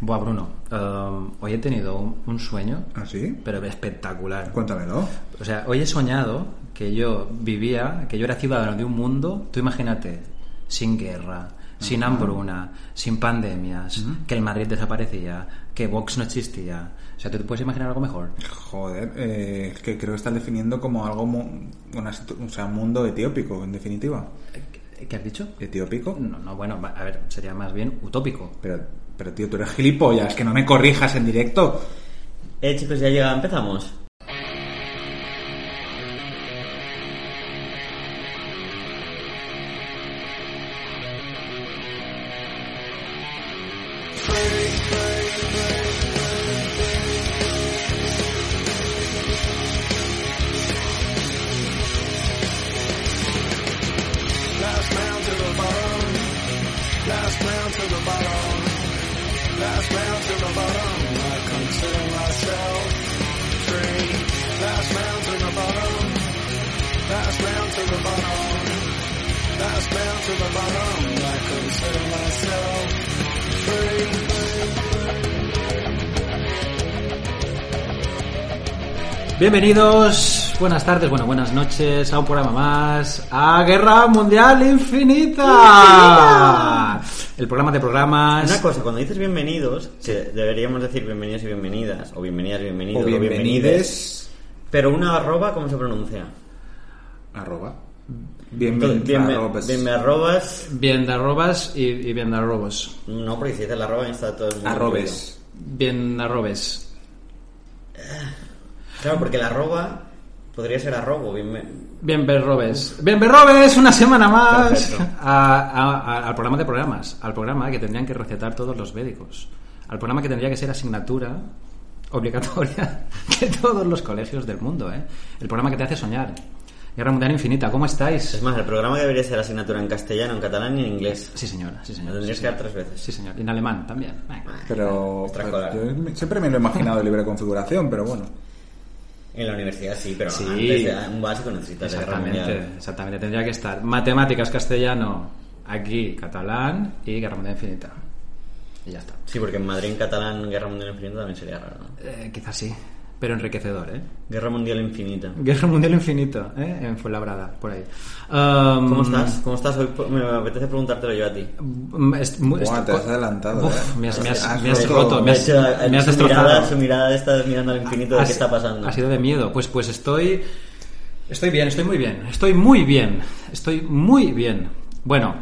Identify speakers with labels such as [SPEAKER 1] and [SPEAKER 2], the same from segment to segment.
[SPEAKER 1] Buah, Bruno, um, hoy he tenido un, un sueño,
[SPEAKER 2] ¿Ah, sí?
[SPEAKER 1] pero espectacular.
[SPEAKER 2] Cuéntamelo.
[SPEAKER 1] O sea, hoy he soñado que yo vivía, que yo era ciudadano de un mundo, tú imagínate, sin guerra, sin hambruna, sin pandemias, que el Madrid desaparecía, que Vox no existía. O sea, ¿tú te puedes imaginar algo mejor?
[SPEAKER 2] Joder, eh, es que creo que estás definiendo como algo, mu- una situ- o sea, un mundo etiópico, en definitiva.
[SPEAKER 1] ¿Qué- ¿Qué has dicho?
[SPEAKER 3] Eh,
[SPEAKER 2] ¿Etiópico?
[SPEAKER 1] No, no, bueno, va- a ver, sería más bien utópico.
[SPEAKER 2] Pero, pero tío, tú eres gilipollas, que no me corrijas en directo.
[SPEAKER 3] Eh, chicos, ya llega, empezamos.
[SPEAKER 1] Bienvenidos, buenas tardes, bueno, buenas noches a un programa más, a Guerra Mundial Infinita. El programa de programas.
[SPEAKER 3] Una cosa, cuando dices bienvenidos, que deberíamos decir bienvenidos y bienvenidas, o bienvenidas, bienvenidos,
[SPEAKER 2] O
[SPEAKER 3] bienvenides.
[SPEAKER 2] bienvenides.
[SPEAKER 3] Pero una arroba, ¿cómo se pronuncia?
[SPEAKER 2] Arroba.
[SPEAKER 3] Entonces, bien me-
[SPEAKER 2] Bienvenidos.
[SPEAKER 3] bien me arrobas.
[SPEAKER 1] Bien de arrobas y, y bien de arrobos.
[SPEAKER 3] No, porque si dices la arroba está todo el mundo. incluido.
[SPEAKER 2] Arrobes.
[SPEAKER 1] Bien de arrobes.
[SPEAKER 3] Claro, porque la arroba podría ser arrobo. bien me-
[SPEAKER 1] Bien berrobes. Bien berrobes, una semana más
[SPEAKER 3] Perfecto.
[SPEAKER 1] A- a- a- al programa de programas, al programa que tendrían que recetar todos los médicos, al programa que tendría que ser asignatura obligatoria de todos los colegios del mundo, ¿eh? El programa que te hace soñar. Guerra Mundial Infinita, ¿cómo estáis?
[SPEAKER 3] Es más, el programa debería ser asignatura en castellano, en catalán y en inglés.
[SPEAKER 1] Sí, señora, sí,
[SPEAKER 3] Lo
[SPEAKER 1] señor.
[SPEAKER 3] tendrías
[SPEAKER 1] Sí,
[SPEAKER 3] que dar
[SPEAKER 1] señor.
[SPEAKER 3] tres veces.
[SPEAKER 1] Sí, señor. Y en alemán también. Venga.
[SPEAKER 2] Pero pues,
[SPEAKER 3] Extracolar.
[SPEAKER 2] yo me- siempre me lo he imaginado de libre configuración, pero bueno.
[SPEAKER 3] En la universidad sí, pero
[SPEAKER 1] Sí.
[SPEAKER 3] antes de un básico necesitas la guerra
[SPEAKER 1] Exactamente,
[SPEAKER 3] mundial.
[SPEAKER 1] exactamente. Tendría que estar matemáticas, castellano, aquí catalán y Guerra Mundial Infinita. Y ya está.
[SPEAKER 3] Sí, porque en Madrid en catalán guerra mundial infinita también sería raro. ¿no?
[SPEAKER 1] Eh, quizás sí, pero enriquecedor, ¿eh?
[SPEAKER 3] Guerra mundial infinita.
[SPEAKER 1] Guerra Mundial Infinito, ¿eh? En Fuenlabrada, por ahí. Um,
[SPEAKER 3] ¿Cómo estás? ¿Cómo estás hoy? Me apetece preguntártelo yo a ti.
[SPEAKER 1] mm, est- mu-
[SPEAKER 2] Buah,
[SPEAKER 1] est-
[SPEAKER 2] te has adelantado,
[SPEAKER 1] Uf,
[SPEAKER 2] ¿eh?
[SPEAKER 1] me has, me has-
[SPEAKER 2] Has
[SPEAKER 1] me has
[SPEAKER 2] roto-
[SPEAKER 1] roto, me has,
[SPEAKER 3] De hecho,
[SPEAKER 1] me has
[SPEAKER 3] su
[SPEAKER 1] destrozado.
[SPEAKER 3] Mirada, su mirada está mirando al infinito de
[SPEAKER 1] Ha
[SPEAKER 3] qué
[SPEAKER 1] si-
[SPEAKER 3] está pasando.
[SPEAKER 1] Ha sido de miedo. Pues, pues estoy. Estoy bien, estoy muy bien. Estoy muy bien. Estoy muy bien. Bueno,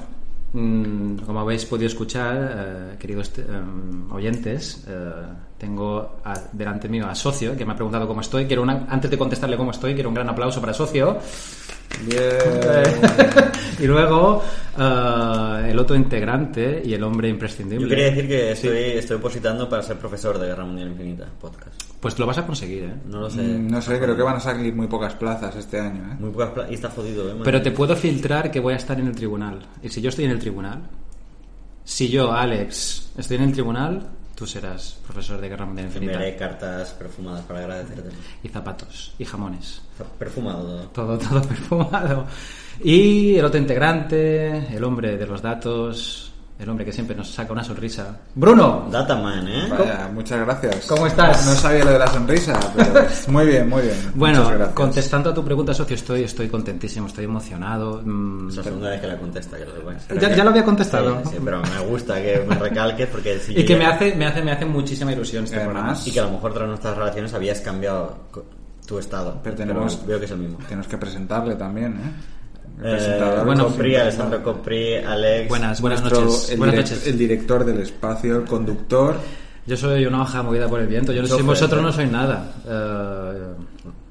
[SPEAKER 1] mm, como habéis podido escuchar, eh, queridos te- em, oyentes, eh, tengo a- delante mío a Socio, que me ha preguntado cómo estoy. Quiero una, antes de contestarle cómo estoy, quiero un gran aplauso para Socio.
[SPEAKER 2] Bien.
[SPEAKER 1] y luego eh, el otro integrante y el hombre imprescindible.
[SPEAKER 3] Yo quería decir que estoy, estoy opositando para ser profesor de Guerra Mundial Infinita podcast.
[SPEAKER 1] Pues lo vas a conseguir, ¿eh?
[SPEAKER 3] No lo sé.
[SPEAKER 2] Mm, No sé, creo que van a salir muy pocas plazas este año, ¿eh?
[SPEAKER 3] Muy pocas pla- Y está jodido, ¿eh? man?
[SPEAKER 1] Pero te puedo filtrar que voy a estar en el tribunal. Y si yo estoy en el tribunal, si yo, Alex, estoy en el tribunal, tú serás profesor de Guerra Mundial Infinita.
[SPEAKER 3] Enviaré cartas perfumadas para agradecerte.
[SPEAKER 1] Y zapatos, y jamones.
[SPEAKER 3] Está perfumado
[SPEAKER 1] Todo,
[SPEAKER 3] todo.
[SPEAKER 1] todo perfumado. Y el otro integrante, el hombre de los datos, el hombre que siempre nos saca una sonrisa. ¡Bruno!
[SPEAKER 3] Dataman, ¿eh?
[SPEAKER 2] Vaya, muchas gracias.
[SPEAKER 1] ¿Cómo estás?
[SPEAKER 2] No sabía lo de la sonrisa, pero muy bien, muy bien. Muchas
[SPEAKER 1] Bueno,
[SPEAKER 2] gracias.
[SPEAKER 1] contestando a tu pregunta, socio, estoy, estoy contentísimo, estoy emocionado. mm.
[SPEAKER 3] Es la segunda vez que la contesta, que lo sepáis.
[SPEAKER 1] Ya, ya lo había contestado.
[SPEAKER 3] Sí, sí, pero me gusta que me recalques porque si
[SPEAKER 1] Y
[SPEAKER 3] yo
[SPEAKER 1] que
[SPEAKER 3] ya-
[SPEAKER 1] me hace, me hace, me hace muchísima ilusión este
[SPEAKER 2] Además,
[SPEAKER 1] programa.
[SPEAKER 3] Y que a lo mejor tras nuestras relaciones habías cambiado co- tu estado.
[SPEAKER 2] Pero tenemos-
[SPEAKER 3] veo que es el mismo.
[SPEAKER 2] Tenemos que presentarle también, ¿eh? El
[SPEAKER 3] Eh,
[SPEAKER 2] presentador
[SPEAKER 3] bueno,
[SPEAKER 2] Copri,
[SPEAKER 3] Copri, Alessandro Copri, Alex.
[SPEAKER 1] Buenas, buenas
[SPEAKER 2] nuestro-
[SPEAKER 1] noches.
[SPEAKER 2] El,
[SPEAKER 1] buenas
[SPEAKER 2] direc-
[SPEAKER 1] noches.
[SPEAKER 2] el director del espacio, el conductor.
[SPEAKER 1] Yo soy una hoja movida por el viento. Yo no soy
[SPEAKER 3] Chofer,
[SPEAKER 1] vosotros,
[SPEAKER 3] ¿no?
[SPEAKER 1] no soy nada. Eh,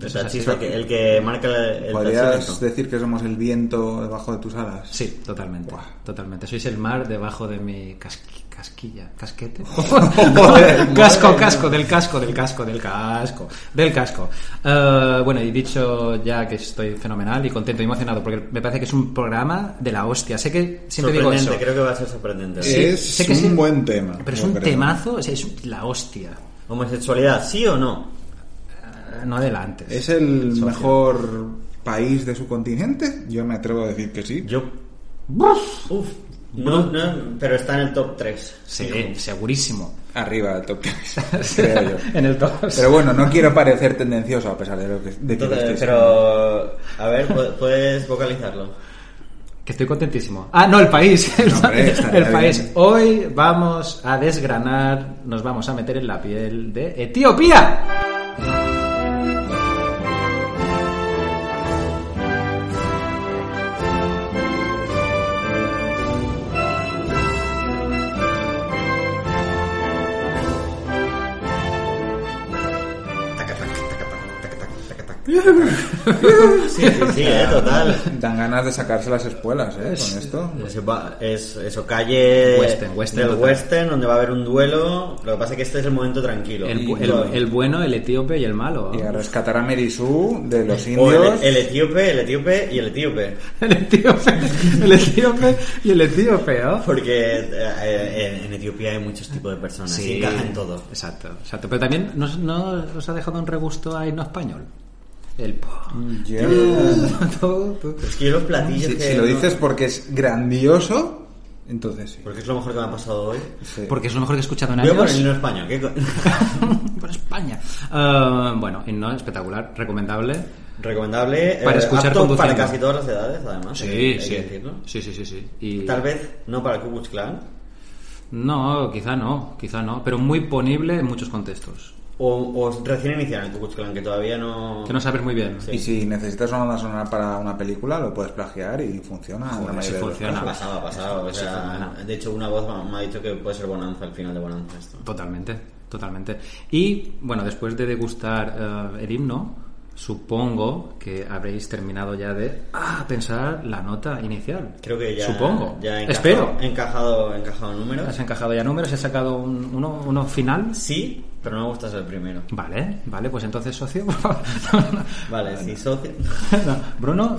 [SPEAKER 3] El
[SPEAKER 1] eso es así.
[SPEAKER 3] taxista, que- el que marca el, el
[SPEAKER 2] ¿Podrías
[SPEAKER 3] taxímetro.
[SPEAKER 2] decir que somos el viento debajo de tus alas?
[SPEAKER 1] Sí, totalmente. Totalmente. Sois el mar debajo de mi casqui- casquilla. ¿Casquete?
[SPEAKER 2] Joder,
[SPEAKER 1] casco,
[SPEAKER 2] madre
[SPEAKER 1] casco, del casco, del casco, del casco, del casco. Eh, bueno, y dicho ya que estoy fenomenal y contento y emocionado porque me parece que es un programa de la hostia. Sé que siempre digo
[SPEAKER 3] sorprendente,
[SPEAKER 1] eso.
[SPEAKER 3] creo que va a ser sorprendente.
[SPEAKER 1] Sí,
[SPEAKER 2] es
[SPEAKER 1] sé que
[SPEAKER 2] un
[SPEAKER 1] sí.
[SPEAKER 2] buen tema.
[SPEAKER 1] Pero es
[SPEAKER 2] yo
[SPEAKER 1] un
[SPEAKER 2] creo.
[SPEAKER 1] temazo, o sea, es la hostia.
[SPEAKER 3] ¿Homosexualidad, sí o no?
[SPEAKER 1] Eh, No adelante.
[SPEAKER 2] ¿Es el mejor país de su continente? Yo me atrevo a decir que sí.
[SPEAKER 3] Yo. Uf, No, no, pero está en el top 3.
[SPEAKER 1] Sí, segurísimo.
[SPEAKER 2] Arriba del top 3, creo yo.
[SPEAKER 1] en el top.
[SPEAKER 2] Pero bueno, no quiero parecer tendencioso a pesar de lo que, de que lo estoy siendo.
[SPEAKER 3] pero, a ver, pu- puedes vocalizarlo.
[SPEAKER 1] Que estoy contentísimo. Ah, no, el país. El,
[SPEAKER 2] hombre, estaría bien.
[SPEAKER 1] país. Hoy vamos a desgranar, nos vamos a meter en la piel de Etiopía.
[SPEAKER 3] Sí, sí, sí, eh, total.
[SPEAKER 2] Dan ganas de sacarse las espuelas, ¿eh? Con esto.
[SPEAKER 3] Ese va- Es eso, calle
[SPEAKER 1] Western, western,
[SPEAKER 3] del
[SPEAKER 1] total.
[SPEAKER 3] western, donde va a haber un duelo. Lo que pasa es que este es el momento tranquilo.
[SPEAKER 1] El,
[SPEAKER 3] Y-
[SPEAKER 1] bu- el-
[SPEAKER 3] o-
[SPEAKER 1] el bueno, el etíope y el malo.
[SPEAKER 2] Y a rescatar a Merisú de los
[SPEAKER 3] o el-
[SPEAKER 2] indios.
[SPEAKER 3] el, etíope, el etíope y el etíope.
[SPEAKER 1] El etíope, el etíope y el etíope, ¿no?
[SPEAKER 3] Porque eh, eh, en, en Etiopía hay muchos tipos de personas y encaja en todo.
[SPEAKER 1] Exacto, exacto. Pero también nos, no nos ha dejado un regusto ahí no español. El po-
[SPEAKER 2] Yeah.
[SPEAKER 1] todo, todo.
[SPEAKER 3] Es que yo los platillos
[SPEAKER 2] Si,
[SPEAKER 3] que
[SPEAKER 2] si lo
[SPEAKER 3] no-
[SPEAKER 2] dices porque es grandioso, entonces sí.
[SPEAKER 3] Porque es lo mejor que me ha pasado hoy.
[SPEAKER 2] Sí.
[SPEAKER 1] Porque es lo mejor que he escuchado en
[SPEAKER 3] Voy a
[SPEAKER 1] años.
[SPEAKER 3] ponerlo en español. ¿qué co-
[SPEAKER 1] Por España. Ah, bueno, y no, espectacular, recomendable.
[SPEAKER 3] Recomendable. eh,
[SPEAKER 1] Para escuchar
[SPEAKER 3] apto para
[SPEAKER 1] conduciendo.
[SPEAKER 3] casi todas las edades, además.
[SPEAKER 1] Sí,
[SPEAKER 3] hay que- hay
[SPEAKER 1] sí.
[SPEAKER 3] que decirlo.
[SPEAKER 1] sí, sí, sí, sí. Y-
[SPEAKER 3] Tal vez no para el Ku Klux Klan.
[SPEAKER 1] No, quizá no, quizá no, pero muy ponible en muchos contextos.
[SPEAKER 3] O, o recién iniciar el Ku Klux Klan, que todavía no...
[SPEAKER 1] Que no sabes muy bien.
[SPEAKER 3] Sí.
[SPEAKER 2] Y si necesitas una banda sonora para una película, lo puedes plagiar y funciona. en la
[SPEAKER 1] Joder,
[SPEAKER 2] mayoría
[SPEAKER 1] sí
[SPEAKER 2] de los
[SPEAKER 1] funciona.
[SPEAKER 2] casos.
[SPEAKER 3] Pasaba, pasaba. O
[SPEAKER 1] Eso
[SPEAKER 3] sea,
[SPEAKER 1] fue buena.
[SPEAKER 3] de hecho, una voz me- me ha dicho que puede ser Bonanza, el final de Bonanza. Esto.
[SPEAKER 1] Totalmente, totalmente. Y bueno, después de degustar eh, el himno, supongo que habréis terminado ya de ah, pensar la nota inicial.
[SPEAKER 3] Creo que ya...
[SPEAKER 1] Supongo.
[SPEAKER 3] Ya he encajado,
[SPEAKER 1] Espero.
[SPEAKER 3] he encajado, he encajado números.
[SPEAKER 1] Has encajado ya números, has sacado un, uno, uno final.
[SPEAKER 3] Sí, pero no me gusta ser el primero.
[SPEAKER 1] Vale, vale, pues entonces, socio. por favor.
[SPEAKER 3] Vale, sí, socio.
[SPEAKER 1] No, Bruno,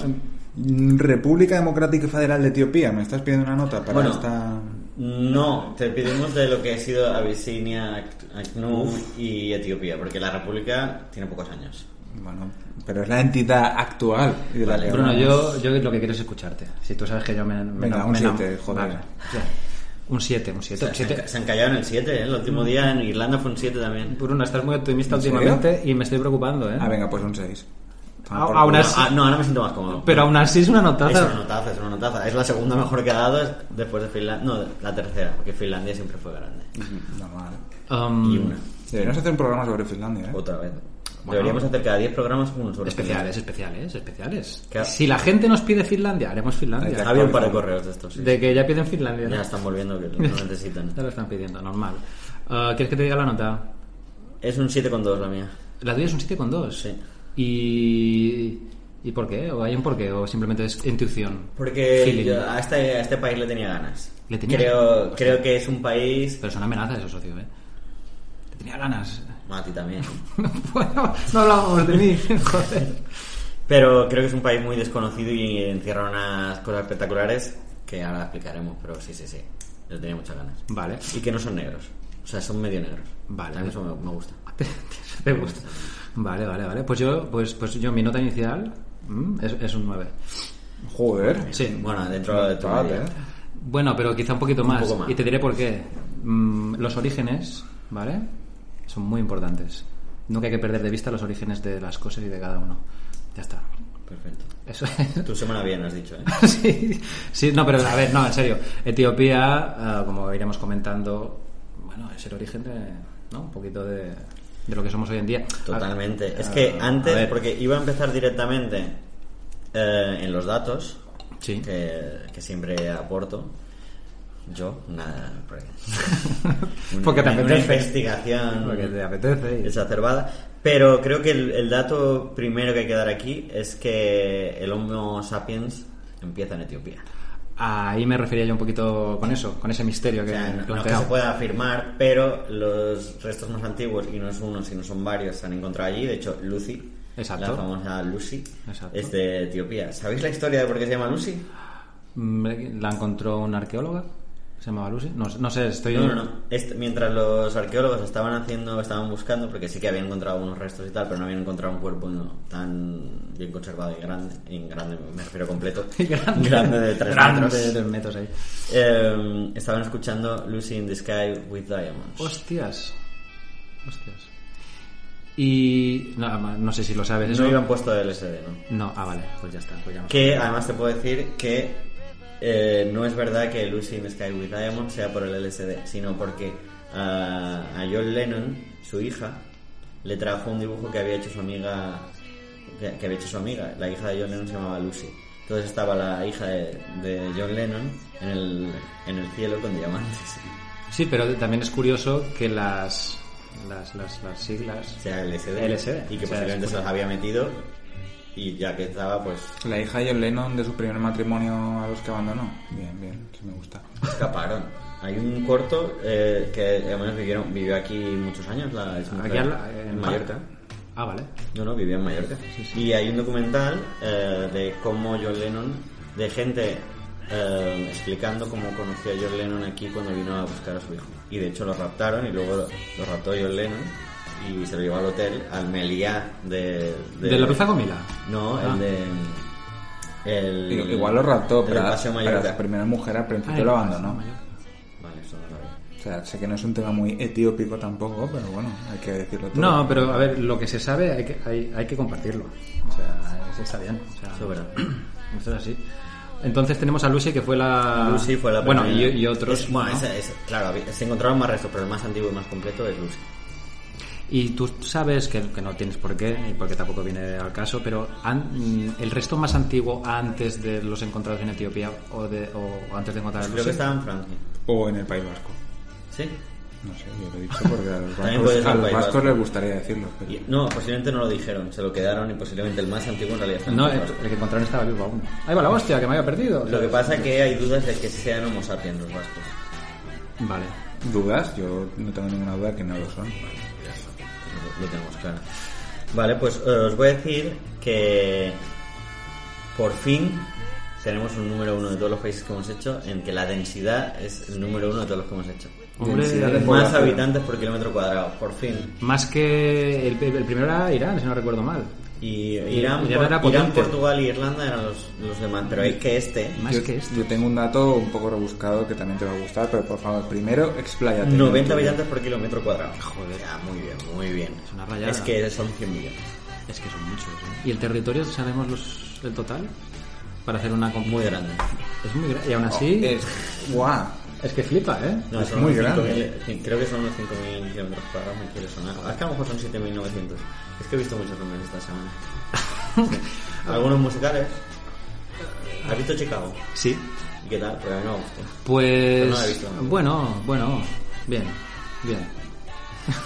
[SPEAKER 2] Mm, República Democrática Federal de Etiopía, me estás pidiendo una nota para
[SPEAKER 3] Bueno.
[SPEAKER 2] esta.
[SPEAKER 3] No, te pedimos de lo que ha sido Abisinia, Ac- Acnur y Etiopía, porque la República tiene pocos años.
[SPEAKER 2] Bueno, pero es la entidad actual. y de la
[SPEAKER 3] Vale,
[SPEAKER 2] que
[SPEAKER 1] Bruno,
[SPEAKER 2] hablamos.
[SPEAKER 1] yo, yo lo que quiero es escucharte. Si tú sabes que yo me. me
[SPEAKER 2] Venga,
[SPEAKER 1] enam-
[SPEAKER 2] un
[SPEAKER 1] me enam-
[SPEAKER 2] siete, joder.
[SPEAKER 1] Sí. Un 7, un 7.
[SPEAKER 3] O sea, se, han, ca- se han callado en el 7, ¿eh? el
[SPEAKER 1] Mm.
[SPEAKER 3] último día en Irlanda fue un 7 también.
[SPEAKER 1] Bruno, estás muy optimista
[SPEAKER 2] ¿En serio?
[SPEAKER 1] últimamente y me estoy preocupando, ¿eh?
[SPEAKER 2] Ah, venga, pues un 6.
[SPEAKER 1] A- aún
[SPEAKER 3] No,
[SPEAKER 1] así-
[SPEAKER 3] ah, no, ahora me siento más cómodo.
[SPEAKER 1] Pero aún así es una
[SPEAKER 3] Es una
[SPEAKER 1] notaza.
[SPEAKER 3] notaza, es una notaza. Es la segunda mejor que ha dado es- después de Finlandia. No, la tercera, porque Finlandia siempre fue grande.
[SPEAKER 2] Normal.
[SPEAKER 1] Um,
[SPEAKER 3] Y una.
[SPEAKER 2] Deberíamos hacer un programa sobre Finlandia, ¿eh?
[SPEAKER 3] Otra vez. Deberíamos hacer cada 10 programas uno sobre
[SPEAKER 1] especiales, especiales, especiales.
[SPEAKER 3] ¿Qué?
[SPEAKER 1] Si la gente nos pide Finlandia, haremos
[SPEAKER 2] Ahí
[SPEAKER 1] Finlandia.
[SPEAKER 2] está.
[SPEAKER 3] Había un par de correos de estos. sí.
[SPEAKER 1] De que ya piden Finlandia.
[SPEAKER 3] Ya están volviendo, que lo necesitan.
[SPEAKER 1] Ya lo están pidiendo, normal. Ah, ¿Quieres que te diga la nota?
[SPEAKER 3] Es un 7,2 la mía.
[SPEAKER 1] La tuya es un 7,2.
[SPEAKER 3] Sí.
[SPEAKER 1] ¿Y, ¿Y por qué? ¿O hay un por qué? ¿O simplemente es intuición?
[SPEAKER 3] Porque
[SPEAKER 1] Feeling.
[SPEAKER 3] yo a, este, a este país le tenía ganas.
[SPEAKER 1] ¿Le tenías
[SPEAKER 3] creo, creo que es un país.
[SPEAKER 1] Pero son amenazas esos socios, ¿eh? Te tenía ganas.
[SPEAKER 3] No, a ti también.
[SPEAKER 1] bueno, no hablábamos de mí, joder.
[SPEAKER 3] Pero creo que es un país muy desconocido y encierra unas cosas espectaculares que ahora explicaremos. Pero sí, sí, sí. Le tenía muchas ganas.
[SPEAKER 1] Vale.
[SPEAKER 3] Y que no son negros. O sea, son medio negros.
[SPEAKER 1] Vale.
[SPEAKER 3] A mí Eso me, me gusta.
[SPEAKER 1] Te gusta. Vale, vale, vale. Pues yo, pues, pues yo mi nota inicial mm, es, es un 9.
[SPEAKER 2] Joder.
[SPEAKER 1] Sí.
[SPEAKER 3] Bueno, dentro de tu
[SPEAKER 2] Vale,
[SPEAKER 3] media.
[SPEAKER 2] ¿eh?
[SPEAKER 1] Bueno, pero quizá un poquito más.
[SPEAKER 3] poco más.
[SPEAKER 1] Y te diré por qué. Mm, los orígenes, ¿vale? Son muy importantes. Nunca hay que perder de vista los orígenes de las cosas y de cada uno. Ya está.
[SPEAKER 3] Perfecto.
[SPEAKER 1] Eso es.
[SPEAKER 3] Tu semana bien, has dicho, ¿eh?
[SPEAKER 1] sí, sí, no, pero a ver, no, en serio. Etiopía, ah, como iremos comentando, bueno, es el origen de, ¿no? Un poquito de, de lo que somos hoy en día.
[SPEAKER 3] Totalmente.
[SPEAKER 1] Ah,
[SPEAKER 3] es
[SPEAKER 1] ah,
[SPEAKER 3] que
[SPEAKER 1] a
[SPEAKER 3] antes,
[SPEAKER 1] ver.
[SPEAKER 3] porque iba a empezar directamente eh, en los datos,
[SPEAKER 1] Sí.
[SPEAKER 3] que, que siempre aporto. Yo, nada, porque, una-
[SPEAKER 1] Porque te
[SPEAKER 3] una
[SPEAKER 1] apetece.
[SPEAKER 3] investigación
[SPEAKER 1] Porque te apetece. y-
[SPEAKER 3] exacerbada. Pero creo que el, el dato primero que hay que dar aquí es que el Homo sapiens empieza en Etiopía.
[SPEAKER 1] Ahí me refería yo un poquito con eso, con ese misterio
[SPEAKER 3] O
[SPEAKER 1] que
[SPEAKER 3] sea,
[SPEAKER 1] han
[SPEAKER 3] no, no que
[SPEAKER 1] planteado.
[SPEAKER 3] se pueda afirmar, pero los restos más antiguos, y no es uno, sino son varios, se han encontrado allí. De hecho, Lucy,
[SPEAKER 1] Exacto.
[SPEAKER 3] la famosa Lucy,
[SPEAKER 1] Exacto.
[SPEAKER 3] es de Etiopía. ¿Sabéis la historia de por qué se llama Lucy?
[SPEAKER 1] Mm, La encontró un arqueólogo. ¿Se llamaba Lucy? No, no sé, estoy...
[SPEAKER 3] No, no, no. Est- mientras los arqueólogos estaban haciendo, estaban buscando, porque sí que habían encontrado unos restos y tal, pero no habían encontrado un cuerpo no, tan bien conservado y grande, en grande me refiero completo,
[SPEAKER 1] Grande.
[SPEAKER 3] de tres
[SPEAKER 1] Grande
[SPEAKER 3] metros.
[SPEAKER 1] de tres metros ahí.
[SPEAKER 3] Eh, estaban escuchando Lucy in the Sky with Diamonds.
[SPEAKER 1] Hostias. Hostias. Y... No, no sé si lo sabes.
[SPEAKER 3] No
[SPEAKER 1] eso.
[SPEAKER 3] iban puesto de LSD, ¿no?
[SPEAKER 1] No, ah, vale. Pues ya está. Pues ya me-
[SPEAKER 3] Que además te puedo decir que eh, no es verdad que Lucy in the Sky with Diamonds sea por el LSD, sino porque ah, a John Lennon, su hija, le trajo un dibujo que había hecho su amiga, que, que había hecho su amiga. La hija de John Lennon se llamaba Lucy. Entonces estaba la hija de, de John Lennon en el, en el cielo con diamantes.
[SPEAKER 1] Sí, pero también es curioso que las... Las, las, las siglas...
[SPEAKER 3] O sea, LSD.
[SPEAKER 1] LSD.
[SPEAKER 3] Y que
[SPEAKER 1] O sea,
[SPEAKER 3] posiblemente
[SPEAKER 1] es
[SPEAKER 3] se las había metido y ya que estaba, pues
[SPEAKER 2] La hija de John Lennon de su primer matrimonio a los que abandonó. Bien, bien, sí me gusta.
[SPEAKER 3] escaparon. Hay un corto eh, que además vivieron, vivió aquí muchos años, la es
[SPEAKER 1] Aquí al-
[SPEAKER 3] mujer,
[SPEAKER 1] eh, en
[SPEAKER 3] en Mallorca.
[SPEAKER 1] Ah, vale.
[SPEAKER 3] No, no, vivía en Mallorca. Y hay un documental eh, de cómo John Lennon, de gente eh, explicando cómo conoció a John Lennon aquí cuando vino a buscar a su hijo. Y de hecho lo raptaron y luego lo, lo raptó John Lennon y se lo llevó al hotel, al Meliá de,
[SPEAKER 1] De, la Plaza Comila.
[SPEAKER 3] No,
[SPEAKER 1] Ah.
[SPEAKER 3] el de... El,
[SPEAKER 2] I- Igual lo raptó,
[SPEAKER 3] el
[SPEAKER 2] pero,
[SPEAKER 3] del
[SPEAKER 2] la-
[SPEAKER 3] Paseo
[SPEAKER 2] pero
[SPEAKER 3] Mallorca.
[SPEAKER 2] la primera mujer al
[SPEAKER 1] Ah,
[SPEAKER 2] principio
[SPEAKER 1] el
[SPEAKER 2] lo
[SPEAKER 1] Paseo
[SPEAKER 2] abandonó.
[SPEAKER 1] Mallorca.
[SPEAKER 3] Vale, eso no lo había.
[SPEAKER 2] O sea, sé que no es un tema muy etiópico tampoco, pero bueno, hay que decirlo todo.
[SPEAKER 1] No, pero a ver, lo que se sabe hay que, hay, hay que compartirlo. O sea, eso está bien. O sea,
[SPEAKER 3] Eso es verdad.
[SPEAKER 1] Eso es así. Entonces tenemos a Lucy, que fue la...
[SPEAKER 3] Lucy fue la
[SPEAKER 1] Ah, Bueno, y,
[SPEAKER 3] primera.
[SPEAKER 1] y otros...
[SPEAKER 3] Es- bueno,
[SPEAKER 1] ¿no?
[SPEAKER 3] esa- esa- claro, había- se encontraron más restos, pero el más antiguo y más completo es Lucy.
[SPEAKER 1] Y tú sabes que, que no tienes por qué, y porque tampoco viene al caso, pero an- mm, el resto más antiguo antes de los encontrados en Etiopía o, de, o antes de encontrar a
[SPEAKER 3] Creo
[SPEAKER 1] Lucy...
[SPEAKER 3] que estaba en Francia.
[SPEAKER 2] O en el País Vasco.
[SPEAKER 3] ¿Sí?
[SPEAKER 2] No sé, yo lo he dicho porque a los
[SPEAKER 3] También puede
[SPEAKER 2] vascos,
[SPEAKER 3] ser
[SPEAKER 2] a los
[SPEAKER 3] País
[SPEAKER 2] vascos
[SPEAKER 3] Vasco.
[SPEAKER 2] les gustaría decirlo. Pero...
[SPEAKER 3] Y- no, posiblemente no lo dijeron, se lo quedaron y posiblemente el más antiguo en realidad está en
[SPEAKER 1] No, eh, el,
[SPEAKER 3] Francia.
[SPEAKER 1] el que encontraron estaba vivo aún. Ahí va la hostia, que me había perdido.
[SPEAKER 3] Lo que pasa es que hay dudas de que sean homo sapiens los vascos.
[SPEAKER 1] Vale.
[SPEAKER 2] ¿Dudas? Yo no tengo ninguna duda que no lo son.
[SPEAKER 3] Lo, lo tenemos claro. Vale, pues eh, os voy a decir que por fin tenemos un número uno de todos los países que hemos hecho en que la densidad es el número uno de todos los que hemos hecho.
[SPEAKER 1] Hombre,
[SPEAKER 2] Densidad de
[SPEAKER 3] Más
[SPEAKER 2] población.
[SPEAKER 3] habitantes por kilómetro cuadrado, por fin.
[SPEAKER 1] Más que el, el primero era Irán, si no recuerdo mal.
[SPEAKER 3] Y
[SPEAKER 1] Irán
[SPEAKER 3] Irán, Por-
[SPEAKER 1] era
[SPEAKER 3] Irán,
[SPEAKER 1] potente.
[SPEAKER 3] Portugal y Irlanda eran los, los demás, pero hay que este,
[SPEAKER 1] Más
[SPEAKER 2] yo,
[SPEAKER 1] que este.
[SPEAKER 2] yo tengo un dato un poco rebuscado que también te va a gustar, pero por favor, primero expláyate.
[SPEAKER 3] 90 habitantes por kilómetro cuadrado.
[SPEAKER 1] Joder.
[SPEAKER 3] O sea, muy bien, muy bien.
[SPEAKER 1] Es una rayada.
[SPEAKER 3] Es que son 100 millones.
[SPEAKER 1] Es que son muchos. ¿eh? ¿Y el territorio sabemos los, el total? Para hacer una... comp-
[SPEAKER 3] Muy grande. Oh,
[SPEAKER 1] Es muy grande. Y aún así... es...
[SPEAKER 2] Oh, Es... ¡Guau!
[SPEAKER 1] que flipa, ¿eh?
[SPEAKER 3] No,
[SPEAKER 2] Es
[SPEAKER 3] son
[SPEAKER 2] muy
[SPEAKER 3] unos
[SPEAKER 2] grande.
[SPEAKER 3] 5.000, creo que son unos 5.000 kilómetros cuadrados, me quiere sonar. Es que a lo mejor son 7.900. Es que he visto muchos números esta semana.
[SPEAKER 1] Ah.
[SPEAKER 3] Sí. Algunos musicales. ¿Has visto Chicago?
[SPEAKER 1] Sí.
[SPEAKER 3] ¿Y qué tal? Porque a mí no me gustó.
[SPEAKER 1] Pues...
[SPEAKER 3] Pero no la he visto, ¿no?
[SPEAKER 1] Bueno, bueno. Bien. Bien.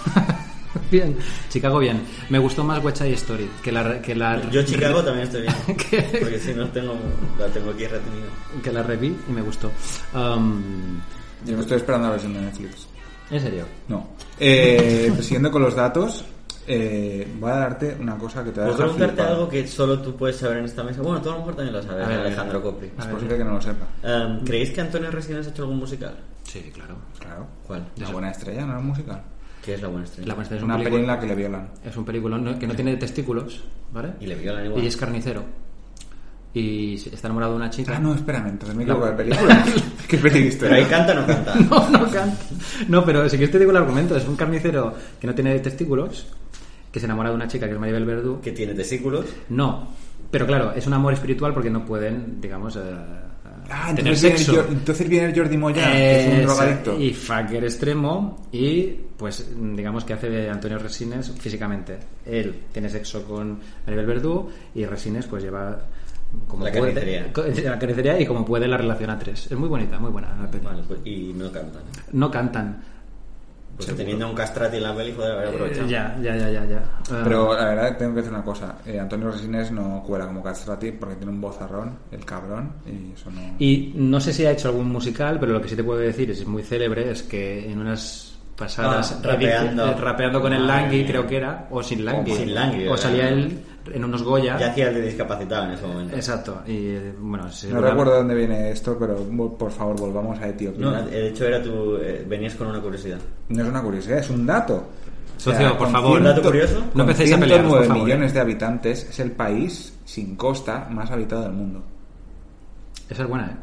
[SPEAKER 1] bien. Chicago bien. Me gustó más West Side Story que la... re- Que la
[SPEAKER 3] Yo Chicago también estoy bien.
[SPEAKER 1] ¿Qué?
[SPEAKER 3] Porque si no tengo, la tengo aquí retenida.
[SPEAKER 1] que la reví y me gustó. Um,
[SPEAKER 2] Yo me estoy esperando la versión de Netflix.
[SPEAKER 1] en serio.
[SPEAKER 2] No. Eh, pues siguiendo con los datos, eh, voy a darte una cosa que te va a
[SPEAKER 3] Puedo
[SPEAKER 2] dejar
[SPEAKER 3] preguntarte
[SPEAKER 2] flipado.
[SPEAKER 3] algo que solo tú puedes saber en esta mesa. Bueno, tú a lo mejor también lo sabes,
[SPEAKER 1] A ver,
[SPEAKER 3] Alejandro
[SPEAKER 1] a ver.
[SPEAKER 3] Copri.
[SPEAKER 2] Es posible que no lo sepa.
[SPEAKER 3] Um, ¿Creéis que Antonio Resines ha hecho algún musical?
[SPEAKER 1] Sí, claro.
[SPEAKER 2] Claro.
[SPEAKER 3] ¿Cuál?
[SPEAKER 2] La
[SPEAKER 1] sé.
[SPEAKER 2] buena estrella, ¿no? La música.
[SPEAKER 3] ¿Qué es la buena estrella?
[SPEAKER 1] La Buena Estrella
[SPEAKER 2] Es
[SPEAKER 1] es
[SPEAKER 2] una
[SPEAKER 1] un
[SPEAKER 2] película en
[SPEAKER 1] película.
[SPEAKER 2] la que le violan.
[SPEAKER 1] Es un película no- que no tiene testículos, ¿vale?
[SPEAKER 3] Y le violan igual.
[SPEAKER 1] Y es carnicero. Y se- está enamorado de una chica.
[SPEAKER 2] Ah, no, espérame, entonces me
[SPEAKER 1] La-
[SPEAKER 2] equivoco de película. ¿Qué periodista?
[SPEAKER 3] Pero ahí canta o no canta.
[SPEAKER 1] No, no canta. No, pero si quieres te digo el argumento. Es un carnicero que no tiene testículos, que se enamora de una chica que es Maribel Verdú.
[SPEAKER 3] que tiene testículos.
[SPEAKER 1] No. Pero claro, es un amor espiritual porque no pueden, digamos, eh,
[SPEAKER 2] Ah,
[SPEAKER 1] tener
[SPEAKER 2] entonces viene, el
[SPEAKER 1] sexo.
[SPEAKER 2] Jor- entonces viene el Jordi Moya, que es un
[SPEAKER 1] Eh,
[SPEAKER 2] drogadicto.
[SPEAKER 1] Y fucker extremo y pues digamos que hace de Antonio Resines físicamente. Él tiene sexo con Maribel Verdú y Resines pues lleva como
[SPEAKER 3] La
[SPEAKER 1] puede-
[SPEAKER 3] carnicería.
[SPEAKER 1] co- la carnicería y como puede la relación a tres. Es muy bonita, muy buena la peli.
[SPEAKER 3] Vale, pues- y no cantan.
[SPEAKER 1] No cantan.
[SPEAKER 3] Pues teniendo un castrati en la peli, joder, haber aprovechado.
[SPEAKER 1] Eh, ya, ya, ya, ya, ya. Ah,
[SPEAKER 2] Pero la verdad tengo que decir una cosa. eh, Antonio Resines no cuela como Castrati porque tiene un bozarrón, el cabrón, y eso no...
[SPEAKER 1] Y no sé si ha hecho algún musical, pero lo que sí te puedo decir, es muy célebre, es que en unas pasadas
[SPEAKER 3] Ah, rapeando.
[SPEAKER 1] eh, rapeando con el
[SPEAKER 3] Madre
[SPEAKER 1] Langui,
[SPEAKER 3] mía.
[SPEAKER 1] creo que era, o sin Langui.
[SPEAKER 3] Sin Langui,
[SPEAKER 1] O
[SPEAKER 3] ¿verdad?
[SPEAKER 1] salía él en unos Goya.
[SPEAKER 3] Ya hacía el de discapacitado en ese momento.
[SPEAKER 1] Exacto. Y eh, bueno, sí,
[SPEAKER 2] No
[SPEAKER 1] dura-
[SPEAKER 2] recuerdo dónde viene esto, pero mo- por favor volvamos a Etiopía.
[SPEAKER 3] No,
[SPEAKER 1] eh.
[SPEAKER 3] de hecho era tu... eh, venías con una curiosidad.
[SPEAKER 2] No es una curiosidad, es un dato.
[SPEAKER 1] Socio, por
[SPEAKER 2] con
[SPEAKER 1] favor.
[SPEAKER 3] ¿Un dato curioso? No
[SPEAKER 2] con
[SPEAKER 1] empecéis a pelearos, por
[SPEAKER 2] 109
[SPEAKER 1] favor, eh.
[SPEAKER 2] millones de habitantes, es el país sin costa más habitado del mundo.
[SPEAKER 1] Esa es buena, ¿eh?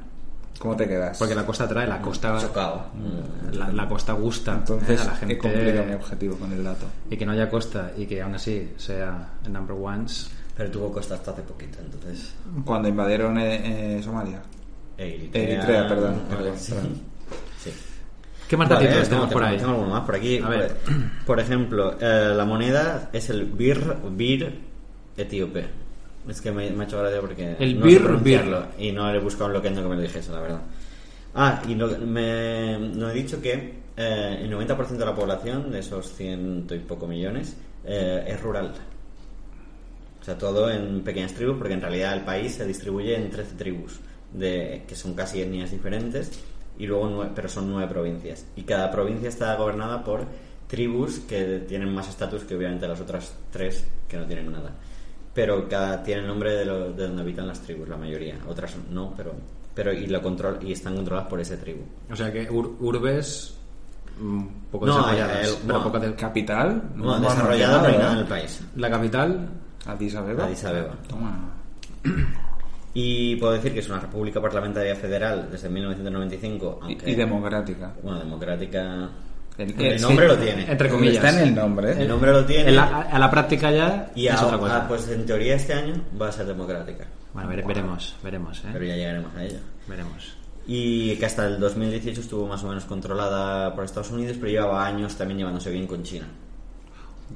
[SPEAKER 2] ¿Cómo te quedas?
[SPEAKER 1] Porque la costa atrae, la costa.
[SPEAKER 3] Chocado. Mm.
[SPEAKER 1] La, la costa gusta.
[SPEAKER 2] Entonces
[SPEAKER 1] ¿eh? a la gente.
[SPEAKER 2] he cumplido mi objetivo con el dato.
[SPEAKER 1] Y que no haya costa y que aún así sea el number ones.
[SPEAKER 3] Pero tuvo costa hasta hace poquito, entonces...
[SPEAKER 2] Cuando invadieron eh, eh, Somalia.
[SPEAKER 3] Eritrea,
[SPEAKER 2] Eritrea, perdón,
[SPEAKER 3] vale,
[SPEAKER 2] perdón,
[SPEAKER 3] sí.
[SPEAKER 2] perdón.
[SPEAKER 3] Sí.
[SPEAKER 1] ¿Qué más datitos
[SPEAKER 3] Vale,
[SPEAKER 1] tenemos por ahí?
[SPEAKER 3] Tengo alguno más por aquí.
[SPEAKER 1] A ver.
[SPEAKER 3] Por- Por ejemplo, eh, la moneda es el bir, bir etíope. Es que me, me ha hecho gracia porque
[SPEAKER 1] El
[SPEAKER 3] no sé
[SPEAKER 1] bir,
[SPEAKER 3] pronunciarlo y no le he buscado un loquendo que me lo dijese, la verdad. Ah, y no, me, no he dicho que eh, el 90% de la población, de esos ciento y poco millones, eh, es rural. O sea, todo en pequeñas tribus, porque en realidad el país se distribuye en 13 tribus, de, que son casi etnias diferentes, y luego nue- pero son nueve provincias. Y cada provincia está gobernada por tribus que tienen más estatus que obviamente las otras tres que no tienen nada. Pero cada tiene nombre de, lo- de donde habitan las tribus, la mayoría. Otras no, pero, pero y, lo control, y están controladas por esa tribu.
[SPEAKER 1] O sea que ur- urbes mm, poco
[SPEAKER 3] No,
[SPEAKER 1] desarrolladas,
[SPEAKER 3] el-
[SPEAKER 1] pero
[SPEAKER 3] no.
[SPEAKER 1] poco de-
[SPEAKER 2] ¿Capital?
[SPEAKER 3] No,
[SPEAKER 2] bueno,
[SPEAKER 3] desarrollada no hay
[SPEAKER 2] ¿verdad?
[SPEAKER 3] nada en el país.
[SPEAKER 1] La capital,
[SPEAKER 2] Addis Abeba.
[SPEAKER 3] Addis Abeba.
[SPEAKER 2] Toma.
[SPEAKER 3] Y puedo decir que es una república parlamentaria federal desde 1995,
[SPEAKER 2] Y-
[SPEAKER 3] aunque...
[SPEAKER 2] Y democrática.
[SPEAKER 3] Bueno, democrática.
[SPEAKER 2] El-
[SPEAKER 3] El,
[SPEAKER 2] el-
[SPEAKER 3] nombre
[SPEAKER 2] sí.
[SPEAKER 3] lo tiene.
[SPEAKER 1] entre comillas.
[SPEAKER 2] Está en el nombre. ¿eh?
[SPEAKER 3] El nombre lo tiene.
[SPEAKER 1] Eh, En la- a, la práctica ya
[SPEAKER 3] Y
[SPEAKER 1] es
[SPEAKER 3] a-
[SPEAKER 1] otra cosa.
[SPEAKER 3] a- pues en teoría este año va a ser democrática.
[SPEAKER 1] Bueno, vere- veremos, veremos, ¿eh?
[SPEAKER 3] Pero ya llegaremos a ello.
[SPEAKER 1] Veremos.
[SPEAKER 3] Y que hasta el 2018 estuvo más o menos controlada por Estados Unidos, pero llevaba años también llevándose bien con China.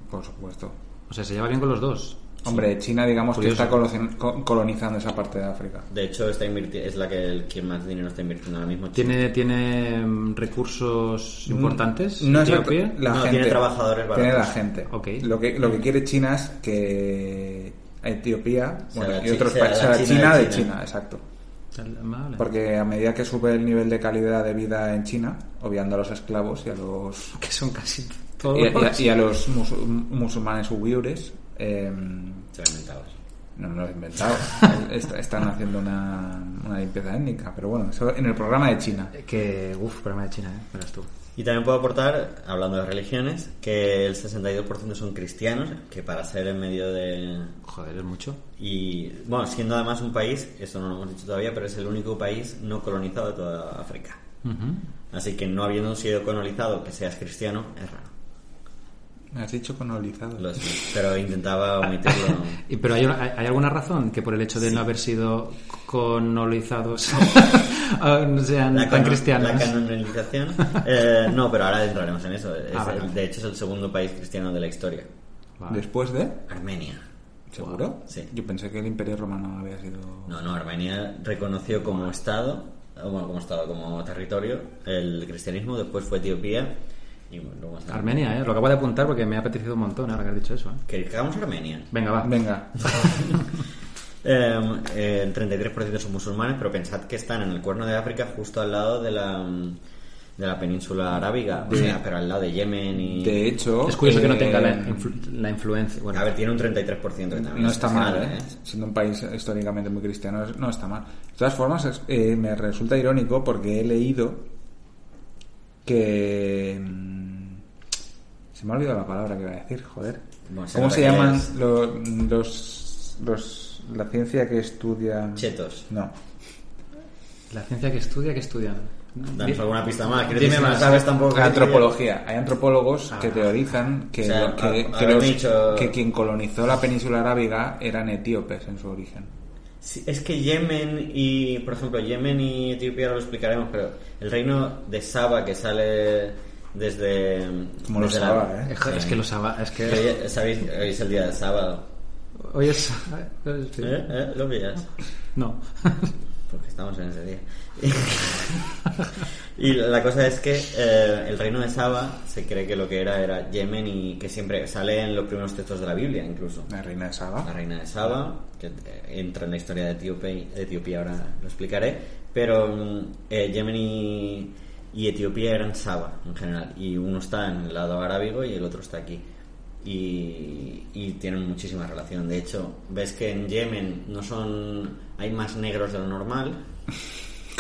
[SPEAKER 2] Por supuesto.
[SPEAKER 1] O sea, se lleva bien con los dos.
[SPEAKER 2] Hombre, China digamos
[SPEAKER 1] Curioso.
[SPEAKER 2] que está colo- co- colonizando esa parte de África.
[SPEAKER 3] De hecho, está invirti- es la que el, quien más dinero está invirtiendo ahora mismo. China.
[SPEAKER 1] ¿Tiene, tiene mm, recursos importantes?
[SPEAKER 2] No es la,
[SPEAKER 1] Etiopía?
[SPEAKER 2] la
[SPEAKER 3] Mm, No,
[SPEAKER 2] gente.
[SPEAKER 3] tiene trabajadores
[SPEAKER 2] Tiene la
[SPEAKER 3] baratos.
[SPEAKER 2] gente.
[SPEAKER 1] Ok.
[SPEAKER 2] Lo, que, lo que quiere China es que Etiopía
[SPEAKER 3] Sea
[SPEAKER 2] bueno,
[SPEAKER 3] la
[SPEAKER 2] y
[SPEAKER 3] chi-
[SPEAKER 2] otros
[SPEAKER 3] sea
[SPEAKER 2] países.
[SPEAKER 3] la
[SPEAKER 2] China,
[SPEAKER 3] China de
[SPEAKER 2] de
[SPEAKER 3] China.
[SPEAKER 2] China, exacto.
[SPEAKER 1] Vale.
[SPEAKER 2] Porque a medida que sube el nivel de calidad de vida en China, obviando a los esclavos y a los
[SPEAKER 1] Que son casi todos.
[SPEAKER 2] y a, y a- y a los musu- musulmanes uigures, em,
[SPEAKER 3] Se lo inventaba.
[SPEAKER 2] No me lo he inventado. Est- están haciendo una, una limpieza étnica, pero bueno, eso en el programa de China.
[SPEAKER 1] Que, uff, programa de China, ¿eh? Verás tú.
[SPEAKER 3] Y también puedo aportar, hablando de religiones, que el 62% son cristianos, que para ser en medio de,
[SPEAKER 1] Joder, es mucho.
[SPEAKER 3] Y bueno, siendo además un país, eso no lo hemos dicho todavía, pero es el único país no colonizado de toda África.
[SPEAKER 1] Ujú.
[SPEAKER 3] Así que no habiendo sido colonizado, que seas cristiano, es raro.
[SPEAKER 2] Me has dicho colonizado.
[SPEAKER 3] Lo sé, pero intentaba omitirlo.
[SPEAKER 1] Y- Pero hay, hay- hay alguna razón que por el hecho de no haber sido colonizados aún sean tan
[SPEAKER 3] cano- la
[SPEAKER 1] cristianos.
[SPEAKER 3] canonización. eh, no, pero ahora entraremos en eso. Es
[SPEAKER 1] Ah, vale,
[SPEAKER 3] el-
[SPEAKER 1] vale.
[SPEAKER 3] De hecho, es el segundo país cristiano de la historia.
[SPEAKER 1] Vale.
[SPEAKER 2] Después de...
[SPEAKER 3] Armenia.
[SPEAKER 2] ¿Seguro?
[SPEAKER 3] Sí.
[SPEAKER 2] Yo pensé que el Imperio Romano había sido...
[SPEAKER 3] No, no, Armenia reconoció como Estado, o bueno, como Estado, como territorio, el cristianismo, después fue Etiopía y bueno, luego más tarde.
[SPEAKER 1] Armenia, ¿eh? Lo acabo de apuntar porque me ha apetecido un montón ahora que has dicho eso. ¿eh?
[SPEAKER 3] Que llegamos a Armenia.
[SPEAKER 1] Venga, va.
[SPEAKER 2] Ah, Venga.
[SPEAKER 3] Eh, eh, el 33% son musulmanes, pero pensad que están en el cuerno de África justo al lado de la, mm, de la península arábiga, o sea, pero al lado de Yemen y...
[SPEAKER 2] De hecho...
[SPEAKER 1] Es curioso que no
[SPEAKER 2] eh,
[SPEAKER 1] tenga la, influ- la influencia. Bueno,
[SPEAKER 3] A ver, tiene un 33% que también
[SPEAKER 2] No
[SPEAKER 3] es
[SPEAKER 2] está mal,
[SPEAKER 3] grande,
[SPEAKER 2] ¿eh? Siendo un país históricamente muy cristiano, es- no está mal. De todas formas, es- eh, me resulta irónico porque he leído que... mm, Se me ha olvidado la palabra que iba a decir, joder.
[SPEAKER 3] Bueno, se
[SPEAKER 2] ¿Cómo
[SPEAKER 3] nota
[SPEAKER 2] se
[SPEAKER 3] que
[SPEAKER 2] llaman
[SPEAKER 3] es-
[SPEAKER 2] lo- los, los... La ciencia que estudia...
[SPEAKER 3] Chetos.
[SPEAKER 2] No.
[SPEAKER 1] la ciencia que estudia, que estudian.
[SPEAKER 3] Danos alguna pista más. Quiero
[SPEAKER 1] Dime
[SPEAKER 3] decir, si
[SPEAKER 1] más.
[SPEAKER 3] no sabes tampoco... Ah.
[SPEAKER 2] La antropología. Hay antropólogos que teorizan que,
[SPEAKER 3] O sea,
[SPEAKER 2] lo- que-
[SPEAKER 3] a-
[SPEAKER 2] que
[SPEAKER 3] haber
[SPEAKER 2] los-
[SPEAKER 3] dicho-
[SPEAKER 2] que quien colonizó la península arábiga eran etíopes en su origen.
[SPEAKER 3] Sí, es que Yemen y, por ejemplo, Yemen y Etiopía ahora lo explicaremos, pero el reino de Saba que sale desde...
[SPEAKER 2] Como los
[SPEAKER 3] desde
[SPEAKER 2] Saba, ¿eh?
[SPEAKER 1] Es que- Es que lo saba- es
[SPEAKER 3] Que
[SPEAKER 1] que
[SPEAKER 3] hoy- ¿Sabéis? Hoy es el día del sábado.
[SPEAKER 1] hoy es sí.
[SPEAKER 3] ¿Eh? ¿Eh? ¿Lo pillas?
[SPEAKER 1] no.
[SPEAKER 3] Porque estamos en ese día. y la cosa es que eh, el reino de Saba se cree que lo que era era Yemen y que siempre sale en los primeros textos de la Biblia incluso.
[SPEAKER 2] La reina de Saba.
[SPEAKER 3] La reina de Saba, que eh, entra en la historia de Etiopía, y- de Etiopía ahora lo explicaré, pero mm, eh, Yemen y, y Etiopía eran Saba en general, y uno está en el lado arábigo y el otro está aquí. y, y tienen muchísima relación. De hecho, ves que en Yemen no son hay más negros de lo normal.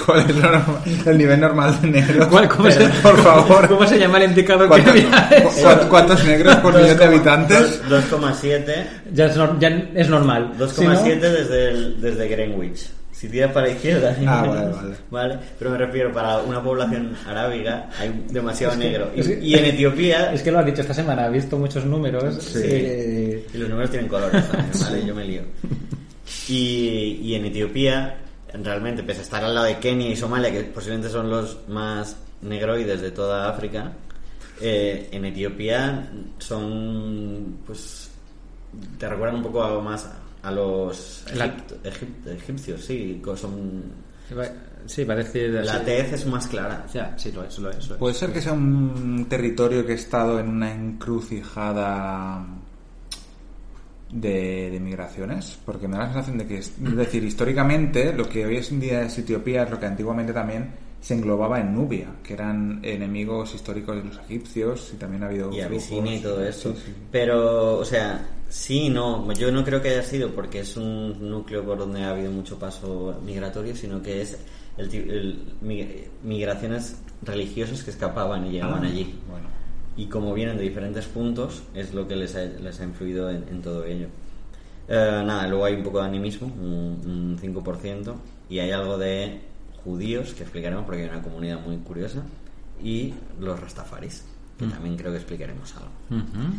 [SPEAKER 2] ¿Cuál es lo normal- el nivel normal de negros? Eh,
[SPEAKER 1] ¿Cuál- cómo, se,
[SPEAKER 2] Por favor.
[SPEAKER 1] ¿Cómo se llama el indicador que
[SPEAKER 2] ¿Cuántos,
[SPEAKER 1] había?
[SPEAKER 2] cu- cu- cuántos negros por millón de
[SPEAKER 3] 2,7,
[SPEAKER 2] habitantes?
[SPEAKER 3] 2,7.
[SPEAKER 1] Ya es, nor- ya es normal.
[SPEAKER 3] 2,7
[SPEAKER 1] Si no-
[SPEAKER 3] desde, el- desde Greenwich. Si tiras para la izquierda,
[SPEAKER 2] Ah, vale, vale.
[SPEAKER 3] Vale, pero me refiero, para una población arábiga hay demasiado negro. Y,
[SPEAKER 1] es que-
[SPEAKER 3] y en Etiopía,
[SPEAKER 1] Es que lo has dicho esta semana, he visto muchos números.
[SPEAKER 2] Sí.
[SPEAKER 1] eh,
[SPEAKER 3] y los números tienen colores también, ¿vale? Yo me lío. Y, y en Etiopía, realmente, pese a estar al lado de Kenia y Somalia, que posiblemente son los más negroides de toda África, eh, en Etiopía son, pues, te recuerdan un poco a, más a los
[SPEAKER 1] La-
[SPEAKER 3] egip- egip- egipcios, sí, co- son...
[SPEAKER 1] va- sí, va a decir.
[SPEAKER 3] La Pues,
[SPEAKER 1] sí.
[SPEAKER 3] tez es más clara.
[SPEAKER 1] Ya, sí, lo es, lo es. lo es.
[SPEAKER 2] Puede ser que sea un territorio que ha estado en una encrucijada de, de migraciones, porque me da la sensación de que, es es decir, históricamente lo que hoy es en día es Etiopía es lo que antiguamente también se englobaba en Nubia, que eran enemigos históricos de los egipcios y también ha habido
[SPEAKER 3] y
[SPEAKER 2] flujos.
[SPEAKER 3] Abisinia y todo eso.
[SPEAKER 2] Sí, sí.
[SPEAKER 3] Pero, o sea, sí, no, yo no creo que haya sido porque es un núcleo por donde ha habido mucho paso migratorio, sino que es el, ti- el- mi- migraciones religiosas que escapaban y llegaban
[SPEAKER 2] Ah,
[SPEAKER 3] allí.
[SPEAKER 2] Bueno.
[SPEAKER 3] Y como vienen de diferentes puntos, es lo que les ha, les ha influido en, en todo ello. Eh, nada, luego hay un poco de animismo, un, un 5%, y hay algo de judíos, que explicaremos porque hay una comunidad muy curiosa, y los rastafaris, que también creo que explicaremos algo.
[SPEAKER 1] Ujú.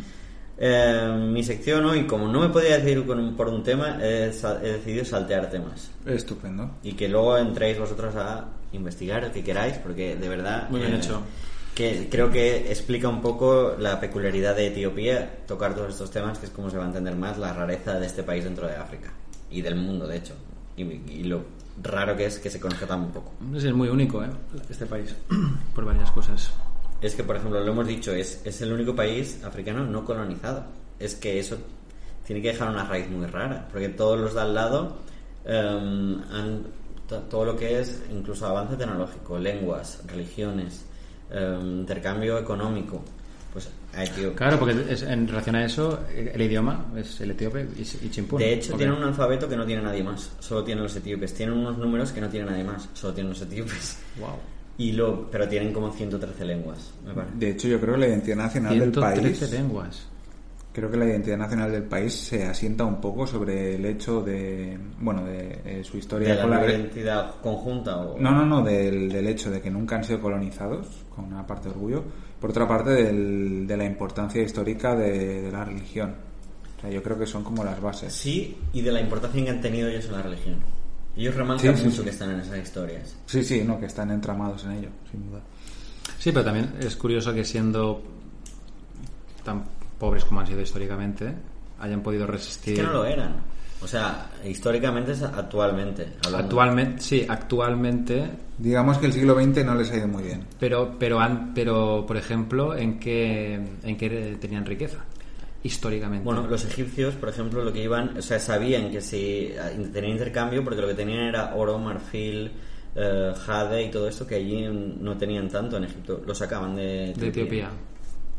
[SPEAKER 3] Eh, mi sección hoy, como no me podía decidir con un- por un tema, he, sa- he decidido saltear temas.
[SPEAKER 2] Estupendo.
[SPEAKER 3] Y que luego entréis vosotros a investigar el que queráis, porque de verdad... eh,
[SPEAKER 1] Muy bien hecho.
[SPEAKER 3] Que creo que explica un poco la peculiaridad de Etiopía, tocar todos estos temas, que es como se va a entender más la rareza de este país dentro de África. Y del mundo, de hecho. Y, y lo raro que es que se conozca tan poco.
[SPEAKER 1] Es muy único, ¿eh? Este país. Por varias cosas.
[SPEAKER 3] Es que, por ejemplo, lo hemos dicho, es, es el único país africano no colonizado. Es que eso tiene que dejar una raíz muy rara, porque todos los de al lado em, han, to- todo lo que es incluso avance tecnológico, lenguas, religiones, em, intercambio económico. Pues a Etiopía.
[SPEAKER 1] Claro, porque es- en relación a eso, eh, el idioma es el etíope y, y chimpún.
[SPEAKER 3] De hecho,
[SPEAKER 1] Porque-
[SPEAKER 3] tienen un alfabeto que no tiene nadie más, solo tienen los etíopes. Tienen unos números que no tiene nadie más, solo tienen los etíopes.
[SPEAKER 1] Wow.
[SPEAKER 3] Y lo, pero tienen como 113 lenguas, me parece.
[SPEAKER 2] De hecho, yo creo que la identidad nacional del
[SPEAKER 1] 113
[SPEAKER 2] país...
[SPEAKER 1] lenguas.
[SPEAKER 2] Creo que la identidad nacional del país se asienta un poco sobre el hecho de, bueno, de eh, su historia
[SPEAKER 3] De la
[SPEAKER 2] con la
[SPEAKER 3] nueva
[SPEAKER 2] Gre-
[SPEAKER 3] identidad conjunta o...
[SPEAKER 2] No, no, no, del, del hecho de que nunca han sido colonizados, con una parte de orgullo. Por otra parte, del- de la importancia histórica de, de la religión. O sea, yo creo que son como las bases.
[SPEAKER 3] Sí, y de la importancia que han tenido ellos en la religión. Ellos remarcan
[SPEAKER 2] Sí, sí,
[SPEAKER 3] mucho
[SPEAKER 2] sí.
[SPEAKER 3] que están en esas historias.
[SPEAKER 2] Sí, sí, no, que están entramados en ello, sin duda.
[SPEAKER 1] Sí, pero también es curioso que siendo tan pobres como han sido históricamente, hayan podido resistir.
[SPEAKER 3] Es que no lo eran. O sea, históricamente es actualmente. hablando.
[SPEAKER 1] Actualmente, sí, actualmente,
[SPEAKER 2] Digamos que el siglo XX no les ha ido muy bien.
[SPEAKER 1] pero pero han- pero por ejemplo, en qué en qué tenían riqueza históricamente.
[SPEAKER 3] Bueno, los egipcios, por ejemplo, lo que iban, o sea, sabían que si ah, tenían intercambio, porque lo que tenían era oro, marfil, eh, jade y todo esto, que allí no tenían tanto en Egipto. Lo sacaban de
[SPEAKER 1] de Etiopía.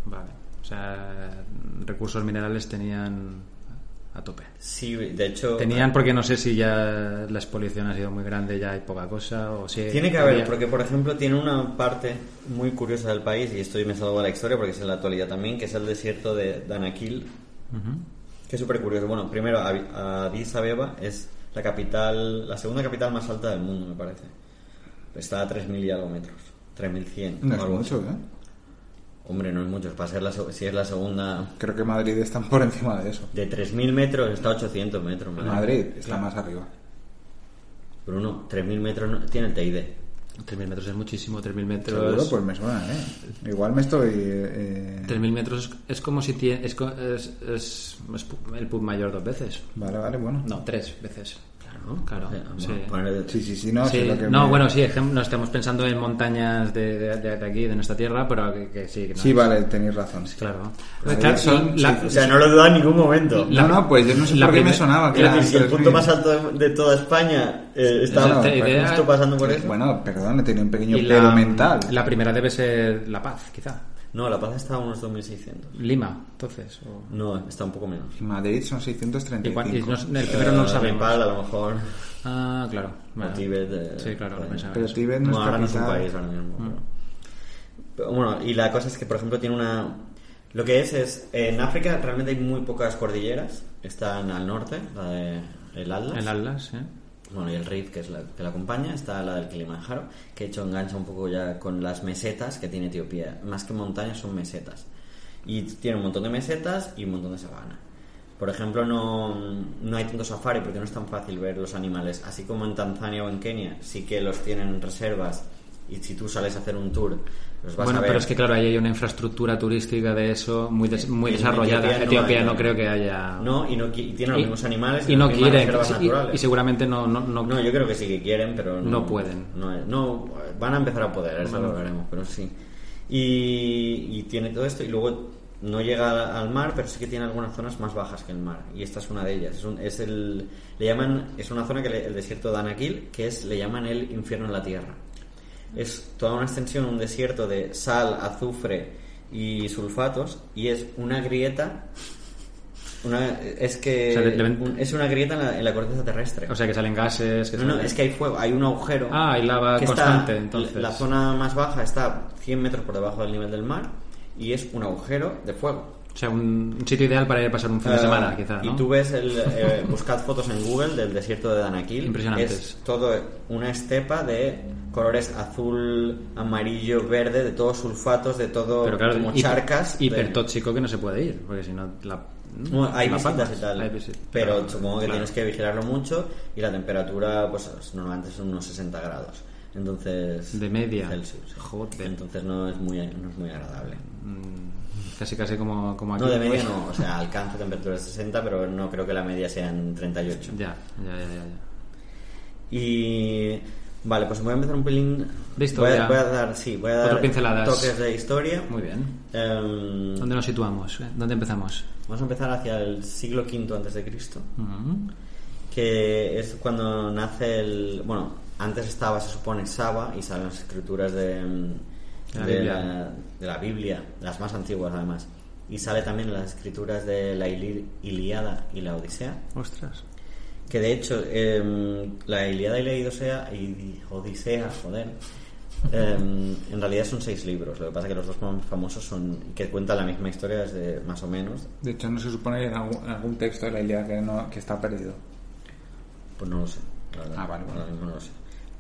[SPEAKER 1] Vale. O sea, recursos minerales tenían a tope.
[SPEAKER 3] Sí, de hecho.
[SPEAKER 1] Tenían porque no sé si ya la expoliación ha sido muy grande, ya hay poca cosa o si
[SPEAKER 3] Tiene que haber,
[SPEAKER 1] había-
[SPEAKER 3] porque por ejemplo tiene una parte muy curiosa del país, y estoy me salgo de la historia porque es en la actualidad también, que es el desierto de Danakil,
[SPEAKER 1] Ujú.
[SPEAKER 3] que es súper curioso. Bueno, primero, Abi- Addis Abeba es la capital, la segunda capital más alta del mundo, me parece. Está a 3.000 y algo metros, 3.100.
[SPEAKER 2] No es
[SPEAKER 3] algo así.
[SPEAKER 2] mucho, ¿eh?
[SPEAKER 3] Hombre, no es mucho, para ser la, se- si es la segunda...
[SPEAKER 2] Creo que Madrid está por encima de eso.
[SPEAKER 3] De 3.000 metros está a 800 metros. madre.
[SPEAKER 2] Madrid está más arriba.
[SPEAKER 3] Bruno, 3.000 metros no- tiene el TID.
[SPEAKER 1] 3.000 metros es muchísimo, 3.000
[SPEAKER 2] Seguro,
[SPEAKER 1] metros...
[SPEAKER 2] pues me suena, ¿eh? Igual me estoy... eh,
[SPEAKER 1] 3.000 metros es- es como si tiene, es, co- es- es- es pu- el pub mayor dos veces.
[SPEAKER 2] Vale, vale, bueno.
[SPEAKER 1] No, tres veces.
[SPEAKER 3] Claro,
[SPEAKER 1] Claro,
[SPEAKER 3] O sea,
[SPEAKER 1] sí.
[SPEAKER 3] bueno, poner-
[SPEAKER 2] Ah. Sí, sí, sí, no.
[SPEAKER 1] Sí,
[SPEAKER 2] sé lo que
[SPEAKER 1] no,
[SPEAKER 2] me-
[SPEAKER 1] bueno, sí, ejem- no estamos pensando en montañas de, de- de- de aquí, de nuestra tierra, pero que, que sí. Que no
[SPEAKER 2] Sí,
[SPEAKER 1] es-
[SPEAKER 2] vale, tenéis razón.
[SPEAKER 1] Claro.
[SPEAKER 2] Claro,
[SPEAKER 1] Claro,
[SPEAKER 2] son-
[SPEAKER 1] la-
[SPEAKER 2] sí,
[SPEAKER 3] O sea, no lo duda en ningún momento.
[SPEAKER 1] la-
[SPEAKER 2] no, no, pues yo no sé
[SPEAKER 1] la
[SPEAKER 2] por qué me
[SPEAKER 1] primer-
[SPEAKER 2] sonaba que
[SPEAKER 3] Quiero
[SPEAKER 2] eran
[SPEAKER 3] decir, si el
[SPEAKER 2] 3.000.
[SPEAKER 3] punto más alto de, de toda España eh, está
[SPEAKER 1] Esa es la idea.
[SPEAKER 3] justo
[SPEAKER 2] Pues
[SPEAKER 3] pasando por eso.
[SPEAKER 2] Bueno, perdón, he tenido un pequeño
[SPEAKER 1] y
[SPEAKER 2] pedo mental.
[SPEAKER 1] la primera debe ser la paz, quizá.
[SPEAKER 3] No, La Paz está a unos 2.600.
[SPEAKER 1] Lima, entonces. o-
[SPEAKER 3] No, está un poco menos.
[SPEAKER 2] Madrid son 635.
[SPEAKER 1] Y cuan- y nos- el primero no lo
[SPEAKER 3] Eh,
[SPEAKER 1] sabemos.
[SPEAKER 3] Nepal, a lo mejor.
[SPEAKER 1] Ah, claro. Vale.
[SPEAKER 3] O Tíbet. eh,
[SPEAKER 1] Sí, claro, Mm.
[SPEAKER 3] por
[SPEAKER 1] no
[SPEAKER 3] ahí.
[SPEAKER 1] pensaba
[SPEAKER 2] Pero
[SPEAKER 1] eso.
[SPEAKER 2] Tíbet no,
[SPEAKER 3] No,
[SPEAKER 2] es
[SPEAKER 3] ahora no es un
[SPEAKER 2] capital.
[SPEAKER 3] país ahora mismo. pero- Pero bueno, y la cosa es que, por ejemplo, tiene una... Lo que es es... En África realmente hay muy pocas cordilleras. Están al norte, la de el Atlas.
[SPEAKER 1] El Atlas, ¿eh?
[SPEAKER 3] Bueno, y el Rift, que es la que la acompaña, está la del Kilimanjaro, que de hecho engancha un poco ya con las mesetas que tiene Etiopía. Más que montañas, son mesetas. Y tiene un montón de mesetas y un montón de sabana. Por ejemplo, no, no hay tanto safari porque no es tan fácil ver los animales. Así como en Tanzania o en Kenia, sí que los tienen en reservas y si tú sales a hacer un tour, los vas
[SPEAKER 1] Bueno,
[SPEAKER 3] a ver.
[SPEAKER 1] pero es que claro, ahí hay una infraestructura turística de eso muy, des- muy
[SPEAKER 3] Y en
[SPEAKER 1] desarrollada. Etiopía, no,
[SPEAKER 3] hay-
[SPEAKER 1] creo que haya...
[SPEAKER 3] No, y, no, qui- y tienen los mismos animales
[SPEAKER 1] y no
[SPEAKER 3] las mismas
[SPEAKER 1] quieren.
[SPEAKER 3] reservas
[SPEAKER 1] y-
[SPEAKER 3] naturales.
[SPEAKER 1] Y, seguramente no... no, no-
[SPEAKER 3] No, yo creo que sí que quieren, pero no,
[SPEAKER 1] No pueden.
[SPEAKER 3] No, no, van a empezar a poder, eso lo veremos, pero sí. Y, y tiene todo esto, y luego no llega al mar, pero sí que tiene algunas zonas más bajas que el mar, y esta es una de ellas. Es, un- es el, le llaman, es una zona que le- el desierto de Anaquil, que es, le llaman el infierno en la tierra. Es toda una extensión, un desierto de sal, azufre y sulfatos, y es una grieta. Una, es que
[SPEAKER 1] O sea, le- le ven-
[SPEAKER 3] un- es una grieta en la, en la corteza terrestre.
[SPEAKER 1] O sea, que salen gases... Que
[SPEAKER 3] No, no,
[SPEAKER 1] salen-
[SPEAKER 3] es que hay fuego, hay un agujero.
[SPEAKER 1] Ah, hay lava
[SPEAKER 3] que está-
[SPEAKER 1] constante, entonces.
[SPEAKER 3] La zona más baja está 100 metros por debajo del nivel del mar y es un agujero de fuego.
[SPEAKER 1] O sea, un, un sitio ideal para ir a pasar un fin de semana,
[SPEAKER 3] Eh,
[SPEAKER 1] quizás,
[SPEAKER 3] Y
[SPEAKER 1] ¿no?
[SPEAKER 3] tú ves, el, eh, buscad fotos en Google del desierto de Danakil.
[SPEAKER 1] Impresionantes.
[SPEAKER 3] Es todo una estepa de colores azul, amarillo, verde, de todos sulfatos, de todo
[SPEAKER 1] Pero claro,
[SPEAKER 3] como
[SPEAKER 1] hiper-
[SPEAKER 3] charcas. de-
[SPEAKER 1] hipertóxico que no se puede ir, porque si no... La,
[SPEAKER 3] Bueno, hay
[SPEAKER 1] la
[SPEAKER 3] visitas
[SPEAKER 1] palmas.
[SPEAKER 3] y tal,
[SPEAKER 1] Hay visit-
[SPEAKER 3] pero
[SPEAKER 1] claro,
[SPEAKER 3] supongo que
[SPEAKER 1] claro.
[SPEAKER 3] tienes que vigilarlo mucho y la temperatura, pues normalmente son unos 60 grados. Entonces.
[SPEAKER 1] De media.
[SPEAKER 3] Celsius, sí.
[SPEAKER 1] Joder.
[SPEAKER 3] Entonces no es muy, no es muy agradable.
[SPEAKER 1] Mm, Casi, casi como, como aquí. pues,
[SPEAKER 3] No, de media no, o sea, alcanza temperaturas 60, pero no creo que la media sean 38.
[SPEAKER 1] Ya, ya, ya, ya. ya.
[SPEAKER 3] Y. Vale, pues voy a empezar un pelín.
[SPEAKER 1] De
[SPEAKER 3] voy,
[SPEAKER 1] historia.
[SPEAKER 3] a, voy a dar, sí, voy a
[SPEAKER 1] Cuatro
[SPEAKER 3] dar
[SPEAKER 1] pinceladas.
[SPEAKER 3] toques de historia.
[SPEAKER 1] Muy bien.
[SPEAKER 3] Em,
[SPEAKER 1] ¿Dónde nos situamos? eh? ¿Dónde empezamos?
[SPEAKER 3] vamos a empezar hacia el siglo V antes de Cristo.
[SPEAKER 2] Mm-hmm.
[SPEAKER 1] Ujú.
[SPEAKER 3] que es cuando nace el... Bueno, antes estaba, se supone, Saba y salen las escrituras de,
[SPEAKER 1] De la
[SPEAKER 3] de
[SPEAKER 1] Biblia.
[SPEAKER 3] la- de la Biblia, las más antiguas además. Y sale también las escrituras de la Ili- Iliada y la Odisea.
[SPEAKER 1] Ostras.
[SPEAKER 3] Que de hecho, eh, la Iliada y la Idosea, y Odisea, joder, eh, en realidad son seis libros. Lo que pasa es que los dos más famosos son que cuentan la misma historia desde más o menos.
[SPEAKER 2] De hecho, no se supone que en algún, en algún texto de la Ilíada que, no- que está perdido.
[SPEAKER 3] Pues no lo sé. la verdad.
[SPEAKER 2] Ah, vale, vale.
[SPEAKER 3] Ahora mismo no lo sé.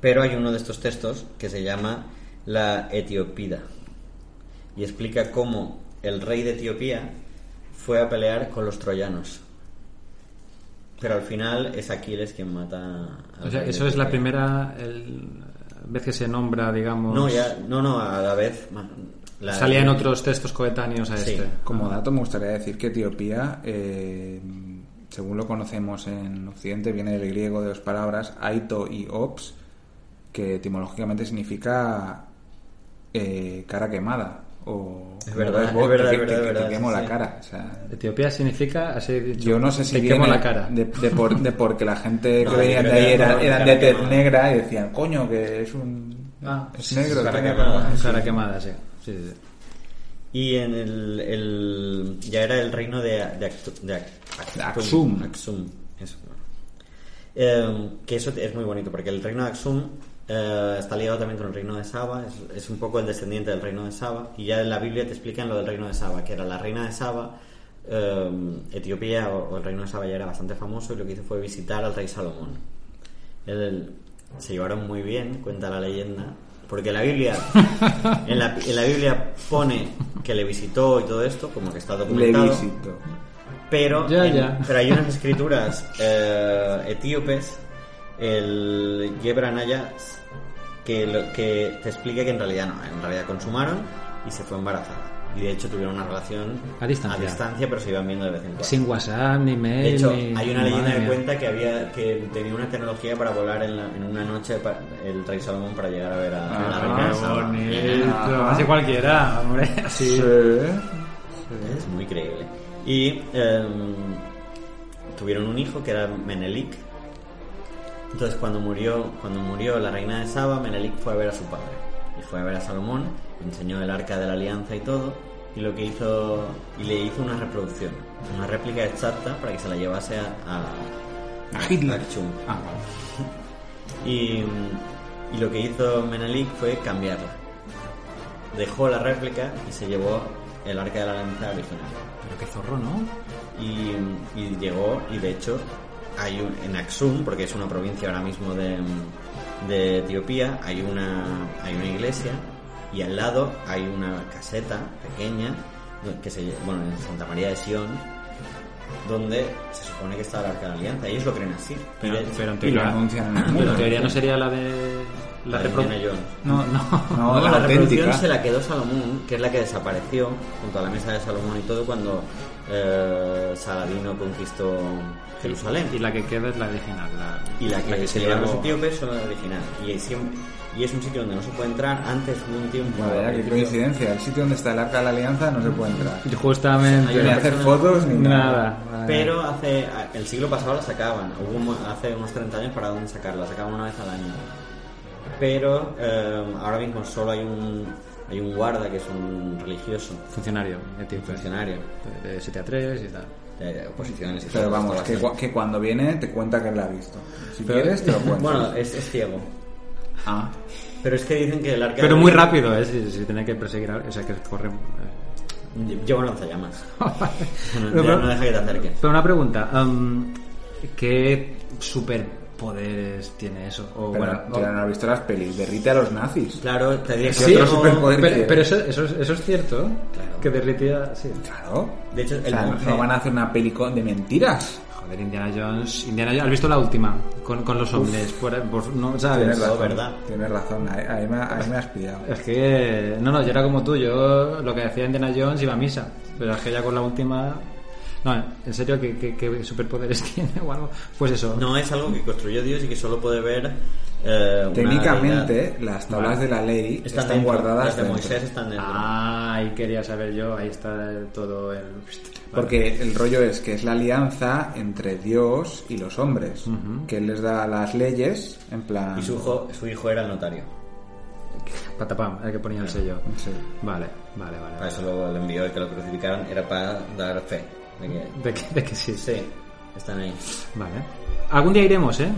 [SPEAKER 3] Pero hay uno de estos textos que se llama La Etiopida y explica cómo el rey de Etiopía fue a pelear con los troyanos. Pero al final es Aquiles quien mata al
[SPEAKER 1] O sea,
[SPEAKER 3] rey de
[SPEAKER 1] eso es la
[SPEAKER 3] Etiopía.
[SPEAKER 1] primera el- eh, vez que se nombra, digamos.
[SPEAKER 3] No, ya, no, no, a la vez. ma- la-
[SPEAKER 1] Salían otros textos coetáneos a
[SPEAKER 3] Sí.
[SPEAKER 1] este.
[SPEAKER 2] Como dato, me gustaría decir que Etiopía, eh, según lo conocemos en Occidente, viene del griego de dos palabras, aito y ops, que etimológicamente significa eh, cara quemada. O,
[SPEAKER 3] Es verdad,
[SPEAKER 2] ves vos,
[SPEAKER 3] es verdad,
[SPEAKER 2] que-
[SPEAKER 3] es verdad,
[SPEAKER 2] que-
[SPEAKER 3] es
[SPEAKER 2] que
[SPEAKER 3] verdad,
[SPEAKER 2] te quemo
[SPEAKER 3] sí,
[SPEAKER 2] la
[SPEAKER 3] sí.
[SPEAKER 2] cara. o sea,
[SPEAKER 1] Etiopía significa, así he dicho,
[SPEAKER 2] yo no sé si
[SPEAKER 1] te quemo
[SPEAKER 2] viene
[SPEAKER 1] la cara.
[SPEAKER 2] De, de por- de porque la gente
[SPEAKER 3] No,
[SPEAKER 2] que veían
[SPEAKER 3] yo
[SPEAKER 2] de
[SPEAKER 3] creo
[SPEAKER 2] ahí
[SPEAKER 3] que
[SPEAKER 2] era-
[SPEAKER 3] no,
[SPEAKER 2] eran
[SPEAKER 3] cara
[SPEAKER 2] de tez
[SPEAKER 3] quemada.
[SPEAKER 2] negra y decían, coño, que es un...
[SPEAKER 1] Ah,
[SPEAKER 2] es
[SPEAKER 1] sí,
[SPEAKER 2] negro.
[SPEAKER 3] cara
[SPEAKER 2] cara
[SPEAKER 3] quemada.
[SPEAKER 2] quemada".
[SPEAKER 1] Cara quemada, sí. Sí, sí, sí.
[SPEAKER 3] Y en el, el- ya era el reino de, de, Actu- de Ac-
[SPEAKER 2] De
[SPEAKER 3] Actum.
[SPEAKER 2] Axum.
[SPEAKER 3] Axum, eso. Eh, que eso es muy bonito, porque el reino de Axum eh, está ligado también con el reino de Saba, es, es un poco el descendiente del reino de Saba, y ya en la Biblia te explican lo del reino de Saba, que era la reina de Saba, eh, Etiopía o, o el reino de Saba ya era bastante famoso, y lo que hizo fue visitar al rey Salomón. Él- él- se llevaron muy bien, cuenta la leyenda. Porque la Biblia, en la, en la Biblia pone que le visitó y todo esto, como que está
[SPEAKER 2] Le
[SPEAKER 3] documentado.
[SPEAKER 2] visito.
[SPEAKER 3] Pero,
[SPEAKER 1] Ya,
[SPEAKER 3] en-
[SPEAKER 1] ya.
[SPEAKER 3] pero hay unas escrituras eh, etíopes, el Gebranaya, que, lo- que te explica que en realidad no, en realidad consumaron y se fue embarazada. Y de hecho tuvieron una relación
[SPEAKER 1] A distancia.
[SPEAKER 3] pero se iban viendo de vez en cuando.
[SPEAKER 1] Sin WhatsApp, ni mail.
[SPEAKER 3] De hecho,
[SPEAKER 1] ni-
[SPEAKER 3] hay una
[SPEAKER 1] Madre
[SPEAKER 3] leyenda que
[SPEAKER 1] mía.
[SPEAKER 3] cuenta que había que tenía una tecnología para volar en, la- en una noche pa- el rey Salomón para llegar a ver a, a la reina de
[SPEAKER 1] Ah,
[SPEAKER 3] Saba.
[SPEAKER 1] bonito. Así cualquiera, hombre. Así.
[SPEAKER 3] Es muy creíble. Y em, tuvieron un hijo que era Menelik. Entonces, cuando murió, cuando murió la reina de Saba, Menelik fue a ver a su padre y fue a ver a Salomón enseñó el arca de la alianza y todo, y lo que hizo, y le hizo una reproducción, una réplica exacta para que se la llevase a, a,
[SPEAKER 2] A Hitler.
[SPEAKER 3] al Chung.
[SPEAKER 2] Ah, vale.
[SPEAKER 3] Y, y lo que hizo Menelik fue cambiarla. Dejó la réplica y se llevó el arca de la alianza original.
[SPEAKER 1] Pero qué zorro, ¿no?
[SPEAKER 3] y, y llegó y de hecho hay un, en Aksum, porque es una provincia ahora mismo de, de Etiopía, hay una, hay una iglesia y al lado hay una caseta pequeña, do- que se, lle- bueno, en Santa María de Sion, donde se supone que está la Arca de la Alianza, ellos lo creen así. Y
[SPEAKER 1] Pero,
[SPEAKER 3] de-
[SPEAKER 1] pero en
[SPEAKER 2] Y lo
[SPEAKER 1] teoría,
[SPEAKER 2] anuncian en el
[SPEAKER 1] pero
[SPEAKER 2] mundo.
[SPEAKER 1] en teoría no sería la de...
[SPEAKER 3] La de
[SPEAKER 1] repro-
[SPEAKER 3] Indiana Jones.
[SPEAKER 1] No, no.
[SPEAKER 2] No,
[SPEAKER 3] la,
[SPEAKER 2] la
[SPEAKER 3] reproducción
[SPEAKER 2] auténtica.
[SPEAKER 3] se la quedó Salomón, que es la que desapareció junto a la mesa de Salomón y todo cuando eh, Saladino conquistó Jerusalén.
[SPEAKER 1] Y la que queda es la original. La,
[SPEAKER 3] y la que, se llevan
[SPEAKER 1] lleva
[SPEAKER 3] los etíopes son la original. Y es, siempre- y es un sitio donde no se puede entrar antes de un tiempo.
[SPEAKER 2] Madre mía, qué coincidencia. El sitio donde está el arca de la alianza no se puede entrar.
[SPEAKER 1] Justamente.
[SPEAKER 3] Hay
[SPEAKER 2] Ni
[SPEAKER 3] una
[SPEAKER 2] hacer
[SPEAKER 3] persona-
[SPEAKER 2] fotos ni
[SPEAKER 1] Nada.
[SPEAKER 2] nada.
[SPEAKER 3] Pero hace el siglo pasado la sacaban. Hubo un- hace unos 30 años para dónde sacarla. La sacaban una vez al año. Pero eh, ahora mismo solo hay un, hay un guarda que es un religioso,
[SPEAKER 1] Funcionario etíope.
[SPEAKER 3] funcionario,
[SPEAKER 1] De 7 a 3 y tal.
[SPEAKER 3] de oposiciones y
[SPEAKER 2] Pero
[SPEAKER 3] todo,
[SPEAKER 2] vamos,
[SPEAKER 3] todo
[SPEAKER 2] que,
[SPEAKER 3] así.
[SPEAKER 2] cua- que cuando viene te cuenta que la ha visto. Si
[SPEAKER 1] Pero-
[SPEAKER 2] quieres, te lo cuento.
[SPEAKER 3] Bueno, eh, es, es ciego.
[SPEAKER 2] Ah.
[SPEAKER 3] Pero es que dicen que el arca.
[SPEAKER 1] Pero
[SPEAKER 3] de-
[SPEAKER 1] muy rápido, ¿eh? Si, si tiene que perseguir... a- O sea, que corre... eh.
[SPEAKER 3] Lleva un lanzallamas.
[SPEAKER 1] Pero-
[SPEAKER 3] No, no deja que te acerques.
[SPEAKER 1] Pero una pregunta, em, ¿qué superpoderes tiene eso? O,
[SPEAKER 2] Pero,
[SPEAKER 1] bueno,
[SPEAKER 2] pero
[SPEAKER 1] o-
[SPEAKER 2] no has visto las pelis. Derrite a los nazis.
[SPEAKER 3] Claro, te diría que
[SPEAKER 1] Sí,
[SPEAKER 2] otro
[SPEAKER 3] no-
[SPEAKER 2] superpoder que-
[SPEAKER 1] pero, pero eso, eso, es- eso es cierto,
[SPEAKER 3] Claro.
[SPEAKER 1] que derritía... Sí.
[SPEAKER 2] Claro.
[SPEAKER 3] De hecho,
[SPEAKER 2] O
[SPEAKER 3] el
[SPEAKER 2] sea, no-
[SPEAKER 3] monje-
[SPEAKER 2] no van a hacer una peli con- de mentiras.
[SPEAKER 1] Joder, Indiana Jones... Indiana Jones- ¿Has visto la última? Con, con los hombres, por, por- no sabes...
[SPEAKER 2] Tienes razón.
[SPEAKER 3] ¿verdad?
[SPEAKER 2] Tienes razón. Ahí, ahí me, ahí me has pillado.
[SPEAKER 1] Es que... No, no, yo era como tú, yo lo que decía Indiana Jones iba a misa, pero es que ya con la última... No, en serio, ¿qué, qué, qué superpoderes tiene o algo? Pues eso.
[SPEAKER 3] No es algo que construyó Dios y que solo puede ver. eh, una deidad.
[SPEAKER 2] Técnicamente, las tablas de la ley están,
[SPEAKER 3] dentro,
[SPEAKER 2] guardadas
[SPEAKER 3] Las de
[SPEAKER 2] dentro.
[SPEAKER 3] Moisés están dentro.
[SPEAKER 1] Ah, ahí quería saber yo, ahí está todo el...
[SPEAKER 2] Porque el rollo es que es la alianza entre Dios y los hombres, que él les da las leyes, en plan...
[SPEAKER 3] Y su hijo, su hijo era el notario.
[SPEAKER 1] Patapam, el que ponía el sello.
[SPEAKER 2] Sí.
[SPEAKER 1] Vale, vale, vale.
[SPEAKER 3] Para eso lo, lo envió y que lo crucificaran. Era para dar fe. De que,
[SPEAKER 1] De que, de que sí, sí.
[SPEAKER 3] sí, están ahí.
[SPEAKER 1] Vale. Algún día iremos, ¿eh?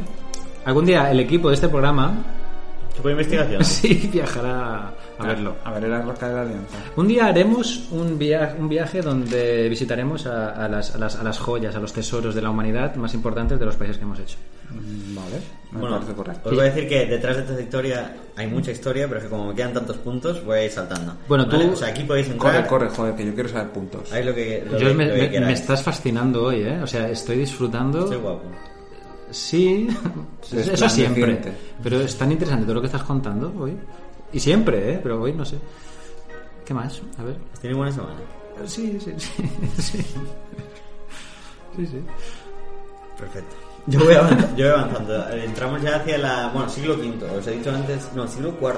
[SPEAKER 1] Algún día el equipo de este programa
[SPEAKER 3] Tipo de investigación.
[SPEAKER 1] sí viajará a verlo.
[SPEAKER 2] A ver, era roca de la alianza.
[SPEAKER 1] Un día haremos un, via- un viaje donde visitaremos a, a las, a las- a las joyas, a los tesoros de la humanidad más importantes de los países que hemos hecho.
[SPEAKER 2] Mm, Vale, me
[SPEAKER 3] Bueno, pues,
[SPEAKER 2] parece correcto.
[SPEAKER 3] os voy a decir que detrás de esta historia hay mucha historia, pero es que como me quedan tantos puntos, voy a ir saltando.
[SPEAKER 1] Bueno, tú-
[SPEAKER 3] ¿Vale? O sea, aquí podéis entrar.
[SPEAKER 2] Corre, corre, joder, que yo quiero saber puntos.
[SPEAKER 3] Ahí lo que. lo
[SPEAKER 1] Yo
[SPEAKER 3] que-
[SPEAKER 1] me,
[SPEAKER 3] lo que
[SPEAKER 1] me- me
[SPEAKER 3] queráis.
[SPEAKER 1] estás fascinando hoy, ¿eh? O sea, estoy disfrutando.
[SPEAKER 3] Estoy guapo.
[SPEAKER 1] Sí, eso siempre.
[SPEAKER 2] Resplandeciente.
[SPEAKER 1] Pero es tan interesante todo lo que estás contando hoy. Y siempre, ¿eh? Pero hoy no sé. ¿Qué más? A ver.
[SPEAKER 3] Tiene buena semana.
[SPEAKER 1] Sí, sí, sí. Sí, sí. sí.
[SPEAKER 3] Perfecto. Yo voy avanzando. yo voy avanzando. Eh, Entramos ya hacia la. Bueno, siglo V. Os he dicho antes. No, siglo IV.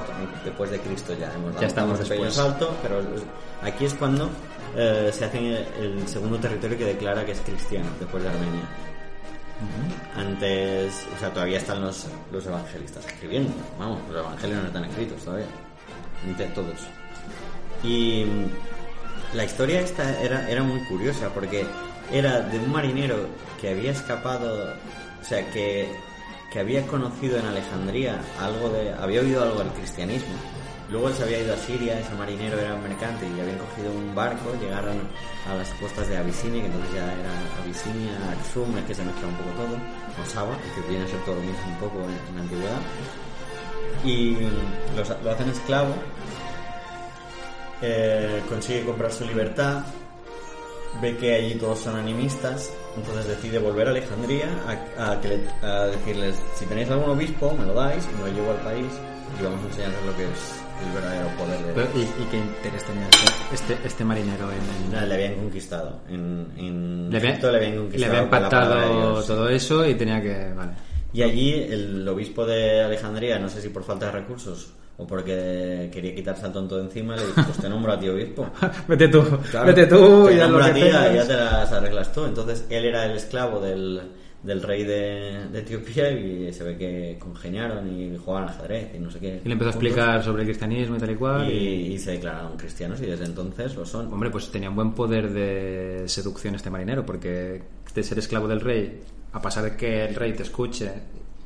[SPEAKER 3] Después de Cristo ya. Hemos dado
[SPEAKER 1] Ya estamos
[SPEAKER 3] un pequeño
[SPEAKER 1] después.
[SPEAKER 3] salto, pero os- aquí es cuando eh, se hace el, el segundo territorio que declara que es cristiano, después de Armenia. Antes. O sea, todavía están los, los evangelistas escribiendo. Vamos, los evangelios no están escritos todavía. Entre todos. Y mm, la historia esta era, era muy curiosa porque era de un marinero que había escapado, o sea, que, que había conocido en Alejandría algo de, había oído algo del cristianismo. Luego él se había ido a Siria, ese marinero era un mercante y habían cogido un barco, llegaron a las costas de Abisinia, que entonces ya era Abisinia, Aksum, es que se mezcla un poco todo, o Saba, que viene a ser todo lo mismo un poco en, en la antigüedad, y los, lo hacen esclavo eh, consigue comprar su libertad, ve que allí todos son animistas, entonces decide volver a Alejandría a, a que le- a decirles, si tenéis algún obispo, me lo dais y me lo llevo al país y vamos a enseñarles lo que es el verdadero poder de
[SPEAKER 1] Pero, ¿y, y qué interés tenía este, este marinero en...
[SPEAKER 3] Nada, le habían conquistado. En, en
[SPEAKER 1] Le había,
[SPEAKER 3] Egipto le habían
[SPEAKER 1] le
[SPEAKER 3] conquistado
[SPEAKER 1] había
[SPEAKER 3] con la palabra de
[SPEAKER 1] impactado
[SPEAKER 3] Dios.
[SPEAKER 1] todo eso y tenía que... Vale.
[SPEAKER 3] Y allí el obispo de Alejandría, no sé si por falta de recursos o porque quería quitarse al tonto de encima, le dijo, pues te nombro a ti obispo.
[SPEAKER 1] vete tú,
[SPEAKER 3] Claro.
[SPEAKER 1] vete tú
[SPEAKER 3] Te
[SPEAKER 1] y haz lo
[SPEAKER 3] nombra
[SPEAKER 1] que
[SPEAKER 3] a ti, ya-
[SPEAKER 1] tengas.
[SPEAKER 3] ya te las arreglas tú. Entonces él era el esclavo del, del rey de, de Etiopía y se ve que congeniaron y jugaban al ajedrez y no sé qué.
[SPEAKER 1] Y le empezó a explicar sobre el cristianismo y tal y cual.
[SPEAKER 3] Y,
[SPEAKER 1] Y,
[SPEAKER 3] y se declararon cristianos y desde entonces lo son.
[SPEAKER 1] hombre, pues tenía un buen poder de seducción este marinero, porque de ser esclavo del rey, a pasar de que el rey te escuche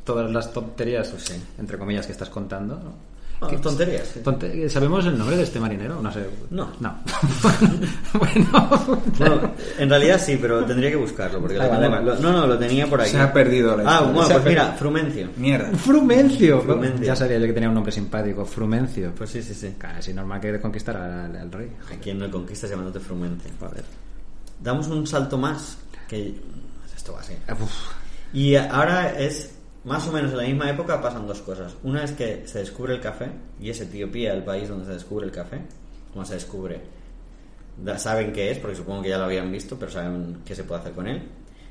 [SPEAKER 1] todas las tonterías,
[SPEAKER 3] Pues sí.
[SPEAKER 1] entre comillas, que estás contando, ¿no?
[SPEAKER 3] Ah,
[SPEAKER 1] Que-
[SPEAKER 3] tonterías. sí.
[SPEAKER 1] Tonte- ¿Sabemos el nombre de este marinero? No sé.
[SPEAKER 3] No.
[SPEAKER 1] No. bueno.
[SPEAKER 3] Bueno, en realidad sí, pero tendría que buscarlo porque
[SPEAKER 1] Ah,
[SPEAKER 3] lo
[SPEAKER 1] vale.
[SPEAKER 3] tengo- lo- no, no, lo tenía por aquí.
[SPEAKER 2] Se ha perdido la
[SPEAKER 3] Ah,
[SPEAKER 2] historia.
[SPEAKER 3] bueno,
[SPEAKER 2] Se ha
[SPEAKER 3] pues mira, Frumencio.
[SPEAKER 2] Mierda.
[SPEAKER 1] Frumencio.
[SPEAKER 3] Frumencio.
[SPEAKER 1] Ya sabía yo que tenía un nombre simpático. Frumencio.
[SPEAKER 3] Pues sí, sí, sí.
[SPEAKER 1] Casi normal que conquistar al, al rey.
[SPEAKER 3] ¿A quién no conquistas llamándote Frumencio? Damos un salto más que esto va así.
[SPEAKER 1] Uf.
[SPEAKER 3] Y ahora es más o menos en la misma época pasan dos cosas. Una es que se descubre el café y es Etiopía el país donde se descubre el café. ¿Cómo se descubre? Da- saben qué es, porque supongo que ya lo habían visto, pero saben qué se puede hacer con él.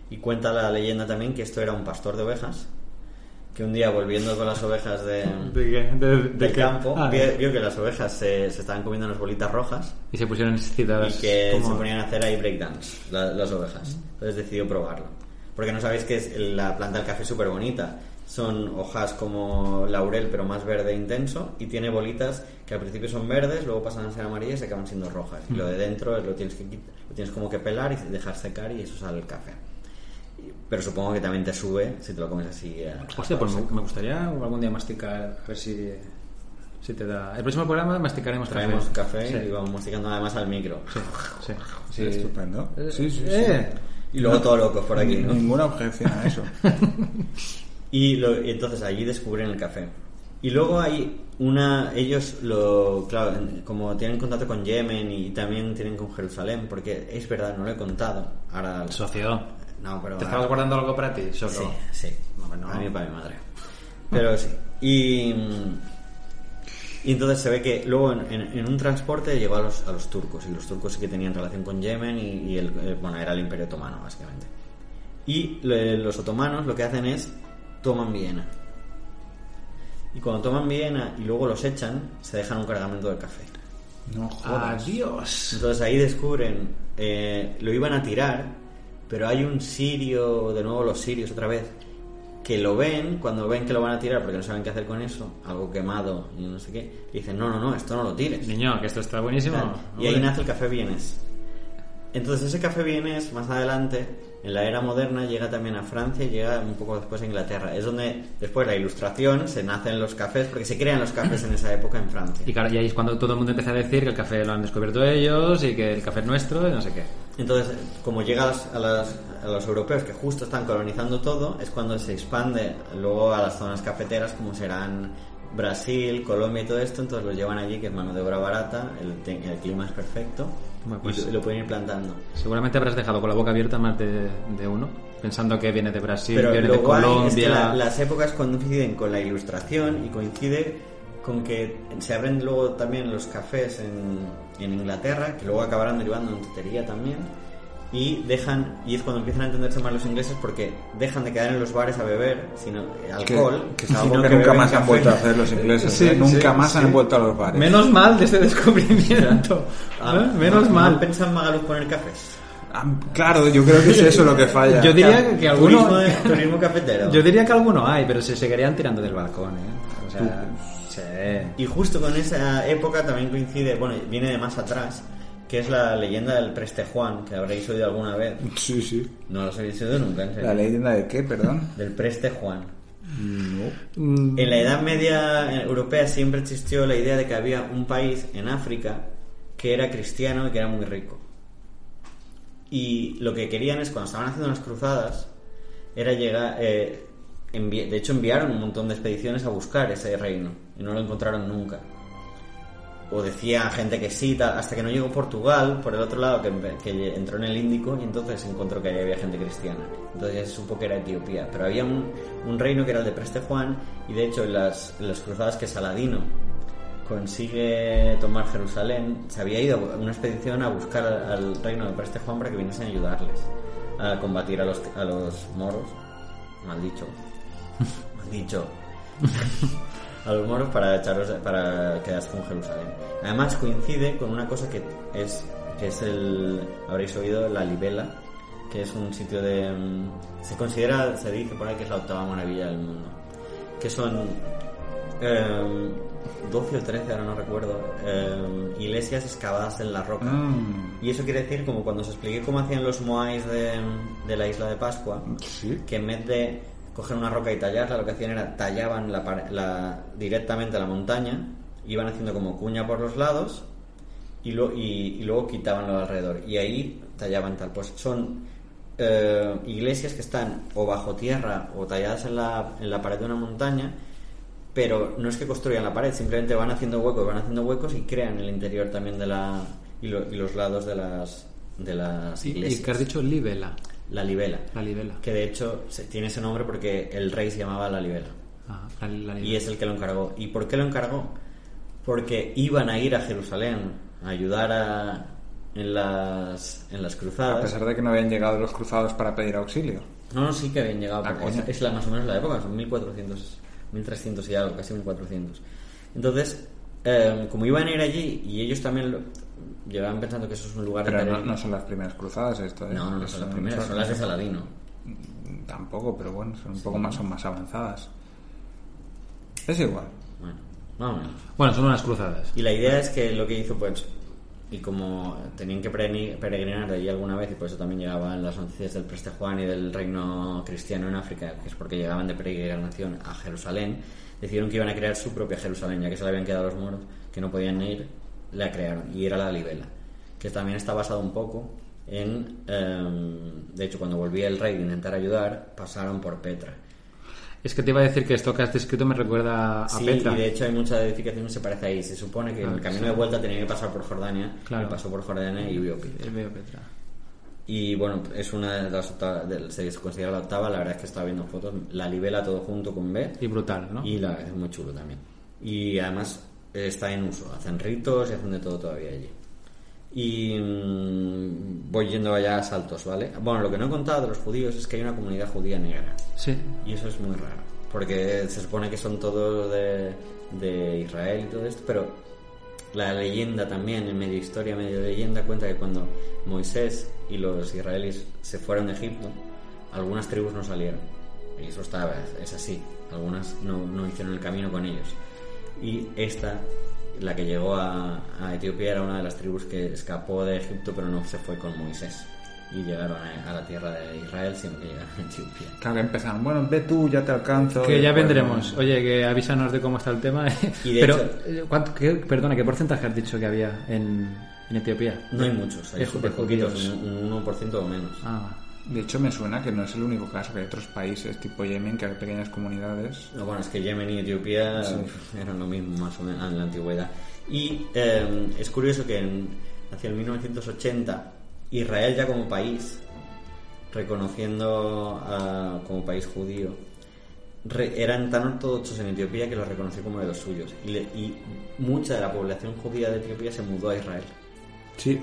[SPEAKER 3] Y cuenta la leyenda también que esto era un pastor de ovejas, que un día volviendo con las ovejas de,
[SPEAKER 1] ¿De qué? ¿De- de
[SPEAKER 3] del
[SPEAKER 1] qué?
[SPEAKER 3] campo,
[SPEAKER 1] Ah,
[SPEAKER 3] vio, vio que las ovejas se, se estaban comiendo unas bolitas rojas
[SPEAKER 1] Y se pusieron excitadas.
[SPEAKER 3] y que se
[SPEAKER 1] Pues como-
[SPEAKER 3] ponían a hacer ahí breakdance, la- las ovejas. Entonces decidió probarlo. Porque no sabéis que es la planta del café es súper bonita. Son hojas como laurel, pero más verde intenso, y tiene bolitas que al principio son verdes, luego pasan a ser amarillas y acaban siendo rojas. Y lo de dentro lo tienes, que, quit- lo tienes como que pelar y dejar secar, y eso sale el café. Y- Pero supongo que también te sube si te lo comes así. eh. a-
[SPEAKER 1] Hostia, pues me, me gustaría algún día masticar. A ver si, si te da. El próximo programa masticaremos café.
[SPEAKER 3] Traemos café
[SPEAKER 1] Sí.
[SPEAKER 3] y vamos masticando además al micro.
[SPEAKER 1] Sí.
[SPEAKER 2] Sí, estupendo.
[SPEAKER 1] Eh,
[SPEAKER 2] Sí, sí, sí.
[SPEAKER 1] eh.
[SPEAKER 3] Y luego todo locos por aquí, ¿no?
[SPEAKER 2] Ninguna objeción a eso.
[SPEAKER 3] Y, lo- y entonces allí descubren el café. Y luego hay una. Ellos, lo claro, en- como tienen contacto con Yemen y también tienen con Jerusalén, porque es verdad, no lo he contado. Ahora.
[SPEAKER 1] Socio.
[SPEAKER 3] No, pero.
[SPEAKER 1] ¿Te
[SPEAKER 3] ahora-
[SPEAKER 1] estabas guardando algo para ti? Solo.
[SPEAKER 3] Sí, sí.
[SPEAKER 1] No, no.
[SPEAKER 3] A mí para mi madre. Pero sí. Y. mm, Y entonces se ve que luego en, en- en un transporte llegó a los, a los turcos, y los turcos sí que tenían relación con Yemen, y, y el, eh, bueno, era el imperio otomano, básicamente. Y le- los otomanos lo que hacen es toman Viena. Y cuando toman Viena y luego los echan, se dejan un cargamento de café.
[SPEAKER 2] No jodas.
[SPEAKER 1] Adiós.
[SPEAKER 3] Entonces ahí descubren, eh, lo iban a tirar, pero hay un sirio, de nuevo los sirios otra vez, que lo ven, cuando ven que lo van a tirar porque no saben qué hacer con eso, algo quemado y no sé qué, y dicen, no, no, no, esto no lo tires.
[SPEAKER 1] Niño, que esto está buenísimo.
[SPEAKER 3] Tal. Y ahí
[SPEAKER 1] Hombre.
[SPEAKER 3] nace el café vienes. Entonces ese café vienes, más adelante, en la era moderna, llega también a Francia y llega un poco después a Inglaterra. Es donde después la ilustración se nacen los cafés, porque se crean los cafés en esa época en Francia.
[SPEAKER 1] Y claro, y ahí es cuando todo el mundo empieza a decir que el café lo han descubierto ellos y que el café es nuestro y no sé qué.
[SPEAKER 3] Entonces, como llega a las- a, las- a los europeos que justo están colonizando todo, es cuando se expande luego a las zonas cafeteras como serán Brasil, Colombia y todo esto, entonces lo llevan allí que es mano de obra barata, el, te- el clima es perfecto
[SPEAKER 1] Bueno, pues-
[SPEAKER 3] y lo, lo pueden ir plantando.
[SPEAKER 1] Seguramente habrás dejado con la boca abierta más de, de uno, pensando que viene de Brasil,
[SPEAKER 3] Pero
[SPEAKER 1] viene
[SPEAKER 3] lo
[SPEAKER 1] de
[SPEAKER 3] guay
[SPEAKER 1] Colombia.
[SPEAKER 3] es que la- las épocas coinciden con la ilustración y coincide con que se abren luego también los cafés en, en Inglaterra, que luego acabarán derivando en tetería también, y dejan, y es cuando empiezan a entenderse más los ingleses porque dejan de quedar en los bares a beber sino eh,
[SPEAKER 2] Que,
[SPEAKER 3] alcohol,
[SPEAKER 2] que es
[SPEAKER 3] sino
[SPEAKER 2] algo que,
[SPEAKER 3] que
[SPEAKER 2] nunca
[SPEAKER 3] beben
[SPEAKER 2] más han
[SPEAKER 3] café.
[SPEAKER 2] vuelto a hacer los ingleses.
[SPEAKER 1] Sí,
[SPEAKER 2] ¿eh? Nunca
[SPEAKER 1] sí,
[SPEAKER 2] más
[SPEAKER 1] sí.
[SPEAKER 2] han vuelto a los bares.
[SPEAKER 1] Menos mal de este descubrimiento.
[SPEAKER 3] Ah,
[SPEAKER 1] ¿Eh? Menos
[SPEAKER 3] ¿no-
[SPEAKER 1] mal.
[SPEAKER 3] ¿No pensan Magaluf poner cafés?
[SPEAKER 2] Ah, claro, yo creo que es eso lo que falla.
[SPEAKER 1] Yo diría que
[SPEAKER 3] Turismo
[SPEAKER 1] alguno-
[SPEAKER 3] de- Turismo cafetero.
[SPEAKER 1] Yo diría que alguno hay, pero se seguirían tirando del balcón, ¿eh? O sea, sí.
[SPEAKER 3] Y justo con esa época también coincide, bueno, viene de más atrás, que es la leyenda del Preste Juan, que habréis oído alguna vez.
[SPEAKER 2] Sí, sí.
[SPEAKER 3] No los habéis oído nunca, en serio.
[SPEAKER 2] ¿La leyenda de qué, perdón?
[SPEAKER 3] Del Preste Juan.
[SPEAKER 2] No.
[SPEAKER 1] Mm,
[SPEAKER 3] En la Edad Media Europea siempre existió la idea de que había un país en África que era cristiano y que era muy rico. Y lo que querían es, cuando estaban haciendo las cruzadas, era llegar... eh, envi- de hecho, enviaron un montón de expediciones a buscar ese reino y no lo encontraron nunca. O decía gente que sí, tal, hasta que no llegó a Portugal, por el otro lado, que, empe- que entró en el Índico y entonces encontró que ahí había gente cristiana. Entonces ya se supo que era Etiopía. Pero había un, un reino que era el de Preste Juan y de hecho en las, en las cruzadas que Saladino consigue tomar Jerusalén, se había ido a una expedición a buscar al, al reino de Preste Juan para que viniesen a ayudarles a combatir a los, a los moros. Mal dicho. Mal dicho a los moros para echaros para quedarse con Jerusalén. Además coincide con una cosa que es que es el habréis oído la libela, que es un sitio de... mm, Se considera, se dice por ahí que es la octava maravilla del mundo. Que son eh, 12 o 13, ahora no recuerdo, eh, iglesias excavadas en la roca.
[SPEAKER 2] Mm,
[SPEAKER 3] Y eso quiere decir, como cuando os expliqué cómo hacían los moais de, de la isla de Pascua,
[SPEAKER 2] sí.
[SPEAKER 3] que en vez de coger una roca y tallarla, lo que hacían era tallaban la, pare- la- directamente la montaña, iban haciendo como cuña por los lados y, lo- y- y luego quitaban lo de alrededor. Y ahí tallaban tal. Pues son eh, iglesias que están o bajo tierra o talladas en la, en la pared de una montaña, pero no es que construyan la pared, simplemente van haciendo huecos, van haciendo huecos y crean el interior también de la. y, lo- y los lados de las, de las
[SPEAKER 1] Y,
[SPEAKER 3] iglesias.
[SPEAKER 1] y que has dicho libela.
[SPEAKER 3] La libela.
[SPEAKER 1] La libela.
[SPEAKER 3] Que de hecho se- tiene ese nombre porque el rey se llamaba Lalibela.
[SPEAKER 1] Ah, la, la
[SPEAKER 3] Y
[SPEAKER 1] libela.
[SPEAKER 3] es el que lo encargó. ¿Y por qué lo encargó? Porque iban a ir a Jerusalén a ayudar a, en, las, en las
[SPEAKER 2] A
[SPEAKER 3] cruzadas.
[SPEAKER 2] pesar de que no habían llegado los cruzados para pedir auxilio.
[SPEAKER 3] No, no, sí que habían llegado.
[SPEAKER 2] Ah,
[SPEAKER 3] porque
[SPEAKER 2] coño.
[SPEAKER 3] es, es la, más o menos la época, son 1400, 1300 y algo, casi 1400. Entonces, eh, como iban a ir allí y ellos también lo, llevaban pensando que eso es un lugar
[SPEAKER 2] Pero
[SPEAKER 3] de
[SPEAKER 2] no,
[SPEAKER 3] peregrin-
[SPEAKER 2] no son las primeras cruzadas esto, ¿eh?
[SPEAKER 3] no, no, no son las primeras, son las de Saladino.
[SPEAKER 2] Tampoco, pero bueno, son un poco más, son más avanzadas. Es igual.
[SPEAKER 3] Bueno, vámonos.
[SPEAKER 1] Bueno, son unas cruzadas.
[SPEAKER 3] Y la idea es que lo que hizo, pues, y como tenían que pereni- peregrinar de allí alguna vez, y por eso también llegaban las noticias del Preste Juan y del reino cristiano en África, que es porque llegaban de peregrinación a Jerusalén, decidieron que iban a crear su propia Jerusalén, ya que se le habían quedado los muros, que no podían ir, la crearon, y era la Libela, que también está basado un poco en. em, de hecho, cuando volvía el rey de intentar ayudar, pasaron por Petra.
[SPEAKER 1] Es que te iba a decir que esto que has descrito me recuerda a
[SPEAKER 3] Sí,
[SPEAKER 1] Petra.
[SPEAKER 3] y de hecho hay mucha edificación que se parece ahí. Se supone que
[SPEAKER 1] Ah,
[SPEAKER 3] el camino
[SPEAKER 1] sí.
[SPEAKER 3] de vuelta tenía que pasar por Jordania.
[SPEAKER 1] Claro.
[SPEAKER 3] y Pasó por Jordania y vio Petra.
[SPEAKER 1] Eh, veo Petra.
[SPEAKER 3] Y bueno, es una de las octavas, se considera la octava, la verdad es que estaba viendo fotos. La libela todo junto con B.
[SPEAKER 1] Y brutal, ¿no?
[SPEAKER 3] Y la es muy chulo también. Y además eh, está en uso. Hacen ritos y hacen de todo todavía allí. Y mm, voy yendo allá a saltos, ¿vale? Bueno, lo que no he contado de los judíos es que hay una comunidad judía negra.
[SPEAKER 1] Sí.
[SPEAKER 3] Y eso es muy raro. Porque se supone que son todos de, de Israel y todo esto, pero la leyenda también, en medio historia, medio leyenda, cuenta que cuando Moisés y los israelíes se fueron de Egipto, algunas tribus no salieron. Y eso estaba, es así. Algunas no, no hicieron el camino con ellos. Y esta, la que llegó a, a Etiopía, era una de las tribus que escapó de Egipto, pero no se fue con Moisés. Y llegaron a, a la tierra de Israel, sino que llegaron a Etiopía.
[SPEAKER 2] Claro que empezaron, bueno, ve tú, ya te alcanzo.
[SPEAKER 1] Que ya
[SPEAKER 2] Bueno,
[SPEAKER 1] vendremos. Oye, que avísanos de cómo está el tema.
[SPEAKER 3] Y de
[SPEAKER 1] Pero,
[SPEAKER 3] hecho-
[SPEAKER 1] eh, ¿cuánto, qué, perdona, ¿qué porcentaje has dicho que había en, en Etiopía?
[SPEAKER 3] No hay muchos, hay
[SPEAKER 1] Es
[SPEAKER 3] súper
[SPEAKER 1] de
[SPEAKER 3] poquitos,
[SPEAKER 1] judíos.
[SPEAKER 3] un, un 1% o menos.
[SPEAKER 1] Ah,
[SPEAKER 2] De hecho, me suena que no es el único caso, que hay otros países, tipo Yemen, que hay pequeñas comunidades.
[SPEAKER 3] No, bueno, es que Yemen y Etiopía uf, eran lo mismo más o menos en la antigüedad. Y eh, es curioso que en- hacia el 1980 Israel ya como país, reconociendo a- como país judío, re- eran tan ortodoxos en Etiopía que los reconoció como de los suyos. Y, le- y mucha de la población judía de Etiopía se mudó a Israel.
[SPEAKER 2] Sí,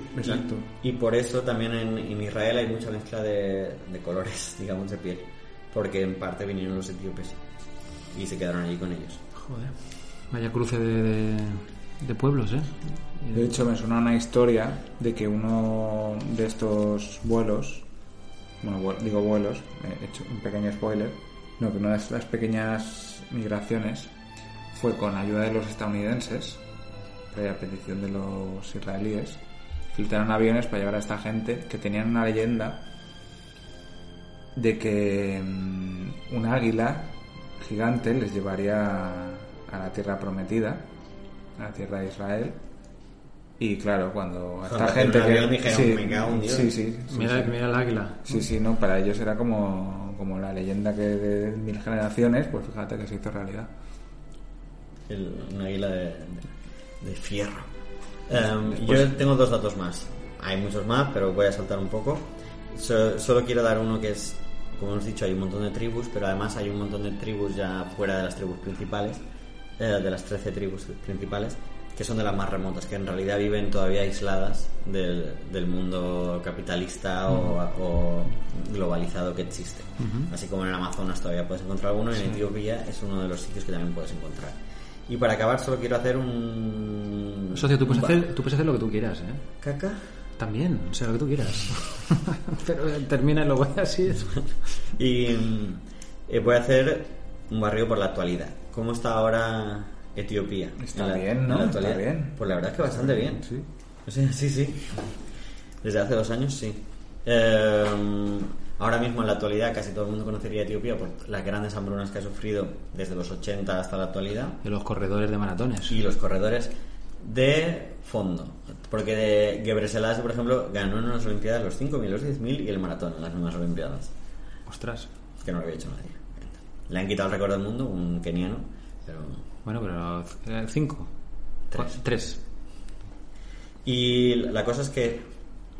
[SPEAKER 3] Y, y por eso también en, en Israel hay mucha mezcla de, de colores, digamos, de piel. Porque en parte vinieron los etíopes y se quedaron allí con ellos.
[SPEAKER 1] joder. Vaya cruce de, de, de pueblos, ¿eh? Y
[SPEAKER 2] De hecho, me suena una historia de que uno de estos vuelos, bueno, vuel- digo vuelos, he hecho un pequeño spoiler, no, que una de estas pequeñas migraciones fue con ayuda de los estadounidenses, pero a petición de los israelíes, filtraron aviones para llevar a esta gente que tenían una leyenda de que mm, un águila gigante les llevaría a la tierra prometida, a la tierra de Israel. Y claro, cuando a esta
[SPEAKER 3] Cuando
[SPEAKER 2] gente
[SPEAKER 3] vieron
[SPEAKER 2] que
[SPEAKER 3] dijeron, "Me cago en Dios".
[SPEAKER 2] sí, sí, sí,
[SPEAKER 1] mira,
[SPEAKER 2] sí.
[SPEAKER 1] mira el águila.
[SPEAKER 2] Sí, sí, no, para ellos era como, como la leyenda que de mil generaciones, pues fíjate que se hizo realidad.
[SPEAKER 3] El, un águila de, de- de fierro. Em, yo tengo dos datos más. Hay muchos más, pero voy a saltar un poco. So- solo quiero dar uno que es, como hemos dicho, hay un montón de tribus, pero además hay un montón de tribus ya fuera de las tribus principales, eh, de las 13 tribus principales, que son de las más remotas, que en realidad viven todavía aisladas del, del mundo capitalista o, o globalizado que existe. Así como en el Amazonas todavía puedes encontrar alguno, en Etiopía es uno de los sitios que también puedes encontrar. Y para acabar solo quiero hacer un...
[SPEAKER 1] Socio, tú puedes,
[SPEAKER 3] un-
[SPEAKER 1] hacer, tú puedes hacer lo que tú quieras, ¿eh?
[SPEAKER 3] ¿Caca?
[SPEAKER 1] Tú También, o sea, lo que tú quieras. Pero eh, termina y lo voy así.
[SPEAKER 3] Y mm, eh, voy a hacer un barrio por la actualidad. ¿Cómo está ahora Etiopía?
[SPEAKER 2] Está
[SPEAKER 3] En la-
[SPEAKER 2] bien,
[SPEAKER 3] en
[SPEAKER 2] ¿no?
[SPEAKER 3] la
[SPEAKER 2] Está
[SPEAKER 3] actualidad.
[SPEAKER 2] bien.
[SPEAKER 3] Pues la verdad es que bastante bien.
[SPEAKER 2] Sí.
[SPEAKER 3] O sea, sí, sí. Desde hace dos años, sí. Eh, ahora mismo, en la actualidad, casi todo el mundo conocería a Etiopía por las grandes hambrunas que ha sufrido desde los 80 hasta la actualidad
[SPEAKER 1] De los corredores de maratones.
[SPEAKER 3] y los corredores de fondo. Porque de Gebrselassie, por ejemplo, ganó en unas Olimpiadas los 5.000, los 10.000 y el maratón en las mismas Olimpiadas.
[SPEAKER 1] Ostras.
[SPEAKER 3] Que no lo había hecho nadie. Le han quitado el récord del mundo, un keniano, pero...
[SPEAKER 1] Bueno, pero eh, cinco.
[SPEAKER 3] Tres.
[SPEAKER 1] Cu- Tres.
[SPEAKER 3] Y la cosa es que,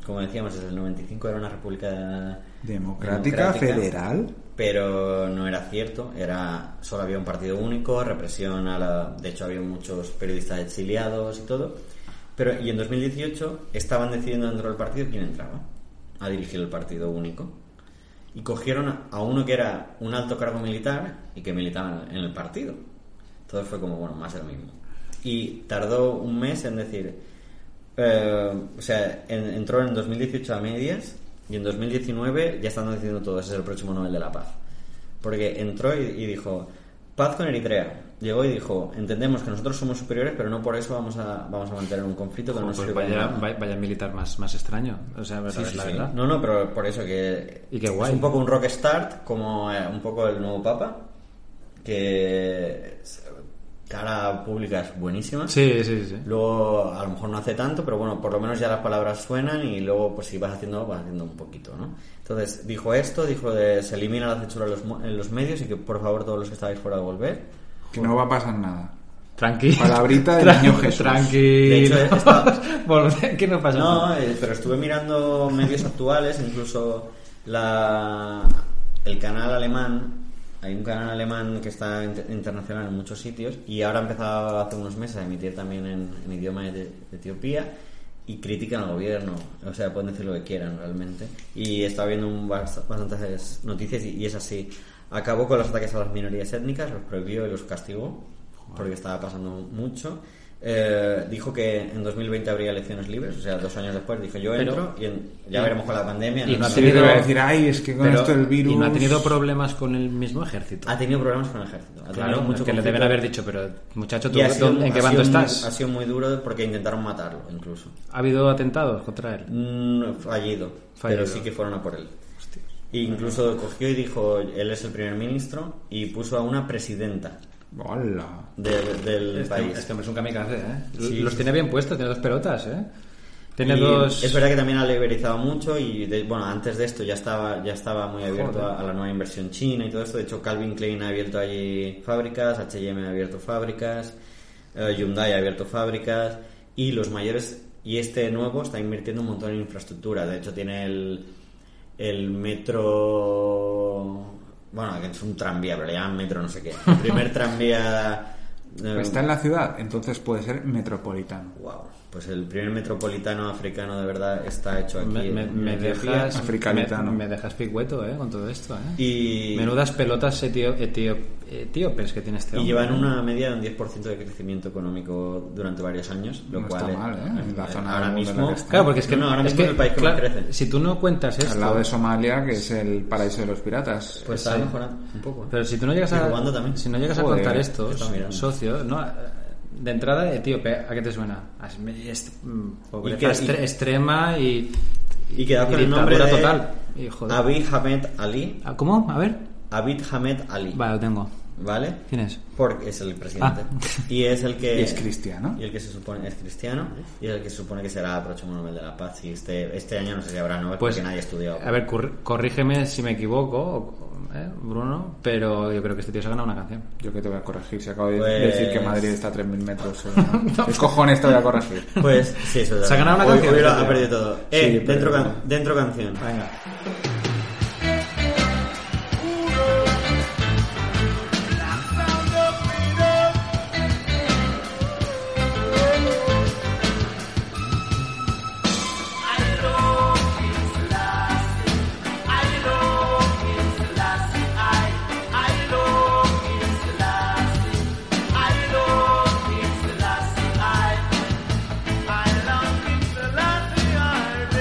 [SPEAKER 3] como decíamos, desde el 95 era una república...
[SPEAKER 2] Democrática, federal.
[SPEAKER 3] Pero no era cierto, era solo había un partido único, represión a la... De hecho, había muchos periodistas exiliados y todo. Pero, y en 2018 estaban decidiendo dentro del partido quién entraba a dirigir el partido único. Y cogieron a- a uno que era un alto cargo militar y que militaba en el partido. Entonces fue como, bueno, más de lo mismo. Y tardó un mes en decir, eh, o sea, en- entró en 2018 a medias y en 2019 ya están diciendo todo, ese es el próximo Nobel de la Paz. Porque entró y, y dijo, paz con Eritrea. Llegó y dijo, entendemos que nosotros somos superiores, pero no por eso vamos a, vamos a mantener un conflicto que no
[SPEAKER 1] Joder,
[SPEAKER 3] nos
[SPEAKER 1] pues vaya,
[SPEAKER 3] sirve de nada".
[SPEAKER 1] vaya, vaya militar más, más extraño. O sea, la,
[SPEAKER 3] Sí, sí,
[SPEAKER 1] la
[SPEAKER 3] sí.
[SPEAKER 1] verdad.
[SPEAKER 3] No, no, pero por eso que
[SPEAKER 1] Y qué
[SPEAKER 3] es
[SPEAKER 1] guay.
[SPEAKER 3] un poco un rock start, como eh, un poco el nuevo Papa, que es- cara pública es buenísima.
[SPEAKER 1] Sí, sí, sí.
[SPEAKER 3] Luego, a lo mejor no hace tanto, pero bueno, por lo menos ya las palabras suenan y luego, pues si vas haciendo, vas haciendo un poquito, ¿no? Entonces, dijo esto, dijo de se elimina la censura en los, mo- en los medios y que por favor todos los que estáis fuera de volver.
[SPEAKER 2] Que no va a pasar nada.
[SPEAKER 1] Tranquilo.
[SPEAKER 2] Palabrita del niño Jesús.
[SPEAKER 3] De
[SPEAKER 1] Tranquilo.
[SPEAKER 3] hecho, está-
[SPEAKER 1] Volve- que no pasa
[SPEAKER 3] No,
[SPEAKER 1] nada.
[SPEAKER 3] eh, pero estuve mirando medios actuales, incluso la, el canal alemán. Hay un canal alemán que está inter- internacional en muchos sitios y ahora ha empezado hace unos meses a emitir también en, en idioma de, de Etiopía y critican al gobierno. O sea, pueden decir lo que quieran realmente. Y está viendo un bast- bastantes noticias y, y es así. Acabó con los ataques a las minorías étnicas, los prohibió y los castigó porque estaba pasando mucho. Eh, dijo que en 2020 habría elecciones libres, o sea, dos años después dijo yo
[SPEAKER 1] Pero-
[SPEAKER 3] entro y en- ya veremos con la pandemia.
[SPEAKER 1] y no ha
[SPEAKER 3] sé.
[SPEAKER 2] Sí,
[SPEAKER 1] tenido-
[SPEAKER 2] te voy a decir, ay, es que con
[SPEAKER 3] Pero-
[SPEAKER 2] esto el virus.
[SPEAKER 1] Y no ha tenido problemas con el mismo ejército.
[SPEAKER 3] Ha tenido problemas con el ejército. Ha
[SPEAKER 1] claro,
[SPEAKER 3] tenido mucho
[SPEAKER 1] que le
[SPEAKER 3] conflicto.
[SPEAKER 1] deben haber dicho, pero muchacho, ¿tú,
[SPEAKER 3] Y ha sido-
[SPEAKER 1] dónde- ¿en
[SPEAKER 3] ha
[SPEAKER 1] qué bando
[SPEAKER 3] sido muy-
[SPEAKER 1] estás?
[SPEAKER 3] Ha sido muy duro porque intentaron matarlo incluso.
[SPEAKER 1] ¿Ha habido atentados contra él?
[SPEAKER 3] Mm, fallido,
[SPEAKER 1] Fallido.
[SPEAKER 3] pero sí que fueron a por él. E Incluso cogió y dijo, él es el primer ministro y puso a una presidenta
[SPEAKER 2] Hola.
[SPEAKER 3] de- del país.
[SPEAKER 1] Este, este hombre es un kamikaze, ¿eh?
[SPEAKER 3] Sí,
[SPEAKER 1] Los
[SPEAKER 3] sí,
[SPEAKER 1] tiene bien puestos, tiene dos pelotas, ¿eh? Tiene
[SPEAKER 3] Y
[SPEAKER 1] dos...
[SPEAKER 3] Es verdad que también ha liberalizado mucho y de- bueno, antes de esto ya estaba ya estaba muy abierto
[SPEAKER 1] Joder.
[SPEAKER 3] a, a la nueva inversión china y todo esto. De hecho, Calvin Klein ha abierto allí fábricas, H&M ha abierto fábricas, eh, Hyundai ha abierto fábricas y los mayores y este nuevo está invirtiendo un montón en infraestructura. De hecho, tiene el el metro bueno, que es un tranvía, pero le llaman metro no sé qué. El primer tranvía eh,
[SPEAKER 2] Pues
[SPEAKER 1] Pues
[SPEAKER 2] Está en la ciudad, entonces puede ser metropolitano.
[SPEAKER 3] Wow, pues el primer metropolitano africano de verdad está hecho aquí.
[SPEAKER 1] Me, me-
[SPEAKER 3] en
[SPEAKER 1] me
[SPEAKER 3] Etiopía.
[SPEAKER 1] dejas...
[SPEAKER 2] africanitano.
[SPEAKER 1] Me, me dejas pigüeto, ¿eh? Con todo esto, ¿eh?
[SPEAKER 3] Y,
[SPEAKER 1] Menudas pelotas eh, etio- etio- etíopes que tiene este
[SPEAKER 3] y
[SPEAKER 1] hombre.
[SPEAKER 3] llevan una media de un 10% de crecimiento económico durante varios años, lo
[SPEAKER 2] No
[SPEAKER 3] cual
[SPEAKER 2] está
[SPEAKER 3] eh,
[SPEAKER 2] mal, ¿eh? En la zona
[SPEAKER 3] ahora
[SPEAKER 2] de la
[SPEAKER 3] mismo
[SPEAKER 2] que está.
[SPEAKER 1] Claro, porque es que
[SPEAKER 3] No, no, ahora
[SPEAKER 1] es
[SPEAKER 3] mismo es el país que más crece.
[SPEAKER 1] Si tú no cuentas esto,
[SPEAKER 2] Al lado de Somalia, que es el paraíso de los piratas.
[SPEAKER 3] pues está
[SPEAKER 1] sí.
[SPEAKER 3] mejorando un poco. ¿eh?
[SPEAKER 1] Pero si tú no llegas
[SPEAKER 3] Y
[SPEAKER 1] a,
[SPEAKER 3] Ruanda también.
[SPEAKER 1] Si no llegas
[SPEAKER 2] Joder,
[SPEAKER 1] a contar esto,
[SPEAKER 3] está mirando.
[SPEAKER 1] socio, no, eh, de entrada, etíope, ¿a qué te suena? As- est- mm, pobreza
[SPEAKER 3] Y que-
[SPEAKER 1] estre-
[SPEAKER 3] y-
[SPEAKER 1] extrema y,
[SPEAKER 3] y quedaba
[SPEAKER 1] y
[SPEAKER 3] con el nombre
[SPEAKER 1] dictadura
[SPEAKER 3] de
[SPEAKER 1] total. Y, joder.
[SPEAKER 3] Abiy Hamed Ali.
[SPEAKER 1] Ah, ¿Cómo? A ver.
[SPEAKER 3] Abid Hamed Ali,
[SPEAKER 1] Vale, lo tengo.
[SPEAKER 3] ¿vale?
[SPEAKER 1] ¿Quién es?
[SPEAKER 3] Porque es el presidente.
[SPEAKER 1] Ah.
[SPEAKER 3] Y es el que...
[SPEAKER 2] Y es cristiano.
[SPEAKER 3] Y el que se supone es cristiano. Y es el que se supone que será el próximo Nobel de la Paz. Y este, este año no sé si habrá Nobel
[SPEAKER 1] Pues,
[SPEAKER 3] porque nadie ha estudiado.
[SPEAKER 1] A ver, cor- corrígeme si me equivoco, o- eh, Bruno, pero yo creo que este tío se ha ganado una canción.
[SPEAKER 2] Yo que te voy a corregir, si acabo de
[SPEAKER 3] Pues-
[SPEAKER 2] decir que Madrid está a 3.000 metros. sobre- ¿Qué cojones te voy a corregir?
[SPEAKER 3] Pues sí, eso es
[SPEAKER 1] Se ha
[SPEAKER 3] verdad.
[SPEAKER 1] ganado una
[SPEAKER 3] Hoy-
[SPEAKER 1] canción,
[SPEAKER 3] hoy lo
[SPEAKER 1] tío.
[SPEAKER 3] ha perdido todo. Eh,
[SPEAKER 2] Sí, pero-
[SPEAKER 3] dentro, can- dentro canción.
[SPEAKER 1] Venga.
[SPEAKER 4] I love King Selassie, I love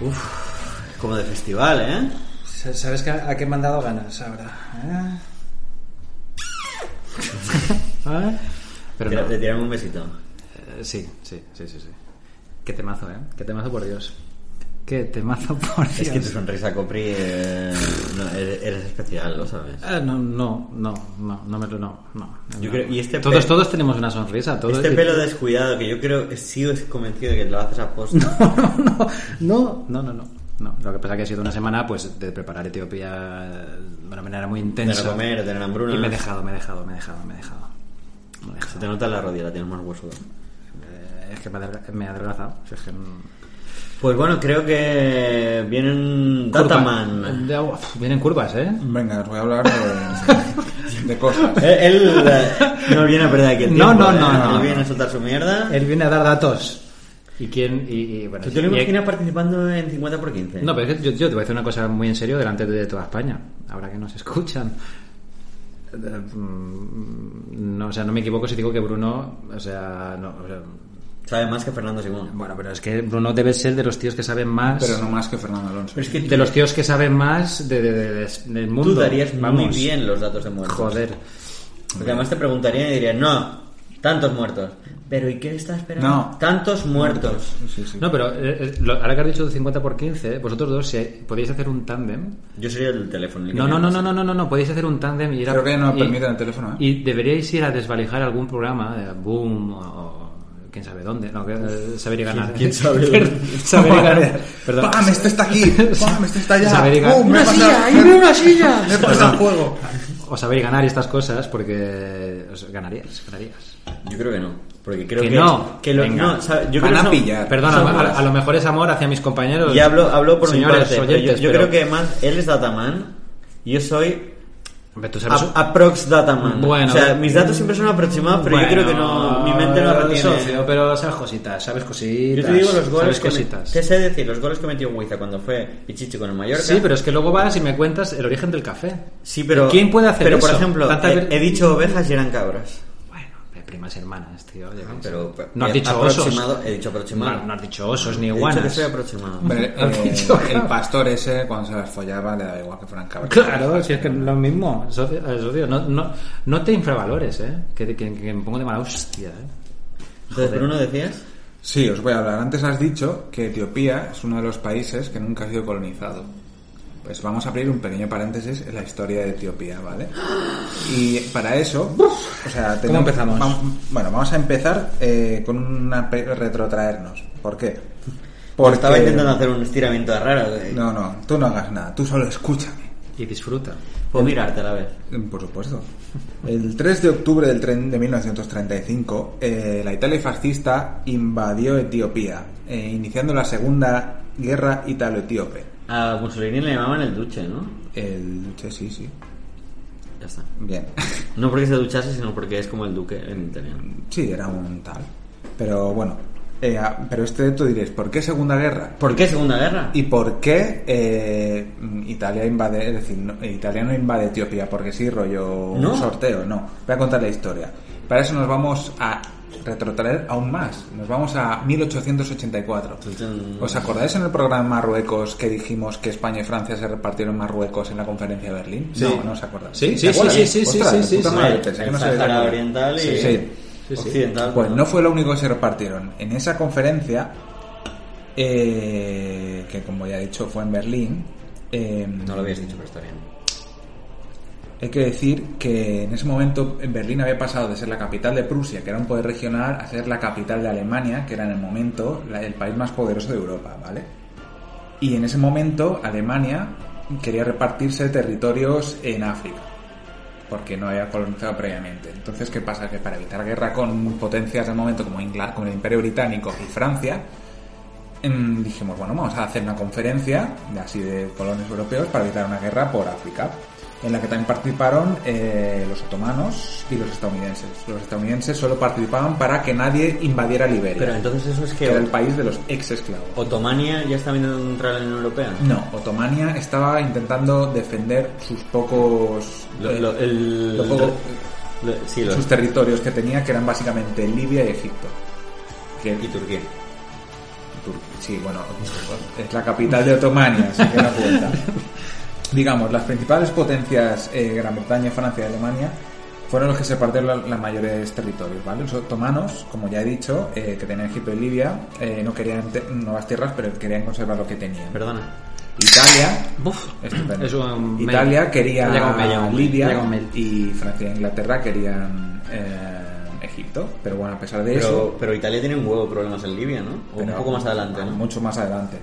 [SPEAKER 3] Uf, como de festival, ¿eh?
[SPEAKER 1] ¿Sabes que a qué me han dado ganas ahora? ¿Eh? ¿Eh? Pero
[SPEAKER 3] Tira-
[SPEAKER 1] no.
[SPEAKER 3] Te tiran un besito.
[SPEAKER 1] Eh, sí, sí, sí, sí, sí. Qué temazo, ¿eh? Qué temazo por Dios. Qué temazo por Dios.
[SPEAKER 3] Es que tu sonrisa, Copri, eh, no, eres, eres especial, lo sabes.
[SPEAKER 1] Ah, no, no, no, no, no me lo, no, no.
[SPEAKER 3] Yo
[SPEAKER 1] No.
[SPEAKER 3] creo- y este
[SPEAKER 1] todos,
[SPEAKER 3] pe-
[SPEAKER 1] todos tenemos una sonrisa. Todos
[SPEAKER 3] Este pelo descuidado, que yo creo que sigo convencido de que lo haces a posta.
[SPEAKER 1] no, no, no, no, no, no. No, Lo que pasa que ha sido una semana pues de preparar Etiopía de una manera muy
[SPEAKER 3] De
[SPEAKER 1] intensa.
[SPEAKER 3] no comer, de tener hambruna.
[SPEAKER 1] y me he dejado, me he dejado, me he dejado, me he dejado. Me he
[SPEAKER 3] Se
[SPEAKER 1] dejado.
[SPEAKER 3] te nota la rodilla, la tienes más huesuda.
[SPEAKER 1] Eh, es que me he adelga- me he adelgazado. si es que mm, no-
[SPEAKER 3] Pues bueno, creo que vienen Dataman.
[SPEAKER 1] Curva. De agua. Uf, Vienen curvas, ¿eh?
[SPEAKER 2] Venga, os voy a hablar de, de cosas.
[SPEAKER 3] Eh, Él, eh, no viene a perder aquí el
[SPEAKER 1] No, no,
[SPEAKER 3] tiempo. ¿eh?
[SPEAKER 1] no, no,
[SPEAKER 3] Él viene
[SPEAKER 1] no.
[SPEAKER 3] a soltar su mierda.
[SPEAKER 1] Él viene a dar datos. ¿Y quién? Y, y, bueno,
[SPEAKER 3] ¿Tú te lo
[SPEAKER 1] y- eh,
[SPEAKER 3] imaginas participando en 50 por 15?
[SPEAKER 1] No, pero es que yo, yo te voy a decir una cosa muy en serio delante de toda España, ahora que nos escuchan. Eh, mm, No, o sea, no me equivoco si digo que Bruno, o sea, no, o sea,
[SPEAKER 3] Sabe más que Fernando Simón.
[SPEAKER 1] bueno, pero es que Bruno debe ser de los tíos que saben más,
[SPEAKER 2] Pero no más que Fernando Alonso.
[SPEAKER 3] Pero es que
[SPEAKER 1] de los tíos que saben más de, de- de- de- del mundo.
[SPEAKER 3] tú darías
[SPEAKER 1] Vamos.
[SPEAKER 3] muy bien los datos de muertos.
[SPEAKER 1] Joder.
[SPEAKER 3] Porque además te preguntarían y dirían, no, tantos muertos. Pero ¿y qué está esperando?
[SPEAKER 2] No.
[SPEAKER 3] Tantos muertos.
[SPEAKER 2] Sí, sí.
[SPEAKER 1] No, pero eh, eh, lo- ahora que has dicho 50 por 15, vosotros dos si podéis hacer un tándem.
[SPEAKER 3] Yo sería el teléfono. el que
[SPEAKER 1] No, no,
[SPEAKER 3] me
[SPEAKER 1] no,
[SPEAKER 3] llama.
[SPEAKER 1] no, no, no, no, no, podéis hacer un tándem y ir a...
[SPEAKER 2] Creo que no
[SPEAKER 1] y-
[SPEAKER 2] permiten el teléfono, ¿eh?
[SPEAKER 1] Y deberíais ir a desvalijar algún programa, eh, Boom, o, o quién sabe dónde, no, que, eh, saber y ganar.
[SPEAKER 3] quién sabe
[SPEAKER 1] Per-
[SPEAKER 3] dónde?
[SPEAKER 1] saber y ganar. Perdón.
[SPEAKER 2] ¡Pam! Este está aquí. ¡Pam! Este está allá.
[SPEAKER 1] Saber y ganar.
[SPEAKER 2] ¡Uh, me he pasado- me- Me he pasado el juego.
[SPEAKER 1] O saber y ganar y estas cosas porque os ganarías, ganarías.
[SPEAKER 3] Yo creo que no. Porque creo
[SPEAKER 1] Que
[SPEAKER 3] que,
[SPEAKER 1] no.
[SPEAKER 3] que lo-
[SPEAKER 1] Venga.
[SPEAKER 3] no, sabe- yo
[SPEAKER 2] Van
[SPEAKER 3] creo
[SPEAKER 2] a
[SPEAKER 3] que son-
[SPEAKER 2] pillar.
[SPEAKER 1] Perdón,
[SPEAKER 3] son
[SPEAKER 1] a, a-
[SPEAKER 3] malas.
[SPEAKER 1] a lo mejor es amor hacia mis compañeros.
[SPEAKER 3] Y hablo, hablo por mi
[SPEAKER 1] señores,
[SPEAKER 3] parte. pero
[SPEAKER 1] oyentes,
[SPEAKER 3] yo yo
[SPEAKER 1] pero-
[SPEAKER 3] creo que más él es Dataman y yo soy
[SPEAKER 1] Hombre, tú sabes-
[SPEAKER 3] a- aprox Dataman.
[SPEAKER 1] Bueno.
[SPEAKER 3] o sea, mis datos siempre son aproximados, pero yo creo que no, mi mente no retiene.
[SPEAKER 1] socio, pero sabes cositas, sabes cositas.
[SPEAKER 3] yo te digo los goles
[SPEAKER 1] sabes
[SPEAKER 3] que me-
[SPEAKER 1] cositas.
[SPEAKER 3] te sé decir los goles que metió Huiza cuando fue Pichichi con el Mallorca.
[SPEAKER 1] Sí, pero es que luego vas y me cuentas el origen del café.
[SPEAKER 3] Sí, pero-
[SPEAKER 1] ¿Quién puede hacer
[SPEAKER 3] pero,
[SPEAKER 1] eso?
[SPEAKER 3] por ejemplo,
[SPEAKER 1] Tantas
[SPEAKER 3] he,
[SPEAKER 1] ver-
[SPEAKER 3] he dicho ovejas y eran cabras.
[SPEAKER 1] Bueno, de primas hermanas, tío. yo qué sé.
[SPEAKER 3] Ah, Pero
[SPEAKER 1] no has
[SPEAKER 3] he
[SPEAKER 1] dicho
[SPEAKER 3] aproximado-
[SPEAKER 1] osos.
[SPEAKER 3] He dicho aproximado.
[SPEAKER 1] No, no has dicho osos ni
[SPEAKER 3] He dicho que
[SPEAKER 1] iguanas.
[SPEAKER 3] soy aproximado.
[SPEAKER 2] Hombre,
[SPEAKER 1] Has
[SPEAKER 2] eh,
[SPEAKER 1] dicho,
[SPEAKER 2] el
[SPEAKER 1] claro.
[SPEAKER 2] pastor ese, cuando se las follaba, le daba igual que fueran cabras.
[SPEAKER 1] Claro, si es que es lo mismo. Socio, eh, socio, no, no, no te infravalores, ¿eh? Que, que- que me pongo de mala hostia, ¿eh?
[SPEAKER 3] Entonces, Bruno, decías.
[SPEAKER 2] Sí, os voy a hablar. Antes has dicho que Etiopía es uno de los países que nunca ha sido colonizado. Pues vamos a abrir un pequeño paréntesis en la historia de Etiopía, ¿vale? Y para eso, o sea, tenemos-
[SPEAKER 1] empezamos?
[SPEAKER 2] vam- bueno, vamos a empezar eh, con una pe- retrotraernos. ¿Por qué? Porque
[SPEAKER 3] Estaba intentando hacer un estiramiento raro. eh. de-
[SPEAKER 2] No, no, tú no hagas nada, tú solo escúchame.
[SPEAKER 1] Y disfruta.
[SPEAKER 3] Puedo mirarte a la vez.
[SPEAKER 2] Mm, Por supuesto. El 3 de octubre del tren de 1935, eh, la Italia fascista invadió Etiopía, eh, iniciando la Segunda Guerra Italo-Etíope.
[SPEAKER 3] A Mussolini le llamaban el duche, ¿no?
[SPEAKER 2] El... Sí, sí, sí.
[SPEAKER 3] Ya está.
[SPEAKER 2] Bien.
[SPEAKER 3] No porque se duchase, sino porque es como el duque en italiano.
[SPEAKER 2] Sí, era un tal. Pero bueno, eh, ah, pero este tú diréis, ¿por qué Segunda Guerra?
[SPEAKER 3] ¿Por qué Segunda Guerra?
[SPEAKER 2] ¿Y por qué eh, mm, Italia invade, es decir, no- eh, Italia no invade Etiopía? Porque sí, rollo
[SPEAKER 3] ¿No?
[SPEAKER 2] un sorteo, no. Voy a contar la historia. Para eso nos vamos a retrotraer aún más. Nos vamos a 1884.
[SPEAKER 3] Tun, tun.
[SPEAKER 2] ¿Os acordáis en el programa Marruecos que dijimos que España y Francia se repartieron Marruecos en la conferencia de Berlín?
[SPEAKER 1] Sí.
[SPEAKER 2] No, no os acordáis.
[SPEAKER 1] Sí,
[SPEAKER 2] ¿Te
[SPEAKER 1] sí, sí,
[SPEAKER 2] acuerdas?
[SPEAKER 1] sí, sí, sí,
[SPEAKER 2] Ostras,
[SPEAKER 1] sí,
[SPEAKER 2] de
[SPEAKER 1] sí,
[SPEAKER 2] puta
[SPEAKER 1] sí.
[SPEAKER 2] madre, pensé que
[SPEAKER 3] el
[SPEAKER 2] no se había
[SPEAKER 3] Sahara
[SPEAKER 2] acordado.
[SPEAKER 3] Oriental y
[SPEAKER 2] Sí, sí.
[SPEAKER 1] Sí, sí.
[SPEAKER 3] Occidental.
[SPEAKER 2] Pues no fue lo único que se repartieron. En esa conferencia, eh, que como ya he dicho fue en Berlín, eh,
[SPEAKER 3] No lo habías dicho, pero está bien.
[SPEAKER 2] hay que decir que en ese momento en Berlín había pasado de ser la capital de Prusia, que era un poder regional, a ser la capital de Alemania, que era en el momento la- el país más poderoso de Europa, ¿vale? Y en ese momento Alemania quería repartirse territorios en África, porque no había colonizado previamente. Entonces, ¿qué pasa? Que para evitar guerra con potencias del momento como Inglaterra, con el Imperio Británico y Francia, em, dijimos, bueno, vamos a hacer una conferencia de- así de colonos europeos para evitar una guerra por África, en la que también participaron eh, los otomanos y los estadounidenses. Los estadounidenses solo participaban para que nadie invadiera Liberia,
[SPEAKER 3] Pero entonces eso es
[SPEAKER 2] que era el
[SPEAKER 3] que
[SPEAKER 2] país de los ex esclavos.
[SPEAKER 3] Otomania ya está intentando entrar en la Unión Europea.
[SPEAKER 2] No, Otomania estaba intentando defender sus pocos
[SPEAKER 3] Lo-
[SPEAKER 2] eh,
[SPEAKER 3] lo- el-
[SPEAKER 2] lo poco-
[SPEAKER 3] lo- sí, lo-
[SPEAKER 2] sus territorios que tenía, que eran básicamente Libia y Egipto. Que
[SPEAKER 3] y Turquía.
[SPEAKER 2] Tur- sí, bueno, es la capital de Otomania, así que no cuenta. Digamos, las principales potencias, eh, Gran Bretaña, Francia y Alemania, fueron los que se partieron la- los mayores territorios, ¿vale? Los otomanos, como ya he dicho, eh, que tenían Egipto y Libia, eh, no querían te- nuevas tierras, pero querían conservar lo que tenían.
[SPEAKER 3] Perdona.
[SPEAKER 2] Italia,
[SPEAKER 1] Buf,
[SPEAKER 2] Estupendo.
[SPEAKER 1] es un
[SPEAKER 2] Italia
[SPEAKER 1] mail.
[SPEAKER 2] quería
[SPEAKER 1] Ha llegado un mail, ha llegado un mail,
[SPEAKER 2] Libia
[SPEAKER 1] ha llegado un mail.
[SPEAKER 2] y Francia e Inglaterra querían eh, Egipto, pero bueno, a pesar de eso,
[SPEAKER 3] Pero, pero Italia tiene un huevo de problemas en Libia, ¿no? O un
[SPEAKER 2] pero
[SPEAKER 3] poco más adelante, ¿no?
[SPEAKER 2] Mucho más adelante.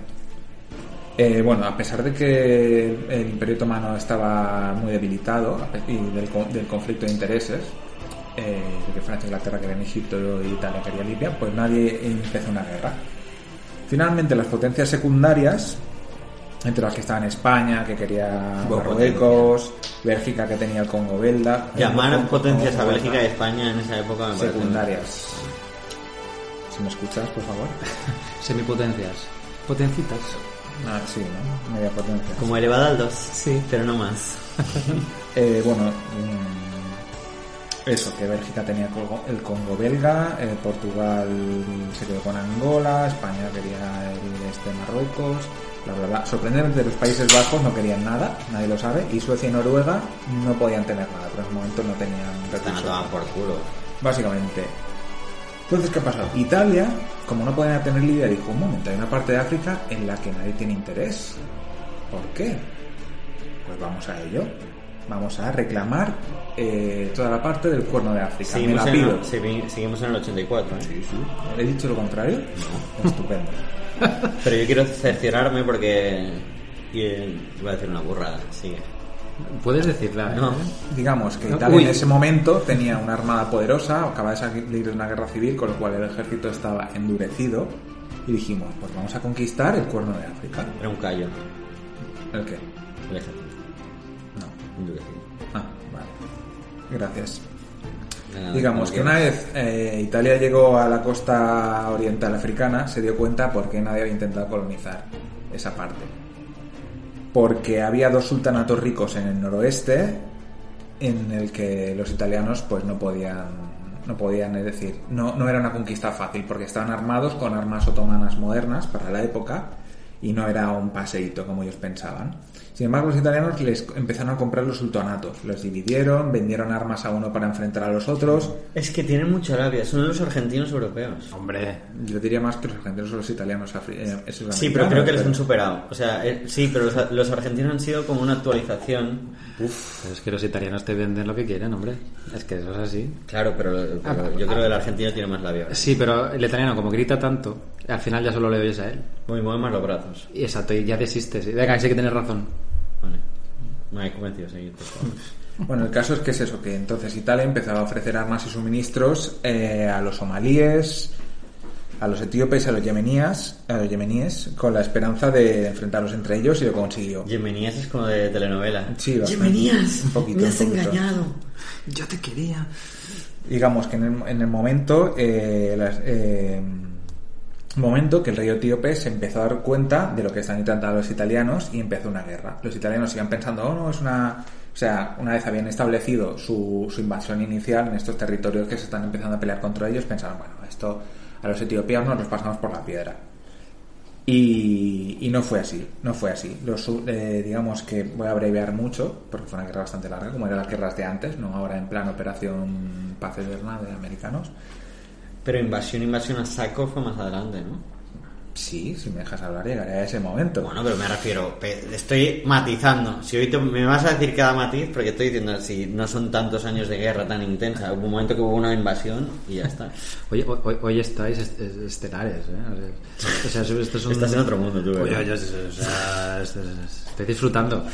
[SPEAKER 2] Eh, bueno, a pesar de que el Imperio Otomano estaba muy debilitado a pe- y del, con- del conflicto de intereses, eh, de que Francia e Inglaterra querían Egipto y Italia quería Libia, pues nadie empezó una guerra. Finalmente, las potencias secundarias, entre las que estaban España, que quería
[SPEAKER 3] Buena
[SPEAKER 2] Marruecos, Bélgica, que tenía el Congo belga. el
[SPEAKER 3] Llamar
[SPEAKER 2] Congo-
[SPEAKER 3] potencias a
[SPEAKER 2] Congo
[SPEAKER 3] Bélgica y
[SPEAKER 2] belga,
[SPEAKER 3] España en esa época me parece-
[SPEAKER 2] secundarias. Si me escuchas, por favor.
[SPEAKER 1] Semipotencias. Potencitas.
[SPEAKER 2] Ah, sí, ¿no? Media potencia.
[SPEAKER 3] Como elevada al 2. Sí. Pero no más.
[SPEAKER 2] Eh, bueno, mm, eso, que Bélgica tenía Congo- el Congo belga, eh, Portugal se quedó con Angola, España quería el este Marruecos, bla, bla, bla. Sorprendentemente los Países Bajos no querían nada, nadie lo sabe, y Suecia y Noruega no podían tener nada, pero en el momento no tenían
[SPEAKER 3] Están a
[SPEAKER 2] recursos.
[SPEAKER 3] tomar por culo.
[SPEAKER 2] Básicamente. Entonces, ¿qué ha pasado? Italia, como no podían tener Libia, dijo, un momento, hay una parte de África en la que nadie tiene interés. ¿Por qué? Pues vamos a ello. Vamos a reclamar eh, toda la parte del cuerno de África. Me
[SPEAKER 3] Seguimos
[SPEAKER 2] la
[SPEAKER 3] en,
[SPEAKER 2] pido.
[SPEAKER 3] el, segui- seguimos en el 84, ¿eh?
[SPEAKER 2] ¿He dicho lo contrario? Estupendo.
[SPEAKER 3] Pero yo quiero cerciorarme porque... Y, eh, iba a decir una burrada, sigue.
[SPEAKER 1] Puedes decirla, ¿eh?
[SPEAKER 3] No.
[SPEAKER 2] Digamos que
[SPEAKER 1] No,
[SPEAKER 2] Italia
[SPEAKER 1] uy.
[SPEAKER 2] en ese momento tenía una armada poderosa, acaba de salir de una guerra civil, con lo cual el ejército estaba endurecido. Y dijimos, pues vamos a conquistar el cuerno de África.
[SPEAKER 3] Era un callo.
[SPEAKER 2] ¿El qué?
[SPEAKER 3] El ejército.
[SPEAKER 2] No.
[SPEAKER 3] endurecido.
[SPEAKER 2] Ah, vale. Gracias.
[SPEAKER 3] Nada,
[SPEAKER 2] Digamos
[SPEAKER 3] como
[SPEAKER 2] que una
[SPEAKER 3] quieras.
[SPEAKER 2] vez eh, Italia llegó a la costa oriental africana, se dio cuenta por qué nadie había intentado colonizar esa parte. Porque había dos sultanatos ricos en el noroeste en el que los italianos pues no podían no podían, es decir, no, no era una conquista fácil porque estaban armados con armas otomanas modernas para la época y no era un paseíto como ellos pensaban. Sin embargo, los italianos les empezaron a comprar los sultanatos, los dividieron, vendieron armas a uno para enfrentar a los otros,
[SPEAKER 3] Es que tienen mucha labia, son los argentinos europeos.
[SPEAKER 1] Hombre,
[SPEAKER 2] Yo diría más que los argentinos o los italianos. afri- eh, esos
[SPEAKER 3] Sí, pero
[SPEAKER 2] americanos,
[SPEAKER 3] creo que les han superado. O sea, eh, sí, pero los, los argentinos han sido como una actualización.
[SPEAKER 1] pero es que los italianos te venden lo que quieren, hombre. Es que eso es así.
[SPEAKER 3] Claro, pero, pero yo creo que el argentino tiene más labia.
[SPEAKER 1] Sí, pero el italiano, como grita tanto, al final ya solo le oyes a él.
[SPEAKER 3] Muy mueve más los brazos.
[SPEAKER 1] Y exacto, y ya desistes. Y Venga, sí que tienes razón.
[SPEAKER 3] Vale. Me habéis convencido, seguid, por favor.
[SPEAKER 2] Bueno, el caso es que es eso, que entonces Italia empezaba a ofrecer armas y suministros eh, a los somalíes, a los etíopes, a los yemeníes, a los yemeníes, con la esperanza de enfrentarlos entre ellos y lo consiguió.
[SPEAKER 3] Yemenías es como de telenovela.
[SPEAKER 2] Sí, bastante.
[SPEAKER 3] Yemenías,
[SPEAKER 2] Un poquito,
[SPEAKER 3] me
[SPEAKER 2] un
[SPEAKER 3] has
[SPEAKER 2] poquito.
[SPEAKER 3] engañado.
[SPEAKER 1] Yo te quería.
[SPEAKER 2] digamos que en el, en el momento eh, las- eh, momento que el rey etíope se empezó a dar cuenta de lo que están intentando los italianos y empezó una guerra los italianos iban pensando oh no es una o sea una vez habían establecido su, su invasión inicial en estos territorios que se están empezando a pelear contra ellos pensaron bueno esto a los etiopianos nos pasamos por la piedra y, y no fue así, no fue así. Los, su- eh, digamos que voy a abreviar mucho, porque fue una guerra bastante larga, como eran las guerras de antes, no ahora en plan Operación Paz Eterna de americanos.
[SPEAKER 3] Pero invasión, invasión a saco fue más adelante, ¿no?
[SPEAKER 2] Sí, si me dejas hablar llegaré a ese momento.
[SPEAKER 3] Bueno, pero me refiero, pe- estoy matizando. Si hoy te- me vas a decir cada matiz, porque estoy diciendo, si no son tantos años de guerra tan intensa, hubo un momento que hubo una invasión y ya está.
[SPEAKER 1] Oye, hoy, hoy- hoy estáis est- est- estelares, ¿eh? O sea, esto es un-
[SPEAKER 3] Estás en otro mundo, tú, ¿eh?
[SPEAKER 1] Oye,
[SPEAKER 3] ¿verdad?
[SPEAKER 1] oye, o sea, esto es- estoy disfrutando.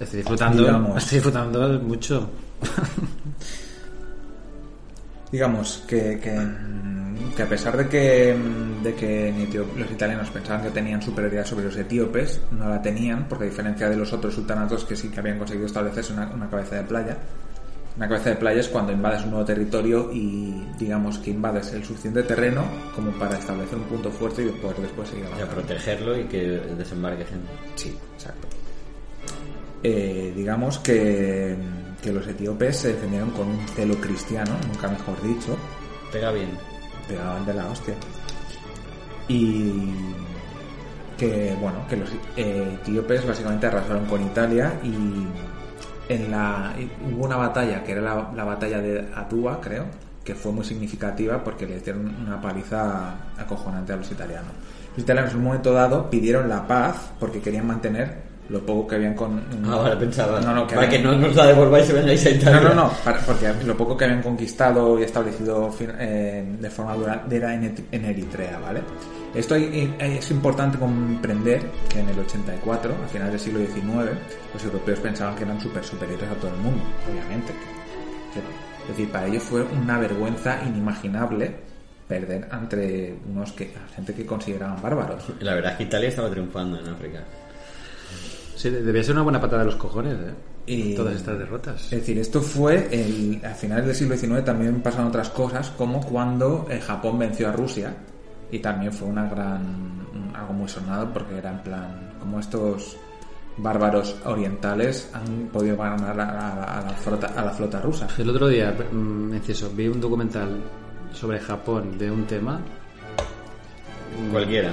[SPEAKER 1] Estoy disfrutando.
[SPEAKER 2] Digamos.
[SPEAKER 1] Estoy disfrutando mucho.
[SPEAKER 2] Digamos que, que, mm, que a pesar de que, mm, de que en Etio- los italianos pensaban que tenían superioridad sobre los etíopes, no la tenían, porque a diferencia de los otros sultanatos que sí que habían conseguido establecerse una, una cabeza de playa, una cabeza de playa es cuando invades un nuevo territorio y digamos que invades el suficiente terreno como para establecer un punto fuerte y poder después seguir
[SPEAKER 3] O sea,
[SPEAKER 2] avanzando.
[SPEAKER 3] protegerlo y que desembarque gente.
[SPEAKER 2] Sí, exacto. Eh, digamos que, que los etíopes se defendieron con un celo cristiano, nunca mejor dicho,
[SPEAKER 3] Pega bien.
[SPEAKER 2] pegaban de la hostia. Y que, bueno, que los eh, etíopes básicamente arrasaron con Italia y en la y hubo una batalla que era la, la batalla de Adúa, creo, que fue muy significativa porque le dieron una paliza acojonante a los italianos. Los italianos en un momento dado pidieron la paz porque querían mantener lo poco que habían con
[SPEAKER 3] Ah, vale, pensaba.
[SPEAKER 2] No, no, que
[SPEAKER 3] para
[SPEAKER 2] habían-
[SPEAKER 3] que no nos la devolváis y vengáis a Italia.
[SPEAKER 2] no, no, no, para- porque lo poco que habían conquistado y establecido fin- eh, de forma duradera en, Et- en Eritrea, ¿vale? Esto hay- hay- es importante comprender que en el 84, a finales del siglo XIX, los europeos pensaban que eran súper superiores a todo el mundo, obviamente. Que- que- es decir, para ellos fue una vergüenza inimaginable perder ante unos que, gente que consideraban bárbaros.
[SPEAKER 3] La verdad es que Italia estaba triunfando en África.
[SPEAKER 1] Sí, debía ser una buena patada de los cojones, ¿eh?
[SPEAKER 2] Y-
[SPEAKER 1] Todas estas derrotas.
[SPEAKER 2] Es decir, esto fue el, a finales del siglo XIX también pasan otras cosas, como cuando eh, Japón venció a Rusia y también fue una gran un- algo muy sonado porque era en plan como estos bárbaros orientales han podido ganar a, a- a la, flota, a la flota rusa.
[SPEAKER 1] El otro día, mm, inciso, vi un documental sobre Japón de un tema.
[SPEAKER 2] Mm.
[SPEAKER 1] Eh,
[SPEAKER 3] Cualquiera.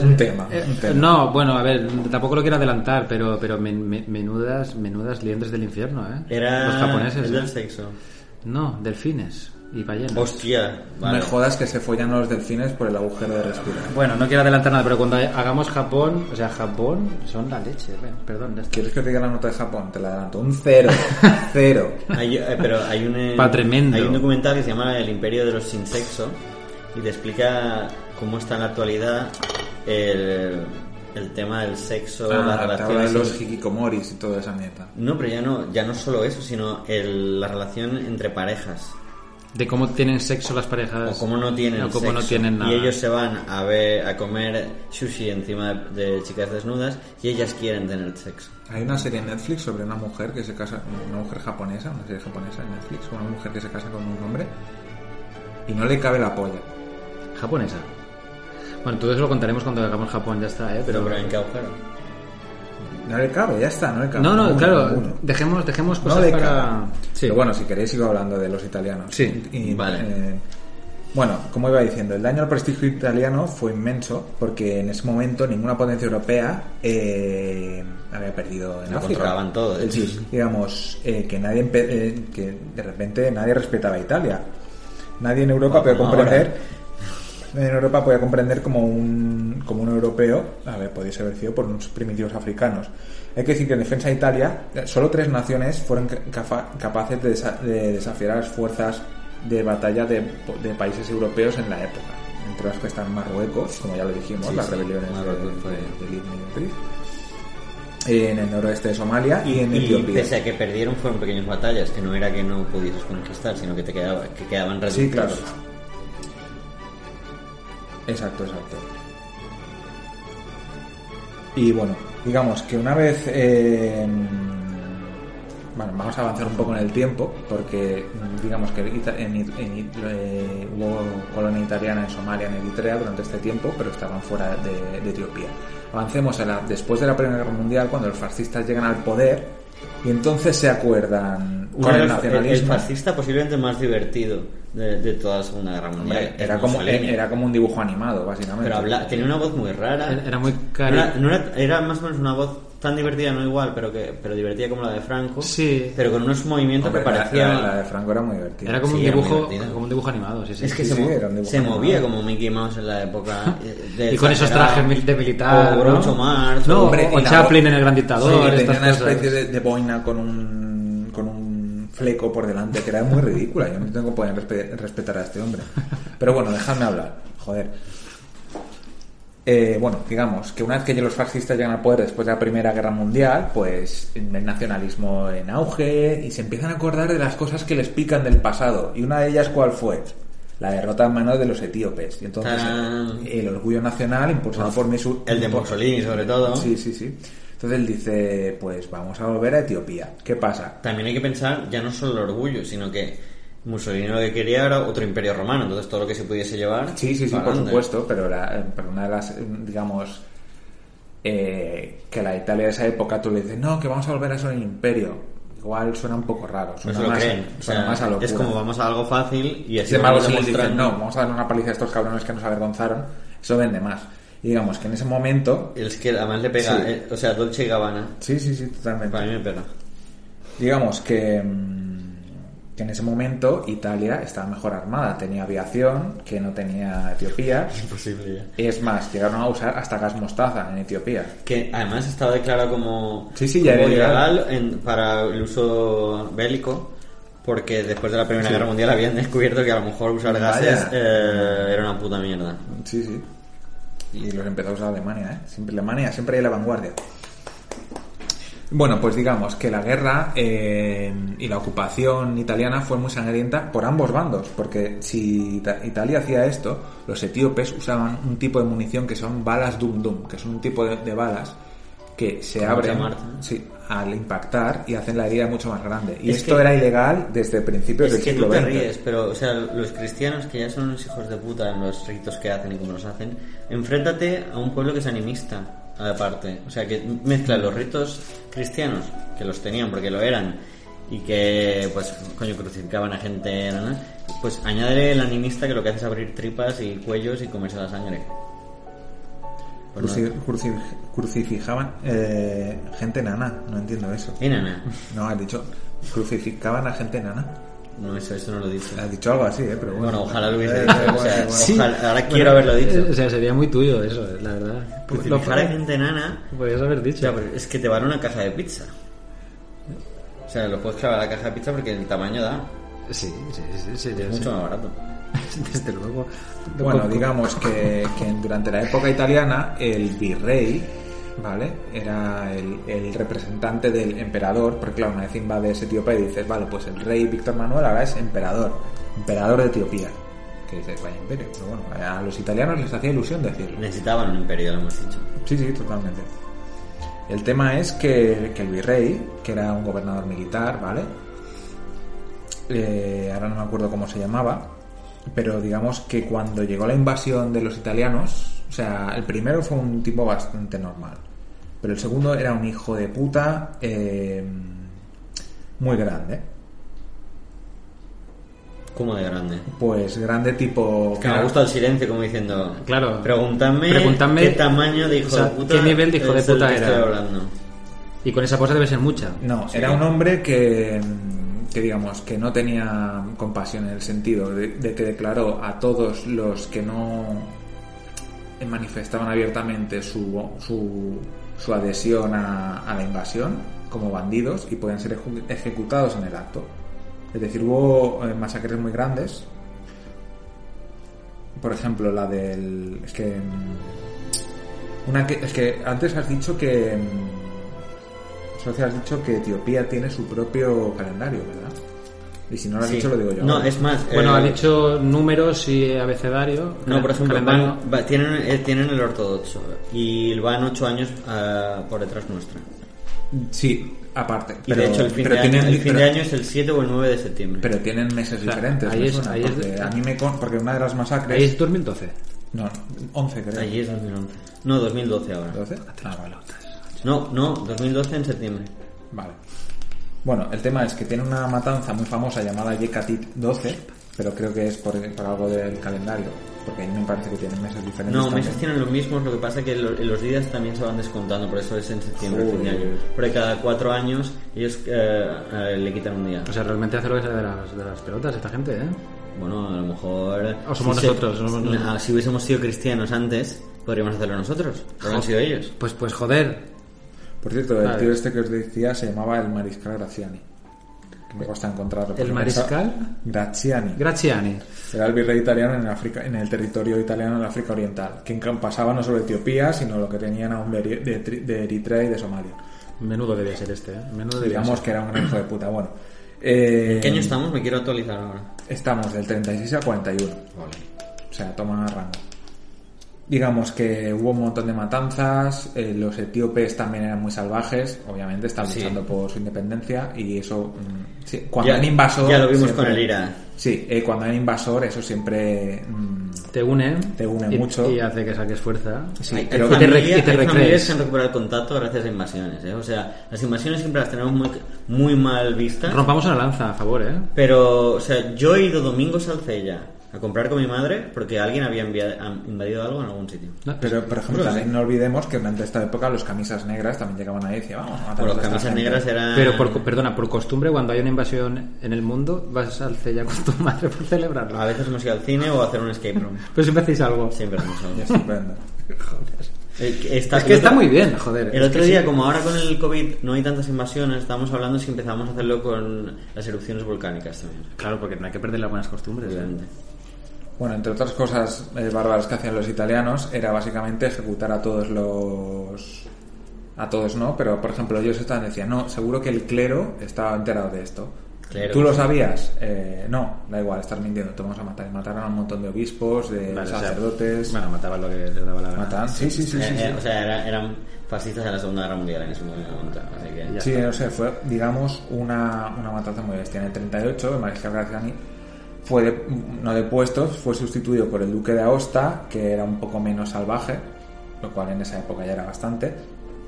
[SPEAKER 1] Un
[SPEAKER 2] tema, un tema.
[SPEAKER 1] No, bueno, a ver, tampoco lo quiero adelantar, pero, pero men- men- menudas, menudas liendres del infierno, ¿eh?
[SPEAKER 3] Era
[SPEAKER 1] Los japoneses.
[SPEAKER 3] el
[SPEAKER 1] ¿eh?
[SPEAKER 3] del sexo.
[SPEAKER 1] No, delfines y ballenas.
[SPEAKER 3] Hostia, vale.
[SPEAKER 2] No me jodas que se follan a los delfines por el agujero de respirar.
[SPEAKER 1] Bueno, no quiero adelantar nada, pero cuando hagamos Japón, o sea, Japón son la leche, eh, perdón. ya está.
[SPEAKER 2] ¿Quieres que te diga la nota de Japón? Te la adelanto. Un cero. cero.
[SPEAKER 3] Hay- eh, pero hay un, eh,
[SPEAKER 1] Pa' tremendo.
[SPEAKER 3] hay un documental que se llama El Imperio de los Sin Sexo y te explica cómo está en la actualidad el, el tema del sexo,
[SPEAKER 2] Ah,
[SPEAKER 3] las
[SPEAKER 2] te hablo de
[SPEAKER 3] relaciones.
[SPEAKER 2] los hikikomoris y toda esa mierda.
[SPEAKER 3] No, pero ya no, ya no solo eso, sino el- la relación entre parejas.
[SPEAKER 1] De cómo tienen sexo las parejas.
[SPEAKER 3] O cómo no tienen
[SPEAKER 1] o cómo no
[SPEAKER 3] sexo.
[SPEAKER 1] tienen nada.
[SPEAKER 3] Y ellos se van a ver a comer sushi encima de, de chicas desnudas y ellas quieren tener sexo.
[SPEAKER 2] Hay una serie en Netflix sobre una mujer que se casa, una mujer japonesa, una serie japonesa en Netflix, una mujer que se casa con un hombre y no le cabe la polla.
[SPEAKER 1] Japonesa. Bueno, todo eso lo contaremos cuando hagamos Japón, ya está, ¿eh?
[SPEAKER 3] Pero,
[SPEAKER 1] Pero...
[SPEAKER 3] pero ¿en qué agujero?
[SPEAKER 2] No le cabe, ya está, no le cabe.
[SPEAKER 1] No, no,
[SPEAKER 2] Ninguno,
[SPEAKER 1] claro,
[SPEAKER 2] ninguno.
[SPEAKER 1] dejemos, dejemos
[SPEAKER 2] No
[SPEAKER 1] cosas
[SPEAKER 2] le
[SPEAKER 1] para...
[SPEAKER 2] cabe.
[SPEAKER 1] Sí.
[SPEAKER 2] Pero bueno, si queréis sigo hablando de los italianos.
[SPEAKER 1] Sí,
[SPEAKER 3] vale.
[SPEAKER 2] eh, bueno, como iba diciendo, el daño al prestigio italiano fue inmenso porque en ese momento ninguna potencia europea eh, había perdido en
[SPEAKER 3] Lo
[SPEAKER 2] África.
[SPEAKER 3] controlaban todo, ¿eh?
[SPEAKER 2] Sí, digamos, eh, que nadie empe- eh, que de repente nadie respetaba a Italia. Nadie en Europa
[SPEAKER 3] Bueno,
[SPEAKER 2] podía comprender.
[SPEAKER 3] ahora.
[SPEAKER 2] nadie en Europa podía comprender como un, como un europeo a ver, podía ser vencido por unos primitivos africanos. Hay que decir que en defensa de Italia, eh, solo tres naciones fueron ca- cafa- capaces de, desa- de desafiar a las fuerzas de batalla de, de países europeos en la época. Entre las que están Marruecos, como ya lo dijimos,
[SPEAKER 3] Sí,
[SPEAKER 2] las
[SPEAKER 3] sí,
[SPEAKER 2] rebeliones de,
[SPEAKER 3] Marruecos fue-
[SPEAKER 2] de Libni y Triz. En el noroeste de Somalia y, en
[SPEAKER 3] Y
[SPEAKER 2] Etiopía.
[SPEAKER 3] pese a que perdieron fueron pequeñas batallas, que no era que no pudieses conquistar, sino que te quedaba, que quedaban reductos.
[SPEAKER 2] Sí, claro. Exacto, exacto. Y bueno, digamos que una vez... eh, bueno, vamos a avanzar un poco en el tiempo, porque mm, digamos que Ita- en It- en It- eh, hubo colonia italiana en Somalia, en Eritrea durante este tiempo, pero estaban fuera de, de Etiopía. Avancemos a la, después de la Primera Guerra Mundial, cuando los fascistas llegan al poder, y entonces se acuerdan
[SPEAKER 3] Uno
[SPEAKER 2] con
[SPEAKER 3] de
[SPEAKER 2] el
[SPEAKER 3] los-
[SPEAKER 2] nacionalismo.
[SPEAKER 3] el fascista posiblemente más divertido de, de toda la Segunda Guerra Mundial.
[SPEAKER 2] Hombre,
[SPEAKER 3] es
[SPEAKER 2] era como,
[SPEAKER 3] Mussolini.
[SPEAKER 2] era como un dibujo animado, básicamente.
[SPEAKER 3] Pero habla- tenía una voz muy rara.
[SPEAKER 1] Era- era muy cari-
[SPEAKER 3] Era, no era, era más o menos una voz tan divertida, no igual, pero que pero divertida como la de Franco.
[SPEAKER 1] Sí.
[SPEAKER 3] Pero con unos movimientos
[SPEAKER 2] Hombre,
[SPEAKER 3] que
[SPEAKER 2] la-
[SPEAKER 3] parecían...
[SPEAKER 2] la, la de Franco era muy divertida.
[SPEAKER 1] Era como
[SPEAKER 3] Sí,
[SPEAKER 1] un
[SPEAKER 3] era muy
[SPEAKER 1] dibujo,
[SPEAKER 3] divertido.
[SPEAKER 1] como un dibujo animado, sí, sí.
[SPEAKER 3] Es que
[SPEAKER 2] Sí,
[SPEAKER 3] se,
[SPEAKER 2] sí,
[SPEAKER 3] mo-
[SPEAKER 2] era un dibujo
[SPEAKER 3] se movía
[SPEAKER 2] animado.
[SPEAKER 3] como Mickey Mouse en la época. eh, de
[SPEAKER 1] y con esos
[SPEAKER 3] exagerar.
[SPEAKER 1] trajes mil- de militar,
[SPEAKER 3] O Groucho
[SPEAKER 1] ¿no?
[SPEAKER 3] Marx.
[SPEAKER 1] No,
[SPEAKER 3] o-
[SPEAKER 1] hombre, o
[SPEAKER 2] y la
[SPEAKER 1] Chaplin
[SPEAKER 2] voz-
[SPEAKER 1] en El Gran Dictador,
[SPEAKER 2] Sí,
[SPEAKER 1] estas
[SPEAKER 2] tenía una
[SPEAKER 1] cosas.
[SPEAKER 2] especie de, de boina con un, con un fleco por delante que era muy ridícula. Yo no tengo que poder respe- respetar a este hombre. Pero bueno, dejadme hablar. Joder. Eh, bueno, digamos que una vez que ya los fascistas llegan al poder después de la Primera Guerra Mundial, pues el nacionalismo en auge y se empiezan a acordar de las cosas que les pican del pasado. Y una de ellas, ¿cuál fue? La derrota en manos de los etíopes. Y entonces
[SPEAKER 3] Tarán.
[SPEAKER 2] el orgullo nacional impulsado por Misu...
[SPEAKER 3] Ah. El de
[SPEAKER 2] por-
[SPEAKER 3] Mussolini, sobre todo.
[SPEAKER 2] Sí, sí, sí. Entonces él dice, pues vamos a volver a Etiopía. ¿Qué pasa?
[SPEAKER 3] También hay que pensar ya no solo el orgullo, sino que Mussolini lo que quería era otro imperio romano, entonces todo lo que se pudiese llevar.
[SPEAKER 2] Sí, sí, sí,
[SPEAKER 3] para
[SPEAKER 2] por
[SPEAKER 3] adelante.
[SPEAKER 2] supuesto, pero, la- pero una de las, eh, digamos, eh, que la Italia de esa época tú le dices, no, que vamos a volver a ser un imperio. igual suena un poco raro.
[SPEAKER 3] No
[SPEAKER 2] Suena
[SPEAKER 3] se lo
[SPEAKER 2] más,
[SPEAKER 3] creen. O
[SPEAKER 2] suena
[SPEAKER 3] sea,
[SPEAKER 2] más a locura.
[SPEAKER 3] es como vamos a algo fácil y así
[SPEAKER 2] Sin embargo,
[SPEAKER 3] vamos
[SPEAKER 2] si les dicen,
[SPEAKER 3] demostrando
[SPEAKER 2] no, vamos a darle una paliza a estos cabrones que nos avergonzaron, eso vende más. Y digamos que en ese momento...
[SPEAKER 3] Es que además le pega,
[SPEAKER 2] Sí.
[SPEAKER 3] eh, o sea, Dolce y Gabbana.
[SPEAKER 2] Sí, sí, sí, totalmente.
[SPEAKER 3] Para mí me pega.
[SPEAKER 2] digamos que, mm, que en ese momento Italia estaba mejor armada, tenía aviación, que no tenía Etiopía.
[SPEAKER 3] Imposible ya.
[SPEAKER 2] Es más, llegaron a usar hasta gas mostaza en Etiopía.
[SPEAKER 3] Que además estaba declarado como,
[SPEAKER 2] Sí, sí, ya
[SPEAKER 3] como
[SPEAKER 2] era ilegal.
[SPEAKER 3] ilegal en- para el uso bélico, porque después de la Primera
[SPEAKER 2] Sí.
[SPEAKER 3] Guerra Mundial habían descubierto que a lo mejor usar
[SPEAKER 2] Vaya.
[SPEAKER 3] gases eh, era una puta mierda.
[SPEAKER 2] Sí, sí. Y los empezó a usar Alemania, ¿eh? Siempre Alemania, siempre hay la vanguardia. Bueno, pues digamos que la guerra eh, y la ocupación italiana fue muy sangrienta por ambos bandos, porque si Ita- Italia hacía esto, los etíopes usaban un tipo de munición que son balas dum dum, que son un tipo de, de balas que se
[SPEAKER 3] Con
[SPEAKER 2] abren
[SPEAKER 3] mucha marca.
[SPEAKER 2] sí, al impactar y hacen la herida mucho más grande. Y
[SPEAKER 3] Es
[SPEAKER 2] esto
[SPEAKER 3] que-
[SPEAKER 2] era ilegal desde principios
[SPEAKER 3] Es
[SPEAKER 2] del
[SPEAKER 3] que
[SPEAKER 2] siglo
[SPEAKER 3] tú te
[SPEAKER 2] XX.
[SPEAKER 3] ríes, pero, o sea, los cristianos que ya son unos hijos de puta en los ritos que hacen y cómo los hacen, enfréntate a un pueblo que es animista, aparte. O sea, que mezcla los ritos cristianos, que los tenían porque lo eran, y que, pues, coño, crucificaban a gente, ¿no? pues añade el animista que lo que hace es abrir tripas y cuellos y comerse la sangre. Pues no.
[SPEAKER 2] Cruci- cruci- crucificaban eh, gente nana, no entiendo eso.
[SPEAKER 3] Y nana.
[SPEAKER 2] No, has dicho crucificaban a gente nana.
[SPEAKER 3] No, eso, eso no lo dice.
[SPEAKER 2] Has dicho algo así, ¿eh? Pero bueno,
[SPEAKER 3] Bueno, ojalá lo
[SPEAKER 2] Eh,
[SPEAKER 3] hubiese dicho. O
[SPEAKER 2] bueno,
[SPEAKER 3] sea,
[SPEAKER 2] bueno.
[SPEAKER 1] Sí. eh,
[SPEAKER 3] ojalá- ahora quiero haberlo dicho. Pues
[SPEAKER 1] O sea, sería muy tuyo eso, la verdad. Lo
[SPEAKER 3] Crucificar a gente nana
[SPEAKER 1] podrías haber
[SPEAKER 3] O
[SPEAKER 1] dicho.
[SPEAKER 3] sea, pero es que te van una caja de pizza. O sea, lo puedes clavar a la caja de pizza porque el tamaño da.
[SPEAKER 1] Sí, sí, sí, sí, ya
[SPEAKER 3] Es
[SPEAKER 1] sé.
[SPEAKER 3] mucho más barato.
[SPEAKER 1] Desde luego.
[SPEAKER 2] Bueno,
[SPEAKER 1] Con-
[SPEAKER 2] digamos que, que durante la época italiana el virrey, ¿vale? Era el, el representante del emperador, porque claro, una vez invades Etiopía y dices, vale, pues el rey Víctor Manuel ahora es emperador, emperador de Etiopía. Que dices, vaya imperio, pero bueno, a los italianos les hacía ilusión decirlo.
[SPEAKER 3] Necesitaban un imperio, lo hemos dicho.
[SPEAKER 2] Sí, sí, totalmente. El tema es que, que el virrey, que era un gobernador militar, ¿vale? Eh, ahora no me acuerdo cómo se llamaba, pero digamos que cuando llegó la invasión de los italianos, o sea, el primero fue un tipo bastante normal, pero el segundo era un hijo de puta eh, muy grande.
[SPEAKER 3] Como de grande.
[SPEAKER 2] Pues grande tipo...
[SPEAKER 3] Que me gusta el silencio, como diciendo.
[SPEAKER 1] Claro.
[SPEAKER 3] Preguntadme,
[SPEAKER 1] Preguntadme-
[SPEAKER 3] qué tamaño de hijo
[SPEAKER 1] o sea,
[SPEAKER 3] de puta.
[SPEAKER 1] qué nivel de hijo de
[SPEAKER 3] es el
[SPEAKER 1] puta
[SPEAKER 3] que
[SPEAKER 1] era.
[SPEAKER 3] Estoy hablando.
[SPEAKER 1] Y con esa cosa debe ser mucha.
[SPEAKER 2] No,
[SPEAKER 3] Sí.
[SPEAKER 2] era un hombre que, que, digamos, que no tenía compasión en el sentido de, de que declaró a todos los que no manifestaban abiertamente su, su, su adhesión a, a la invasión como bandidos y podían ser eju- ejecutados en el acto. Es decir, hubo eh, masacres muy grandes. Por ejemplo, la del... Es que... mm, Una que, es que antes has dicho que... mm, Socia, has dicho que Etiopía tiene su propio calendario, ¿verdad? Y si no lo has
[SPEAKER 3] Sí.
[SPEAKER 2] dicho, lo digo yo.
[SPEAKER 3] No, es más.
[SPEAKER 1] Bueno,
[SPEAKER 3] eh,
[SPEAKER 1] ha dicho números y abecedario.
[SPEAKER 3] No, por ejemplo,
[SPEAKER 1] calendario.
[SPEAKER 3] van- va- tienen, eh, tienen el ortodoxo y van ocho años ah, por detrás nuestra.
[SPEAKER 2] Sí, aparte.
[SPEAKER 3] Y de hecho, el fin, de, año,
[SPEAKER 2] tienen,
[SPEAKER 3] el fin de
[SPEAKER 2] pero-
[SPEAKER 3] año es el 7 o el 9 de septiembre.
[SPEAKER 2] pero tienen meses
[SPEAKER 1] sea,
[SPEAKER 2] diferentes.
[SPEAKER 1] ahí
[SPEAKER 2] me
[SPEAKER 1] es-
[SPEAKER 2] suena,
[SPEAKER 1] ahí es-
[SPEAKER 2] porque a mí me con- Porque una de las masacres.
[SPEAKER 1] Ahí es 2012.
[SPEAKER 2] No, 11 creo.
[SPEAKER 3] Allí es 2011. No, 2012 ahora.
[SPEAKER 2] ¿12? Ah, vale.
[SPEAKER 3] No, no, 2012 en septiembre.
[SPEAKER 2] Vale. Bueno, el tema es que tiene una matanza muy famosa llamada Yekatit 12, pero creo que es por, por algo del calendario. Porque a mí me parece que tienen meses diferentes.
[SPEAKER 3] No,
[SPEAKER 2] también.
[SPEAKER 3] meses tienen los mismos, lo que pasa que lo- los días también se van descontando, por eso es en septiembre,
[SPEAKER 2] Joder.
[SPEAKER 3] fin de año. Porque cada cuatro años ellos eh, eh, le quitan un día.
[SPEAKER 1] O sea, realmente hace lo que sea de las, de las pelotas esta gente, ¿eh?
[SPEAKER 3] Bueno, a lo mejor...
[SPEAKER 1] O somos
[SPEAKER 3] si se-
[SPEAKER 1] nosotros, somos nosotros.
[SPEAKER 3] Nah, si hubiésemos sido cristianos antes, podríamos hacerlo nosotros. Pero han sido ellos.
[SPEAKER 1] Pues, pues joder.
[SPEAKER 2] Por cierto, el
[SPEAKER 1] Vale.
[SPEAKER 2] tío este que os decía se llamaba el Mariscal Graziani. Que me cuesta encontrarlo. porque
[SPEAKER 1] Mariscal?
[SPEAKER 2] pensaba- Graziani.
[SPEAKER 1] Graziani.
[SPEAKER 2] Era el virrey italiano en, África, en el territorio italiano en el África Oriental. Quien pasaba no solo Etiopía, sino lo que tenían aún de, Eri- de Tri- de Eritrea y de Somalia.
[SPEAKER 1] Menudo debía ser este, ¿eh? Menudo debía
[SPEAKER 2] Digamos
[SPEAKER 1] ser.
[SPEAKER 2] que era un gran hijo de puta. Bueno. eh,
[SPEAKER 3] ¿En qué
[SPEAKER 1] Mm.
[SPEAKER 3] año estamos? Me quiero actualizar ahora.
[SPEAKER 2] Estamos del 36 al 41. O sea, toma rango. Digamos que hubo un montón de matanzas, eh, los etíopes también eran muy salvajes, obviamente estaban
[SPEAKER 3] Sí.
[SPEAKER 2] luchando por su independencia y eso... mm, sí, cuando
[SPEAKER 3] Ya-
[SPEAKER 2] hay un invasor...
[SPEAKER 3] ya lo vimos
[SPEAKER 2] siempre-
[SPEAKER 3] con el IRA.
[SPEAKER 2] Sí, eh, cuando hay un invasor eso siempre mm,
[SPEAKER 1] te une,
[SPEAKER 2] Te une
[SPEAKER 1] y-
[SPEAKER 2] mucho.
[SPEAKER 1] y hace que saques fuerza.
[SPEAKER 3] hay, hay
[SPEAKER 1] pero que te
[SPEAKER 3] familias,
[SPEAKER 1] re- que te
[SPEAKER 3] hay
[SPEAKER 1] recrees.
[SPEAKER 3] familias que han recuperado el contacto gracias a invasiones. ¿eh? O sea, las invasiones siempre las tenemos muy, muy mal vistas.
[SPEAKER 1] Rompamos una lanza a favor, ¿eh?
[SPEAKER 3] Pero, o sea, yo he ido domingos al Cella a comprar con mi madre porque alguien había envia- am- invadido algo en algún sitio.
[SPEAKER 1] No,
[SPEAKER 2] Pero, por ejemplo,
[SPEAKER 3] pues, Bueno,
[SPEAKER 2] también no olvidemos que durante esta época los camisas negras también llegaban ahí y decían, vamos, a matar
[SPEAKER 3] Bueno,
[SPEAKER 2] a
[SPEAKER 3] las
[SPEAKER 2] esta
[SPEAKER 3] camisas
[SPEAKER 2] gente".
[SPEAKER 3] negras eran.
[SPEAKER 1] pues Pero por, co- perdona, por costumbre, cuando hay una invasión en el mundo, vas al Cella con tu madre por celebrarlo.
[SPEAKER 3] A veces hemos ido al cine o a hacer un escape room.
[SPEAKER 1] Pero siempre hacéis algo.
[SPEAKER 3] Siempre hacemos algo.
[SPEAKER 2] Ya, estupendo.
[SPEAKER 3] Eh, que está-
[SPEAKER 1] Es que
[SPEAKER 3] el
[SPEAKER 1] está
[SPEAKER 3] otro-
[SPEAKER 1] muy bien, joder.
[SPEAKER 3] El
[SPEAKER 1] Es
[SPEAKER 3] otro
[SPEAKER 1] que
[SPEAKER 3] día,
[SPEAKER 1] sí.
[SPEAKER 3] como ahora con el COVID no hay tantas invasiones, estábamos hablando si empezamos a hacerlo con las erupciones volcánicas también.
[SPEAKER 1] Claro, porque no hay que perder las buenas costumbres. ¿eh?
[SPEAKER 3] Obviamente.
[SPEAKER 2] Bueno, entre otras cosas eh, bárbaras que hacían los italianos era básicamente ejecutar a todos los... A todos no, pero por ejemplo ellos estaban decían, no, seguro que el clero estaba enterado de esto.
[SPEAKER 3] Clero.
[SPEAKER 2] ¿Tú lo sabías? Eh, no, da igual, estás mintiendo, te vamos a matar. Y mataron a un montón de obispos, de
[SPEAKER 1] Vale, o sea,
[SPEAKER 2] sacerdotes.
[SPEAKER 1] bueno, mataban lo que les daba la gana.
[SPEAKER 2] mataban, sí, sí, sí. sí,
[SPEAKER 3] Eh,
[SPEAKER 2] sí.
[SPEAKER 3] eh, o sea, era- eran fascistas de la Segunda Guerra Mundial en ese momento. Así que.
[SPEAKER 1] Ya.
[SPEAKER 2] Sí,
[SPEAKER 1] está.
[SPEAKER 2] no sé, fue, digamos, una, una matanza muy bestia. En el 38, el mariscal Graziani fue, de- no depuesto, fue sustituido por el duque de Aosta, que era un poco menos salvaje, lo cual en esa época ya era bastante.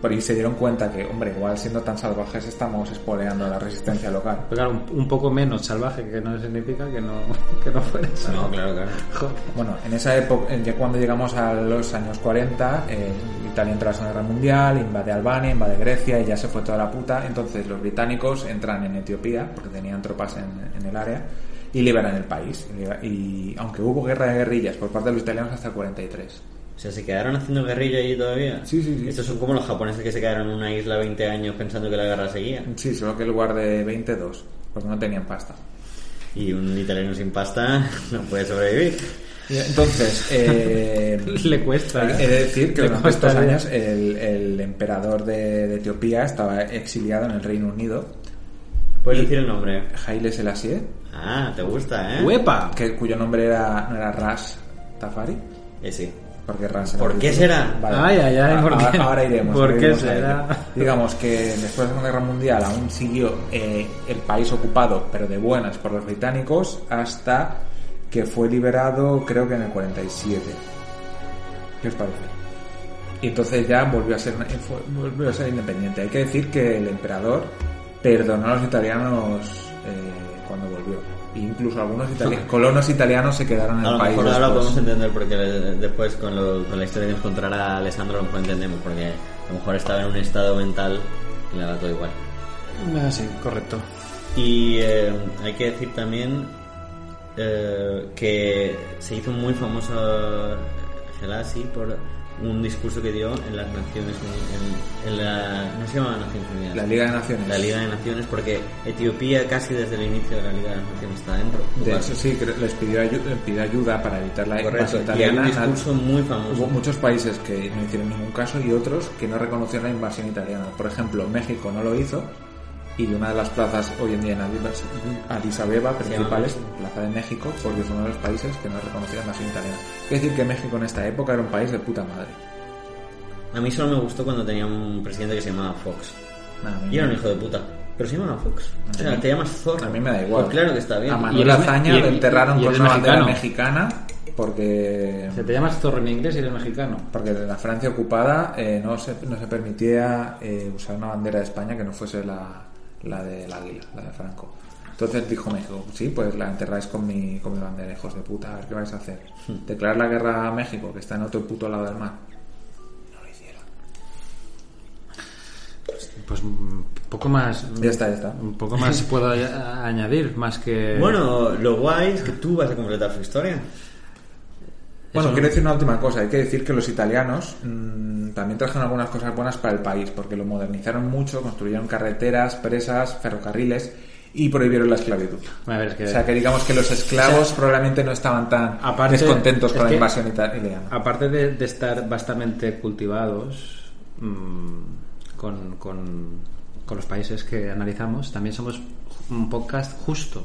[SPEAKER 2] Pero y se dieron cuenta que, hombre, igual siendo tan salvajes estamos espoleando la resistencia local.
[SPEAKER 1] Pero claro, un, un poco menos salvaje, que no significa que no, que no fueres.
[SPEAKER 3] No, claro, claro.
[SPEAKER 1] Joder.
[SPEAKER 2] Bueno, en esa época, ya cuando llegamos a los años 40, eh, Italia entra a la Segunda Guerra Mundial, invade Albania, invade Grecia y ya se fue toda la puta. Entonces los británicos entran en Etiopía, porque tenían tropas en, en el área, y liberan el país. Y liber- Y aunque hubo guerra de guerrillas por parte de los italianos hasta el 43.
[SPEAKER 3] O sea, ¿se quedaron haciendo guerrilla allí todavía?
[SPEAKER 2] Sí, sí, sí.
[SPEAKER 3] Estos son como los japoneses que se quedaron en una isla 20 años pensando que la guerra seguía.
[SPEAKER 2] Sí, solo que en lugar de 22, porque no tenían pasta.
[SPEAKER 3] Y un italiano sin pasta no puede sobrevivir.
[SPEAKER 2] Y Entonces, eh,
[SPEAKER 1] Le cuesta. ¿eh?
[SPEAKER 2] He de decir que
[SPEAKER 1] Le
[SPEAKER 2] durante estos
[SPEAKER 1] cuesta, ¿eh?
[SPEAKER 2] años el, el emperador de, de Etiopía estaba exiliado en el Reino Unido,
[SPEAKER 3] Puedes decir el nombre.
[SPEAKER 2] Haile Selassie,
[SPEAKER 3] Ah, te gusta, ¿eh?
[SPEAKER 1] ¡Huepa!
[SPEAKER 2] que, cuyo nombre era, no era Ras Tafari,
[SPEAKER 3] Eh, sí.
[SPEAKER 2] porque Ras era
[SPEAKER 3] ¿Por
[SPEAKER 2] el
[SPEAKER 3] qué
[SPEAKER 2] título.
[SPEAKER 3] será?
[SPEAKER 1] Ay, ay, ay,
[SPEAKER 2] Ah,
[SPEAKER 1] ¿por
[SPEAKER 2] ahora,
[SPEAKER 1] qué?
[SPEAKER 2] ahora iremos.
[SPEAKER 1] ¿Por
[SPEAKER 2] ahora
[SPEAKER 1] qué
[SPEAKER 2] iremos a
[SPEAKER 1] será?
[SPEAKER 2] ello. Digamos que después de la Segunda Guerra Mundial aún siguió eh, el país ocupado, pero de buenas, por los británicos, hasta que fue liberado, creo que en el 47. ¿Qué os parece? Y entonces ya volvió a ser, una- eh, fue- volvió a ser independiente. Hay que decir que el emperador perdonó a los italianos eh, cuando volvió. E incluso algunos itali- colonos italianos se quedaron en pues.
[SPEAKER 3] A
[SPEAKER 2] el
[SPEAKER 3] lo
[SPEAKER 2] país.
[SPEAKER 3] mejor ahora
[SPEAKER 2] después.
[SPEAKER 3] podemos entender porque le- después con, lo- con la historia que nos contará Alessandro a lo mejor entendemos porque a lo mejor estaba en un estado mental y le da todo igual.
[SPEAKER 1] Ah, sí, correcto.
[SPEAKER 3] Y eh, hay que decir también eh, que se hizo muy famoso Selassie por un discurso que dio en las Naciones Unidas. En, en la, no se llamaba Naciones Unidas.
[SPEAKER 2] La Liga de Naciones.
[SPEAKER 3] La Liga de Naciones, porque Etiopía casi desde el inicio de la Liga de las Naciones está dentro.
[SPEAKER 2] De hecho, Pues sí, creo- les pidió ayuda, pidió ayuda para evitar la
[SPEAKER 3] Correcto.
[SPEAKER 2] invasión
[SPEAKER 3] Y hay un
[SPEAKER 2] italiana.
[SPEAKER 3] discurso muy
[SPEAKER 2] Hubo
[SPEAKER 3] famoso.
[SPEAKER 2] muchos países que no hicieron ningún caso y otros que no reconocieron la invasión italiana. Por ejemplo, México no lo hizo y una de las plazas hoy en día en Addis- Addis Abeba principales, Plaza de México, porque fue uno de los países que no reconoció la invasión italiana. Es decir, que México en esta época era un país de puta madre.
[SPEAKER 3] A mí solo me gustó cuando tenía un presidente que se llamaba Fox.
[SPEAKER 2] Nada, a mí
[SPEAKER 3] Y era
[SPEAKER 2] me-
[SPEAKER 3] un hijo de puta. Pero se llamaba Fox. O sea, te llamas Zorro.
[SPEAKER 2] A mí me da igual.
[SPEAKER 3] Pues claro que está bien.
[SPEAKER 2] A
[SPEAKER 1] Y
[SPEAKER 2] Manuel
[SPEAKER 1] eres-
[SPEAKER 2] Azaña
[SPEAKER 1] y-
[SPEAKER 2] lo
[SPEAKER 1] y-
[SPEAKER 2] enterraron
[SPEAKER 1] y
[SPEAKER 2] con
[SPEAKER 1] eres
[SPEAKER 2] una bandera
[SPEAKER 1] mexicano.
[SPEAKER 2] mexicana porque...
[SPEAKER 1] Se te llamas zorro en inglés y eres mexicano.
[SPEAKER 2] Porque la Francia ocupada eh, no, se, no se permitía eh, usar una bandera de España que no fuese la, la del águila, la de Franco. Entonces dijo México, sí, pues la enterráis con mi, con mi bandera, hijos de puta, a ver qué vais a hacer. Declarar la guerra a México, que está en otro puto lado del mar. No lo hicieron.
[SPEAKER 1] Pues mm, poco más. mm,
[SPEAKER 2] Ya está, ya está.
[SPEAKER 1] Un poco más puedo a- añadir, más que.
[SPEAKER 3] Bueno, lo guay es que tú vas a completar su historia.
[SPEAKER 2] Bueno,
[SPEAKER 1] Eso-
[SPEAKER 2] quiero decir una última cosa. Hay que decir que los italianos mm, también trajeron algunas cosas buenas para el país, porque lo modernizaron mucho, construyeron carreteras, presas, ferrocarriles y prohibieron la esclavitud.
[SPEAKER 1] A ver, es que.
[SPEAKER 2] O sea, que digamos que los esclavos probablemente no estaban tan
[SPEAKER 1] Aparte,
[SPEAKER 2] descontentos con
[SPEAKER 1] es
[SPEAKER 2] la
[SPEAKER 1] que-
[SPEAKER 2] invasión italiana.
[SPEAKER 1] Aparte de, de estar bastante cultivados mm, con, con- con los países que analizamos, también somos un podcast justo.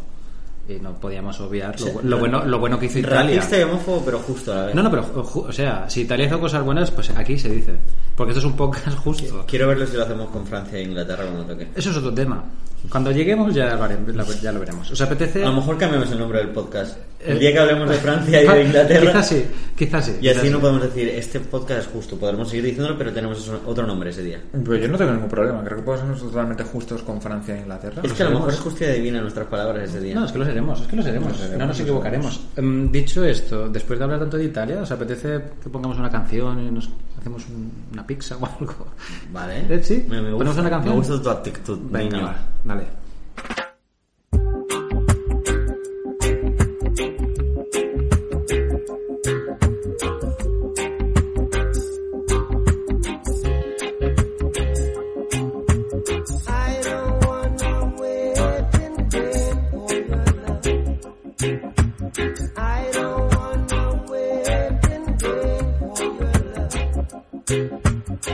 [SPEAKER 1] Y no podíamos obviar lo, bu- lo bueno, lo bueno que hizo Italia.
[SPEAKER 3] Racista y homófobo, pero justo a la vez.
[SPEAKER 1] No, no, pero ju- ju- o sea, si Italia hizo cosas buenas, pues aquí se dice. Porque esto es un podcast justo.
[SPEAKER 3] Quiero verlo si lo hacemos con Francia e Inglaterra cuando toque.
[SPEAKER 1] Eso es otro tema. Cuando lleguemos ya lo, haremos- ya lo veremos. ¿Os apetece?
[SPEAKER 3] A lo mejor cambiamos el nombre del podcast.
[SPEAKER 1] Eh, ah,
[SPEAKER 3] El día que hablemos de Francia y de Inglaterra.
[SPEAKER 1] Quizás sí, quizás sí.
[SPEAKER 3] Y así
[SPEAKER 1] quizás
[SPEAKER 3] no
[SPEAKER 1] sí.
[SPEAKER 3] podemos decir, este podcast es justo. Podremos seguir diciéndolo, pero tenemos eso- otro nombre ese día.
[SPEAKER 2] Pero yo no tengo ningún problema. Creo que podemos ser totalmente justos con Francia e Inglaterra.
[SPEAKER 3] Es que a lo mejor es justo y adivina nuestras palabras ese día.
[SPEAKER 1] No, es que lo seremos, es que lo seremos,
[SPEAKER 2] Lo seremos,
[SPEAKER 1] no nos
[SPEAKER 2] lo
[SPEAKER 1] equivocaremos. Em, dicho esto, después de hablar tanto de Italia, ¿os apetece que pongamos una canción y nos hacemos un- una pizza o algo?
[SPEAKER 3] Vale.
[SPEAKER 1] Eh, ¿Sí?
[SPEAKER 3] Me, me
[SPEAKER 1] ¿Ponemos
[SPEAKER 3] gusta,
[SPEAKER 1] una canción?
[SPEAKER 3] Me gusta tu actitud.
[SPEAKER 1] Venga,
[SPEAKER 3] Nino.
[SPEAKER 1] va, vale.
[SPEAKER 4] I don't want no wedding ring for your love. I don't want no wedding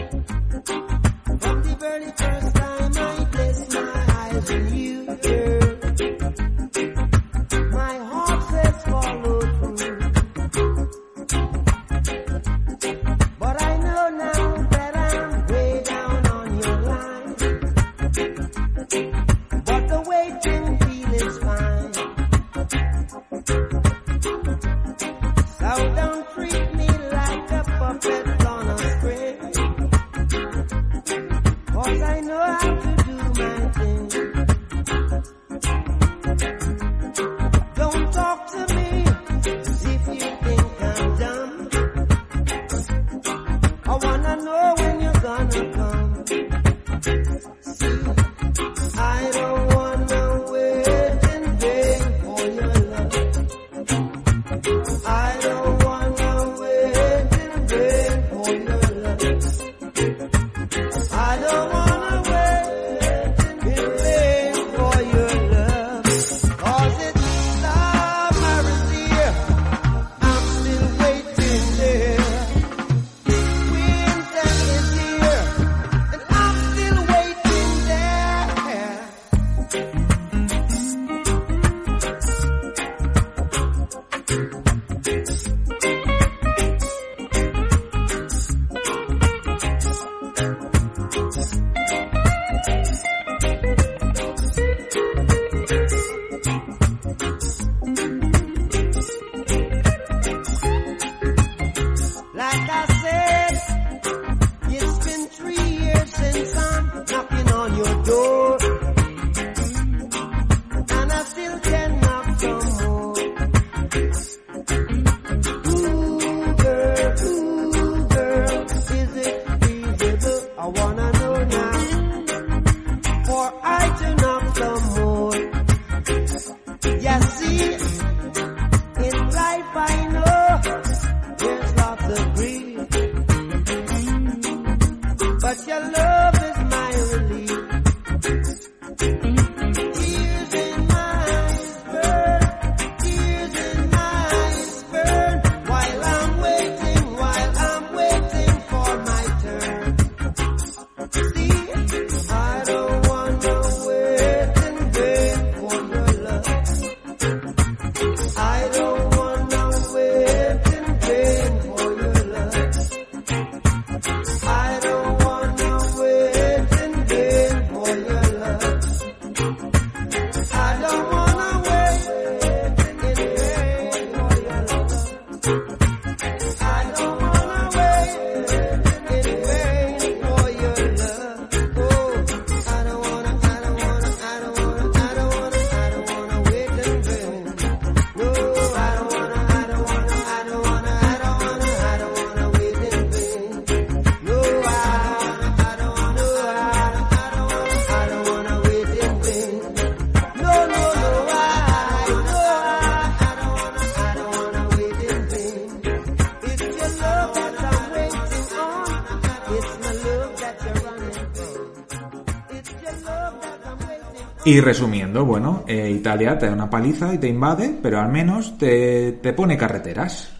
[SPEAKER 4] ring for your love. From the very first time I placed my eyes on you, girl, my heart says follow through. But I know now that I'm way down on your line. But the waiting feeling's fine. So don't treat me like a puppet on a string. Cause I know how to do my thing. Don't talk to me as if you think I'm dumb. I wanna know when you're gonna come. I don't want no wedding ring for your love. I don't want no wedding ring for your love. I don't want a wedding ring for your love. Cause it's summer dear. I'm still waiting there. Winter is here. And I'm still waiting there. Like I said, it's been three years since I'm knocking on your door. And I still can knock some more. Ooh, girl, ooh, girl, is it feasible? I wanna know now. For I to knock some more. Yeah, see, in life I know. There's lots of grief. But your love is my relief. Tears in my eyes burn. Tears in my eyes burn. While I'm waiting, while I'm waiting for my turn. See, I don't want no waiting game for your love. I don't want no waiting game for your love. I don't want no waiting game for your love. I don't want to wait in vain for your love. I don't want to wait in vain for your love. Oh, I don't want to, I don't want to, I don't want to, I don't want to, I don't want to wait in vain. No, I don't wanna, I don't wanna, I don't wanna, I don't wanna, I don't wanna wait in vain. No, I don't wanna, I don't wanna, I don't wanna, I don't wanna, I don't wanna wait in vain. No, no, no, I, no, I don't wanna, I don't wanna wait in vain. It's your love that I'm waiting on. It's my love that you're running from. It's your love that I'm waiting on.
[SPEAKER 2] Y resumiendo, bueno, eh, Italia te da una paliza y te invade, pero al menos te, te pone carreteras.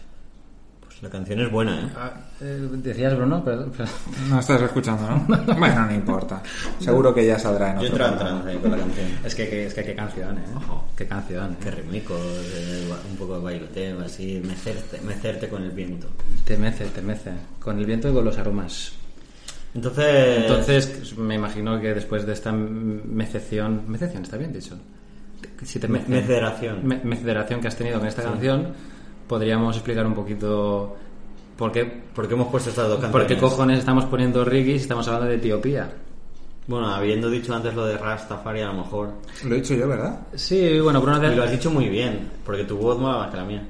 [SPEAKER 3] Pues la canción es buena, ¿eh?
[SPEAKER 1] Ah, eh, decías, Bruno, perdón, perdón.
[SPEAKER 2] No estás escuchando, ¿no? bueno, no importa. Seguro que ya saldrá en
[SPEAKER 3] Yo
[SPEAKER 2] otro
[SPEAKER 3] entraba en
[SPEAKER 2] programa.
[SPEAKER 3] trance ahí con la canción.
[SPEAKER 1] Es que, que- es que qué canción, ¿eh? Qué canción.
[SPEAKER 3] Qué rítmico, eh, un poco de bailoteo, así, mecerte, mecerte con el viento.
[SPEAKER 1] Te mece, te mece. Con el viento y con los aromas.
[SPEAKER 3] Entonces,
[SPEAKER 1] Entonces, me imagino que después de esta mececión, mececión está bien dicho. Si te mecen-
[SPEAKER 3] Meceración.
[SPEAKER 1] me- meceración que has tenido con esta canción, podríamos explicar un poquito por qué,
[SPEAKER 3] ¿por qué hemos puesto estas dos
[SPEAKER 1] por
[SPEAKER 3] canciones?
[SPEAKER 1] qué cojones estamos poniendo reggae si estamos hablando de Etiopía.
[SPEAKER 3] Bueno, habiendo dicho antes lo de Rastafari, a lo mejor.
[SPEAKER 2] Lo he dicho yo, ¿verdad?
[SPEAKER 1] Sí, bueno, Bruno
[SPEAKER 3] Y lo has dicho muy bien, porque tu voz mola más que la mía.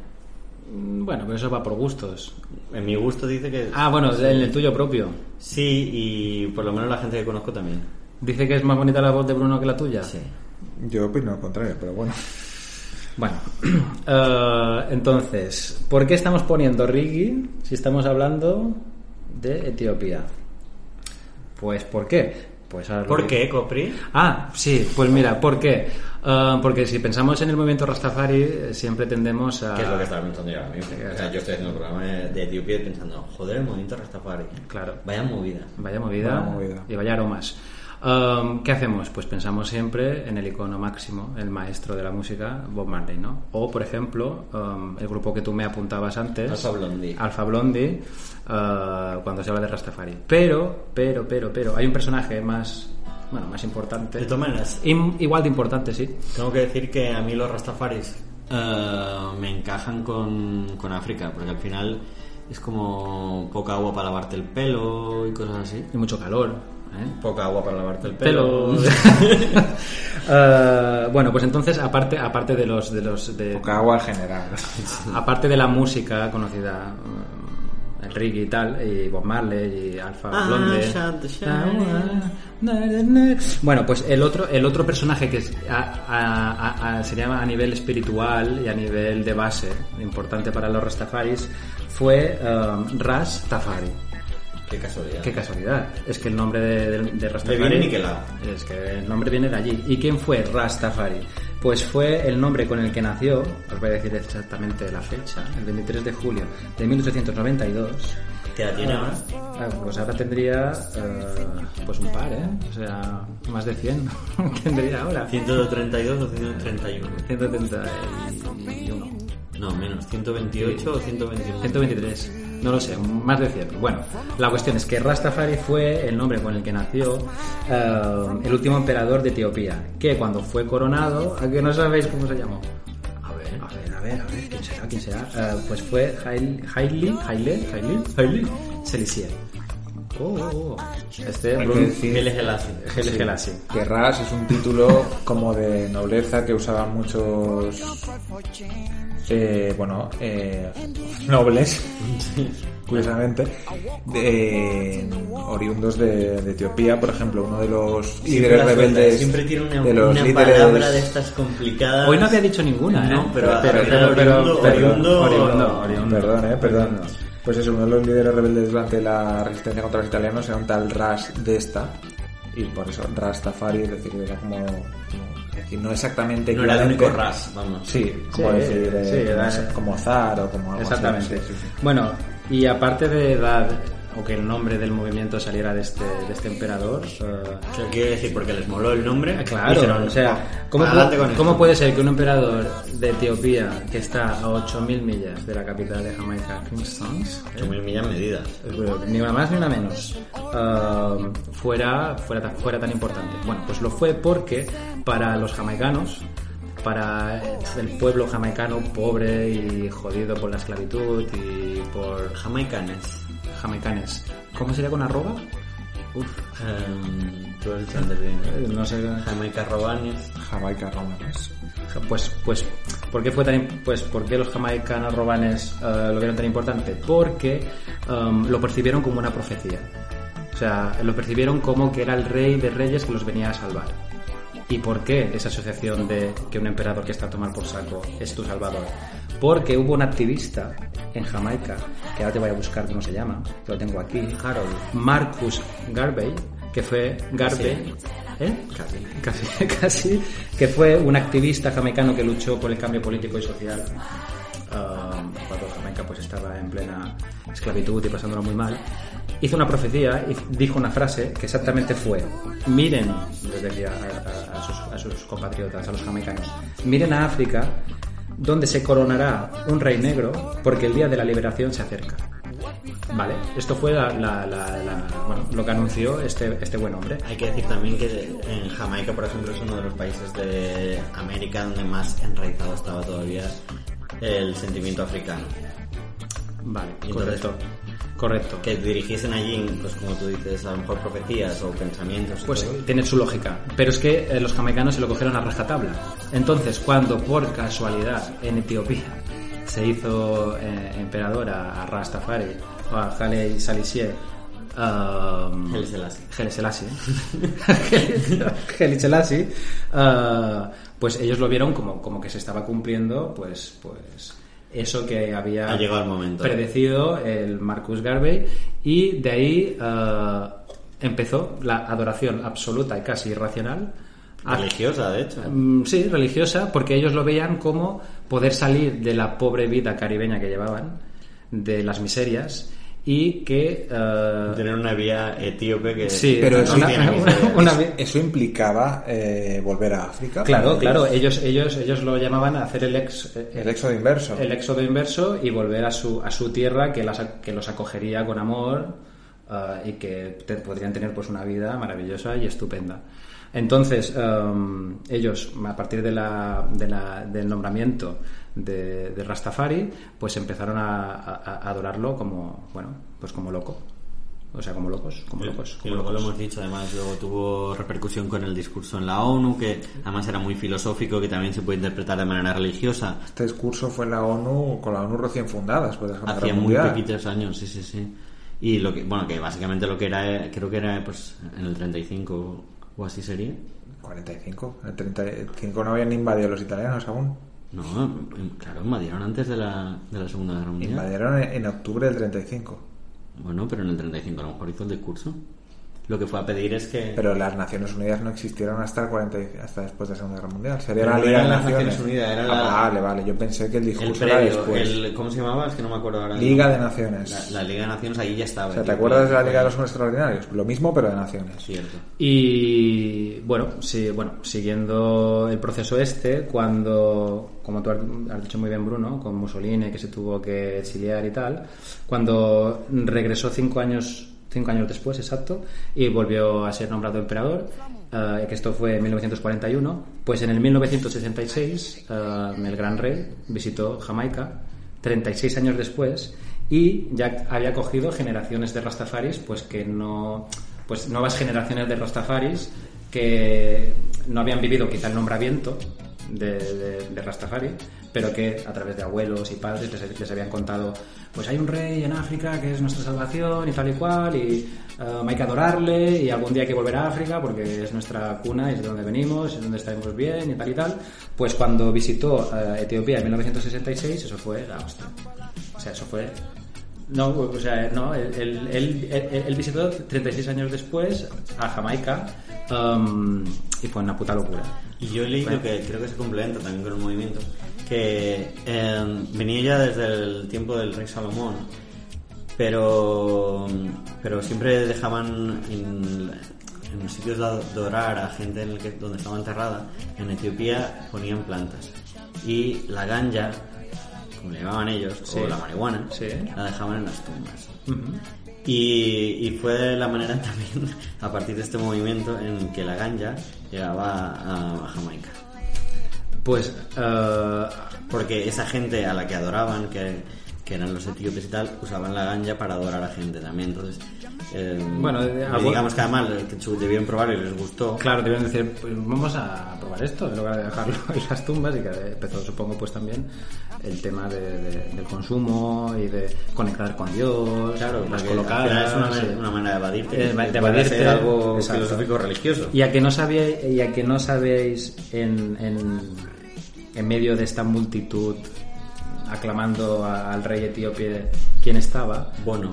[SPEAKER 1] Bueno, pero eso va por gustos.
[SPEAKER 3] En mi gusto dice que.
[SPEAKER 1] Ah, bueno, en el tuyo propio.
[SPEAKER 3] Sí, y por lo menos la gente que conozco también.
[SPEAKER 1] Dice que es más bonita la voz de Bruno que la tuya.
[SPEAKER 3] Sí.
[SPEAKER 2] Yo opino lo contrario, pero bueno.
[SPEAKER 1] Bueno, eh, entonces, ¿por qué estamos poniendo Rigi si estamos hablando de Etiopía? Pues, ¿por qué? Pues ahora lo
[SPEAKER 3] ¿Por
[SPEAKER 1] digo.
[SPEAKER 3] qué, Copri?
[SPEAKER 1] Ah, sí, pues mira, ¿por qué? Eh, porque si pensamos en el movimiento Rastafari, eh, siempre tendemos a...
[SPEAKER 3] Que es lo que estaba pensando yo ahora mismo. O sea, yo estoy haciendo un programa de Etiopía y pensando, joder, el movimiento Rastafari.
[SPEAKER 1] Claro.
[SPEAKER 3] Vaya movida.
[SPEAKER 1] Vaya movida,
[SPEAKER 2] Vaya movida.
[SPEAKER 1] y vaya aromas. Um, ¿Qué hacemos? Pues pensamos siempre en el icono máximo, el maestro de la música, Bob Marley, ¿no? O, por ejemplo, um, el grupo que tú me apuntabas antes,
[SPEAKER 3] Alpha Blondie.
[SPEAKER 1] Alpha Blondie, uh, cuando se habla de Rastafari. Pero, pero, pero, pero, hay un personaje más, bueno, más importante.
[SPEAKER 3] De todas maneras,
[SPEAKER 1] Im- igual de importante, sí.
[SPEAKER 3] Tengo que decir que a mí los rastafaris eh, me encajan con, con África, porque al final es como poca agua para lavarte el pelo y cosas así.
[SPEAKER 1] Y mucho calor, ¿eh?
[SPEAKER 3] Poca agua para lavarte el pelo.
[SPEAKER 1] Pelo. Uh, bueno, pues entonces, aparte, aparte de los... De los de,
[SPEAKER 2] Poca agua en general.
[SPEAKER 1] aparte de la música conocida mm, el reggae y tal y Bob Marley y Alpha
[SPEAKER 3] Ah,
[SPEAKER 1] Blonde
[SPEAKER 3] shout the shine.
[SPEAKER 1] bueno pues el otro el otro personaje que es- a, a- a- a- se llama a nivel espiritual y a nivel de base importante para los Rastafaris fue um, Ras Tafari
[SPEAKER 3] Qué casualidad.
[SPEAKER 1] Qué casualidad. Es que el nombre de, de- de Rastafari.
[SPEAKER 3] Le viene niquelado.
[SPEAKER 1] Es que el nombre viene de allí. ¿Y quién fue Rastafari? Pues fue el nombre con el que nació, os voy a decir exactamente la fecha, el 23 de julio de 1892.
[SPEAKER 3] ¿Qué edad tiene ahora?
[SPEAKER 1] Ah, pues ahora tendría eh, pues un par, ¿eh? O sea, más de 100 tendría ahora.
[SPEAKER 3] 132 o 131.
[SPEAKER 1] 171.
[SPEAKER 3] No, menos. 128 o 121.
[SPEAKER 1] 123, no lo sé, más de 100. Bueno, la cuestión es que Rastafari fue el nombre con el que nació eh, el último emperador de Etiopía, que cuando fue coronado, ¿a que no sabéis cómo se llamó? A ver, a ver, a ver, a ver, ¿quién será? ¿Quién será? Eh, pues fue Haile, Haile, Haile, Haile, Haile Selassie. Oh, oh, oh. Este
[SPEAKER 2] Hay que
[SPEAKER 1] Brun-
[SPEAKER 2] decir-
[SPEAKER 3] Miguel Gelassi.
[SPEAKER 1] Haile Selassie.
[SPEAKER 2] Que Ras es un título como de nobleza que usaban muchos. eh, bueno, eh, nobles, curiosamente, de- oriundos de, de Etiopía, por ejemplo, uno de los líderes
[SPEAKER 3] Siempre la suelta,
[SPEAKER 2] rebeldes.
[SPEAKER 3] Siempre tiene una,
[SPEAKER 2] de los
[SPEAKER 3] una
[SPEAKER 2] líderes-
[SPEAKER 3] palabra de estas complicadas.
[SPEAKER 1] Hoy no había dicho ninguna, ¿eh?
[SPEAKER 3] No, pero- pero oriundo-
[SPEAKER 1] oriundo,
[SPEAKER 3] oriundo-
[SPEAKER 1] oriundo.
[SPEAKER 2] Perdón, eh, perdón.
[SPEAKER 1] Oriundo.
[SPEAKER 2] Pues eso, uno de los líderes rebeldes durante la resistencia contra los italianos era un tal Ras de esta. Y por eso Rastafari, es decir, era como. como- es decir, no exactamente
[SPEAKER 3] No era el único
[SPEAKER 2] equivalente.
[SPEAKER 3] ras, vamos.
[SPEAKER 2] Sí, como
[SPEAKER 1] Sí,
[SPEAKER 2] decir, eh,
[SPEAKER 1] sí, era-
[SPEAKER 2] no sé, como Zar o como algo así,
[SPEAKER 1] Exactamente.
[SPEAKER 2] sí, sí, sí.
[SPEAKER 1] Bueno, y aparte de dar o que el nombre del movimiento saliera de este, de este emperador, eh,
[SPEAKER 3] O sea, quiere decir, porque les moló el nombre.
[SPEAKER 1] Ah, Claro,
[SPEAKER 3] dijeron,
[SPEAKER 1] o sea,
[SPEAKER 3] Eh, "Ah,
[SPEAKER 1] ¿cómo,
[SPEAKER 3] adelante con
[SPEAKER 1] pu-
[SPEAKER 3] esto".
[SPEAKER 1] cómo puede ser que un emperador de Etiopía que está a 8.000 millas de la capital de Jamaica, Kingston,
[SPEAKER 3] Ocho mil millas medidas.
[SPEAKER 1] eh, ni una más ni una menos, eh, fuera, fuera, tan, fuera tan importante? Bueno, pues lo fue porque para los jamaicanos, para el pueblo jamaicano pobre y jodido por la esclavitud y por
[SPEAKER 3] Jamaicanes.
[SPEAKER 1] jamaicanes, ¿cómo sería con arroba? Uf,
[SPEAKER 3] Em, tú has dicho antes de-
[SPEAKER 1] eh, no sé.
[SPEAKER 3] Jamaica Robanes.
[SPEAKER 2] Jamaica romanos.
[SPEAKER 1] Pues, pues, ¿por qué fue tan, im- pues, por qué los jamaicanos robanes eh, lo vieron tan importante? Porque em, lo percibieron como una profecía. O sea, lo percibieron como que era el rey de reyes que los venía a salvar. ¿Y por qué esa asociación de que un emperador que está a tomar por saco es tu salvador? Porque hubo un activista en Jamaica, que ahora te voy a buscar cómo se llama, que lo tengo aquí,
[SPEAKER 3] Harold.
[SPEAKER 1] Marcus Garvey, que fue Garvey, ¿eh?
[SPEAKER 3] Casi.
[SPEAKER 1] casi, casi, que fue un activista jamaicano que luchó por el cambio político y social um, cuando Jamaica pues estaba en plena esclavitud y pasándolo muy mal, hizo una profecía y dijo una frase que exactamente fue, miren, les decía a, a- a sus, a sus compatriotas, a los jamaicanos, miren a África donde se coronará un rey negro porque el día de la liberación se acerca. Vale, esto fue la- la- la- la- bueno, lo que anunció este, este buen hombre.
[SPEAKER 3] Hay que decir también que en Jamaica, por ejemplo, es uno de los países de América donde más enraizado estaba todavía el sentimiento africano.
[SPEAKER 1] Vale,
[SPEAKER 3] Y entonces-
[SPEAKER 1] correcto. Correcto.
[SPEAKER 3] Que dirigiesen allí, pues como tú dices, a lo mejor profecías o pensamientos. y
[SPEAKER 1] Pues
[SPEAKER 3] todo.
[SPEAKER 1] tiene su lógica. Pero es que eh, los jamaicanos se lo cogieron a rajatabla. Entonces, cuando por casualidad en Etiopía se hizo eh, emperador a, a Rastafari, o a Haile Selassie, um,
[SPEAKER 3] Haile Selassie.
[SPEAKER 1] Haile Selassie, Haile Selassie, uh, pues ellos lo vieron como, como que se estaba cumpliendo, pues, pues eso que había
[SPEAKER 3] Ha llegado el momento.
[SPEAKER 1] predecido el Marcus Garvey y de ahí eh, empezó la adoración absoluta y casi irracional a-
[SPEAKER 3] Religiosa, de hecho.
[SPEAKER 1] Ah. Mm, sí, religiosa, porque ellos lo veían como poder salir de la pobre vida caribeña que llevaban, de las miserias y que eh,
[SPEAKER 3] Tener una vía etíope que
[SPEAKER 1] sí,
[SPEAKER 2] Pero
[SPEAKER 1] una-
[SPEAKER 2] eso-
[SPEAKER 1] una-
[SPEAKER 3] miseria.
[SPEAKER 1] una vi-
[SPEAKER 2] Eso implicaba eh, volver a África.
[SPEAKER 1] claro, claro, ellos ellos ellos lo llamaban a hacer el ex eh,
[SPEAKER 2] El éxodo inverso.
[SPEAKER 1] el éxodo inverso y volver a su, a su tierra que, las- que los acogería con amor eh, y que te- podrían tener pues una vida maravillosa y estupenda. Entonces, em, ellos, a partir de la- de la- del nombramiento de, de Rastafari, pues empezaron a, a- a adorarlo como, bueno, pues como loco. O sea, como locos, como locos.
[SPEAKER 3] Y
[SPEAKER 1] como
[SPEAKER 3] luego lo
[SPEAKER 1] locos.
[SPEAKER 3] hemos dicho, además, luego tuvo repercusión con el discurso en la ONU, que además era muy filosófico, que también se puede interpretar de manera religiosa.
[SPEAKER 2] Este discurso fue en la ONU, con la ONU recién fundada después de la Segunda
[SPEAKER 3] Hacía
[SPEAKER 2] Guerra
[SPEAKER 3] muy
[SPEAKER 2] Mundial.
[SPEAKER 3] poquitos años, sí, sí, sí. Y lo que, bueno, que básicamente lo que era, eh, creo que era pues en el 35 o- o así sería.
[SPEAKER 2] 45. En el 35 no habían invadido los italianos aún.
[SPEAKER 3] No, em, claro, invadieron antes de la, de la Segunda Guerra Mundial.
[SPEAKER 2] Invadieron en, en octubre del 35.
[SPEAKER 3] Bueno, pero en el 35 a lo mejor hizo el discurso. Lo que fue a pedir es que...
[SPEAKER 2] Pero las Naciones Unidas no existieron hasta, el 40 y- hasta después de la Segunda Guerra Mundial. Sería
[SPEAKER 3] Pero
[SPEAKER 2] la
[SPEAKER 3] no
[SPEAKER 2] Liga
[SPEAKER 3] eran
[SPEAKER 2] de
[SPEAKER 3] las
[SPEAKER 2] Naciones.
[SPEAKER 3] Naciones Unidas, era
[SPEAKER 2] Ah,
[SPEAKER 3] la-
[SPEAKER 2] Vale, vale. Yo pensé que el
[SPEAKER 3] el
[SPEAKER 2] discurso era
[SPEAKER 3] previo,
[SPEAKER 2] después.
[SPEAKER 3] el- ¿cómo se llamaba? Es que no me acuerdo ahora.
[SPEAKER 2] Liga de Naciones.
[SPEAKER 3] La, la Liga de Naciones, ahí ya estaba.
[SPEAKER 2] O sea, ¿te
[SPEAKER 3] tío,
[SPEAKER 2] acuerdas
[SPEAKER 3] que-
[SPEAKER 2] de la Liga de los Hombres Extraordinarios? Lo mismo, pero de Naciones.
[SPEAKER 3] Cierto.
[SPEAKER 1] Y bueno, sí, bueno, siguiendo el proceso este, cuando, como tú has has dicho muy bien Bruno, con Mussolini que se tuvo que exiliar y tal, cuando regresó cinco años, cinco años después, exacto, y volvió a ser nombrado emperador, eh, que esto fue en 1941, pues en el 1966 eh, el gran rey visitó Jamaica 36 años después y ya había cogido generaciones de rastafaris pues que no pues nuevas generaciones de rastafaris que no habían vivido quizá el nombramiento de, de- de Rastafari, pero que a través de abuelos y padres les, les habían contado, pues hay un rey en África que es nuestra salvación y tal y cual, y eh, hay que adorarle, y algún día hay que volver a África porque es nuestra cuna, es de donde venimos, es donde estaremos bien y tal y tal. Pues cuando visitó eh, Etiopía en 1966, eso fue la hostia. O sea, eso fue... No, o sea, no, él, él- él- él- él visitó 36 años después a Jamaica um, y fue una puta locura.
[SPEAKER 3] Y yo he leído que creo que se complementa también con el movimiento, que eh, venía ya desde el tiempo del rey Salomón, pero, pero siempre dejaban en, en los sitios de adorar a gente en el que, donde estaba enterrada, en Etiopía ponían plantas. Y la ganja, como le llamaban ellos,
[SPEAKER 1] Sí.
[SPEAKER 3] o la marihuana,
[SPEAKER 1] Sí.
[SPEAKER 3] la dejaban en las tumbas.
[SPEAKER 1] Ujú.
[SPEAKER 3] Y, y fue la manera también, a partir de este movimiento, en que la ganja llegaba a, a Jamaica.
[SPEAKER 1] Pues eh,
[SPEAKER 3] Porque esa gente a la que adoraban, que, que eran los etíopes y tal, usaban la ganja para adorar a gente también. Entonces, eh,
[SPEAKER 1] Bueno, de-
[SPEAKER 3] y
[SPEAKER 1] algo-
[SPEAKER 3] digamos que además eh, que su- debieron probar y les gustó.
[SPEAKER 1] claro, debieron decir, pues vamos a probar esto, en lugar de dejarlo en las tumbas y que empezó, supongo, pues también el tema de- de- del consumo y de conectar con Dios,
[SPEAKER 3] Claro,
[SPEAKER 1] las
[SPEAKER 3] porque al
[SPEAKER 1] colocadas.
[SPEAKER 3] final es una,
[SPEAKER 1] sí.
[SPEAKER 3] manera- una manera de evadirte.
[SPEAKER 1] Eh,
[SPEAKER 3] que
[SPEAKER 1] de
[SPEAKER 3] puede
[SPEAKER 1] evadirte,
[SPEAKER 3] ser algo
[SPEAKER 1] exacto.
[SPEAKER 3] filosófico religioso.
[SPEAKER 1] Y a que no sabíais, y a que no sabéis en, en, en medio de esta multitud aclamando a- al rey etíope quién estaba,
[SPEAKER 3] Bono,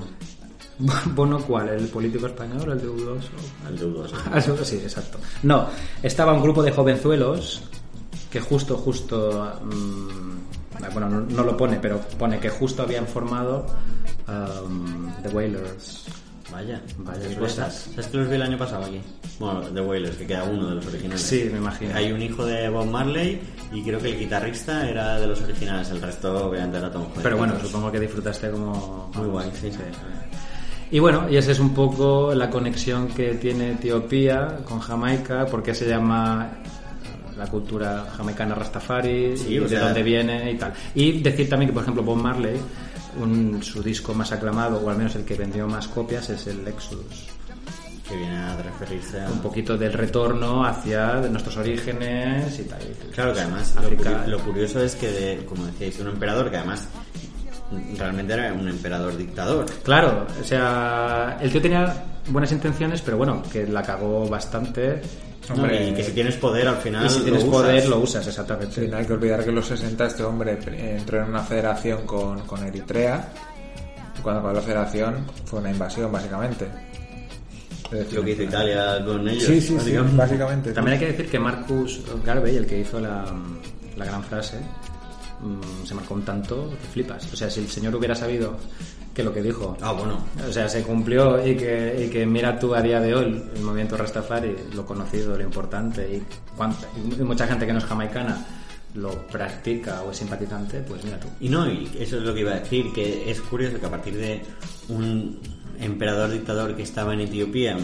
[SPEAKER 1] Bono cuál, el político español, el deudoso,
[SPEAKER 3] al deudoso.
[SPEAKER 1] Ah, seguro, sí, exacto. No, estaba un grupo de jovenzuelos que justo, justo... mm, bueno, no, no lo pone, pero pone que justo habían formado um, The Wailers.
[SPEAKER 3] Vaya,
[SPEAKER 1] Vaya
[SPEAKER 3] qué
[SPEAKER 1] cosas.
[SPEAKER 3] sorpresa. ¿Sabes que los vi el año pasado aquí? Bueno, The Wailers, que queda uno de los originales.
[SPEAKER 1] Sí, me imagino.
[SPEAKER 3] Hay un hijo de Bob Marley y creo que el guitarrista era de los originales, el resto obviamente era Tom Jones.
[SPEAKER 1] Pero bueno, supongo que disfrutaste como...
[SPEAKER 3] Muy guay, Pues sí.
[SPEAKER 1] Y bueno, y esa es un poco la conexión que tiene Etiopía con Jamaica, porque se llama la cultura jamaicana Rastafari,
[SPEAKER 3] Sí,
[SPEAKER 1] y
[SPEAKER 3] o
[SPEAKER 1] de
[SPEAKER 3] sea-
[SPEAKER 1] dónde viene y tal. Y decir también que, por ejemplo, Bob Marley, un- su disco más aclamado, o al menos el que vendió más copias, es el Exodus.
[SPEAKER 3] Que viene a referirse a...
[SPEAKER 1] Un poquito del retorno hacia nuestros orígenes y tal.
[SPEAKER 3] Claro que además lo,
[SPEAKER 1] África.
[SPEAKER 3] curi- lo curioso es que, de- como decíais, un emperador que además realmente era un emperador dictador.
[SPEAKER 1] Claro, o sea, el tío tenía buenas intenciones, pero bueno, que la cagó bastante.
[SPEAKER 3] ¿no?
[SPEAKER 2] Hombre,
[SPEAKER 1] eh,
[SPEAKER 3] Y que si tienes poder al final.
[SPEAKER 1] Y si tienes
[SPEAKER 3] lo usas.
[SPEAKER 1] poder, lo usas, exactamente.
[SPEAKER 2] Sí, no hay que olvidar que en los 60 este hombre entró en una federación con, con Eritrea. Y cuando acabó la federación fue una invasión, básicamente. Es decir,
[SPEAKER 3] Lo que hizo Italia con ellos.
[SPEAKER 2] Sí, sí, sí,
[SPEAKER 3] básicamente.
[SPEAKER 2] básicamente.
[SPEAKER 1] También hay que decir que Marcus Garvey, el que hizo la, la gran frase, mm, se marcó un tanto que flipas. O sea, si el señor hubiera sabido que lo que dijo,
[SPEAKER 3] Ah, bueno.
[SPEAKER 1] o sea, se cumplió y que, y que mira tú a día de hoy el movimiento Rastafari, lo conocido, lo importante y, cuánta- y mucha gente que no es jamaicana lo practica o es simpatizante, pues mira tú.
[SPEAKER 3] Y no, y eso es lo que iba a decir, que es curioso que a partir de un emperador dictador que estaba en Etiopía,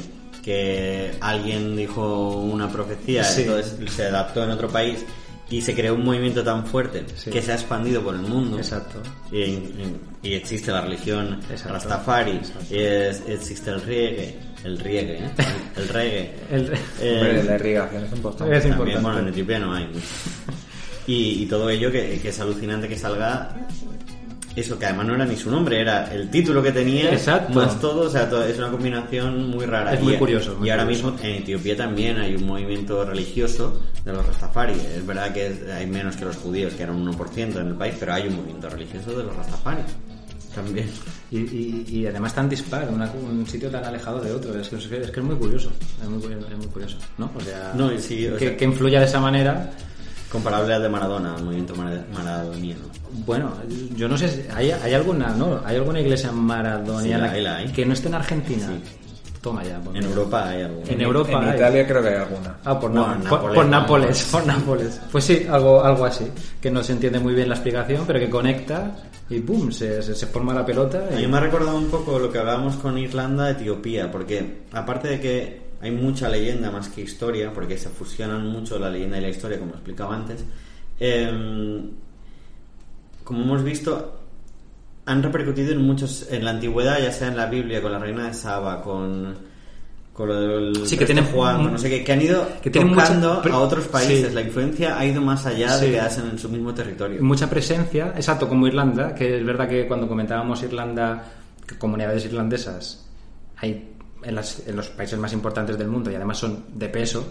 [SPEAKER 3] que alguien dijo una profecía,
[SPEAKER 1] Sí.
[SPEAKER 3] entonces se adaptó en otro país y se creó un movimiento tan fuerte
[SPEAKER 1] Sí.
[SPEAKER 3] que se ha expandido por el mundo.
[SPEAKER 1] Exacto.
[SPEAKER 3] Y, y- y existe la religión
[SPEAKER 1] Exacto.
[SPEAKER 3] Rastafari,
[SPEAKER 1] Exacto.
[SPEAKER 3] es- existe el reggae, el reggae, ¿eh? el reggae.
[SPEAKER 1] El-
[SPEAKER 3] Eh,
[SPEAKER 2] Hombre, la irrigación es importante.
[SPEAKER 1] Es
[SPEAKER 3] también,
[SPEAKER 1] importante.
[SPEAKER 3] bueno, en Etiopía no hay. mucho. Y, y todo ello que, que es alucinante que salga eso, que además no era ni su nombre, era el título que tenía,
[SPEAKER 1] Exacto.
[SPEAKER 3] más todo, o sea, todo- es una combinación muy rara.
[SPEAKER 1] Es muy
[SPEAKER 3] Y- e-
[SPEAKER 1] curioso,
[SPEAKER 3] Y
[SPEAKER 1] muy
[SPEAKER 3] ahora
[SPEAKER 1] curioso.
[SPEAKER 3] mismo en Etiopía también hay un movimiento religioso de los Rastafari. Es verdad que es- hay menos que los judíos, que eran un 1% en el país, pero hay un movimiento religioso de los Rastafari. También.
[SPEAKER 1] Y, y- y además tan dispar, una- un sitio tan alejado de otro, es que, es que es muy curioso, es muy, curioso- es muy curioso, ¿no? O sea,
[SPEAKER 3] No, y sí, o
[SPEAKER 1] que,
[SPEAKER 3] sea-
[SPEAKER 1] que influya de esa manera,
[SPEAKER 3] Comparable al de Maradona, al movimiento mara- maradoniano.
[SPEAKER 1] bueno, yo no sé, si- ¿hay, hay alguna, no? ¿Hay alguna iglesia maradoniana
[SPEAKER 3] Sí, la hay, la hay.
[SPEAKER 1] que no esté en Argentina? Toma ya. por
[SPEAKER 3] En
[SPEAKER 1] mí.
[SPEAKER 3] Europa hay algo.
[SPEAKER 1] En Europa
[SPEAKER 2] En
[SPEAKER 1] hay.
[SPEAKER 2] Italia creo que hay alguna.
[SPEAKER 1] Ah, por,
[SPEAKER 3] Bueno,
[SPEAKER 1] Na-
[SPEAKER 3] en
[SPEAKER 1] por-
[SPEAKER 3] Nápoles,
[SPEAKER 1] por
[SPEAKER 3] ¿no?
[SPEAKER 1] Nápoles, por Nápoles. Pues sí, algo, algo así, que no se entiende muy bien la explicación, pero que conecta y ¡pum! se, se- se forma la pelota.
[SPEAKER 3] A
[SPEAKER 1] y-
[SPEAKER 3] mí me ha recordado un poco lo que hablábamos con Irlanda, Etiopía, porque aparte de que hay mucha leyenda más que historia, porque se fusionan mucho la leyenda y la historia, como explicaba antes, eh, como hemos visto, han repercutido en muchos, en la antigüedad, ya sea en la Biblia, con la reina de Saba, con con lo del
[SPEAKER 1] Sí, que tienen-
[SPEAKER 3] Juan, no sé qué, que han ido
[SPEAKER 1] que tienen mucha-
[SPEAKER 3] tocando
[SPEAKER 1] pre-
[SPEAKER 3] a otros países.
[SPEAKER 1] sí.
[SPEAKER 3] La influencia ha ido más allá
[SPEAKER 1] Sí.
[SPEAKER 3] de quedarse en su mismo territorio.
[SPEAKER 1] mucha presencia, exacto, como Irlanda, que es verdad que cuando comentábamos Irlanda, que comunidades irlandesas hay en, las- en los países más importantes del mundo y además son de peso,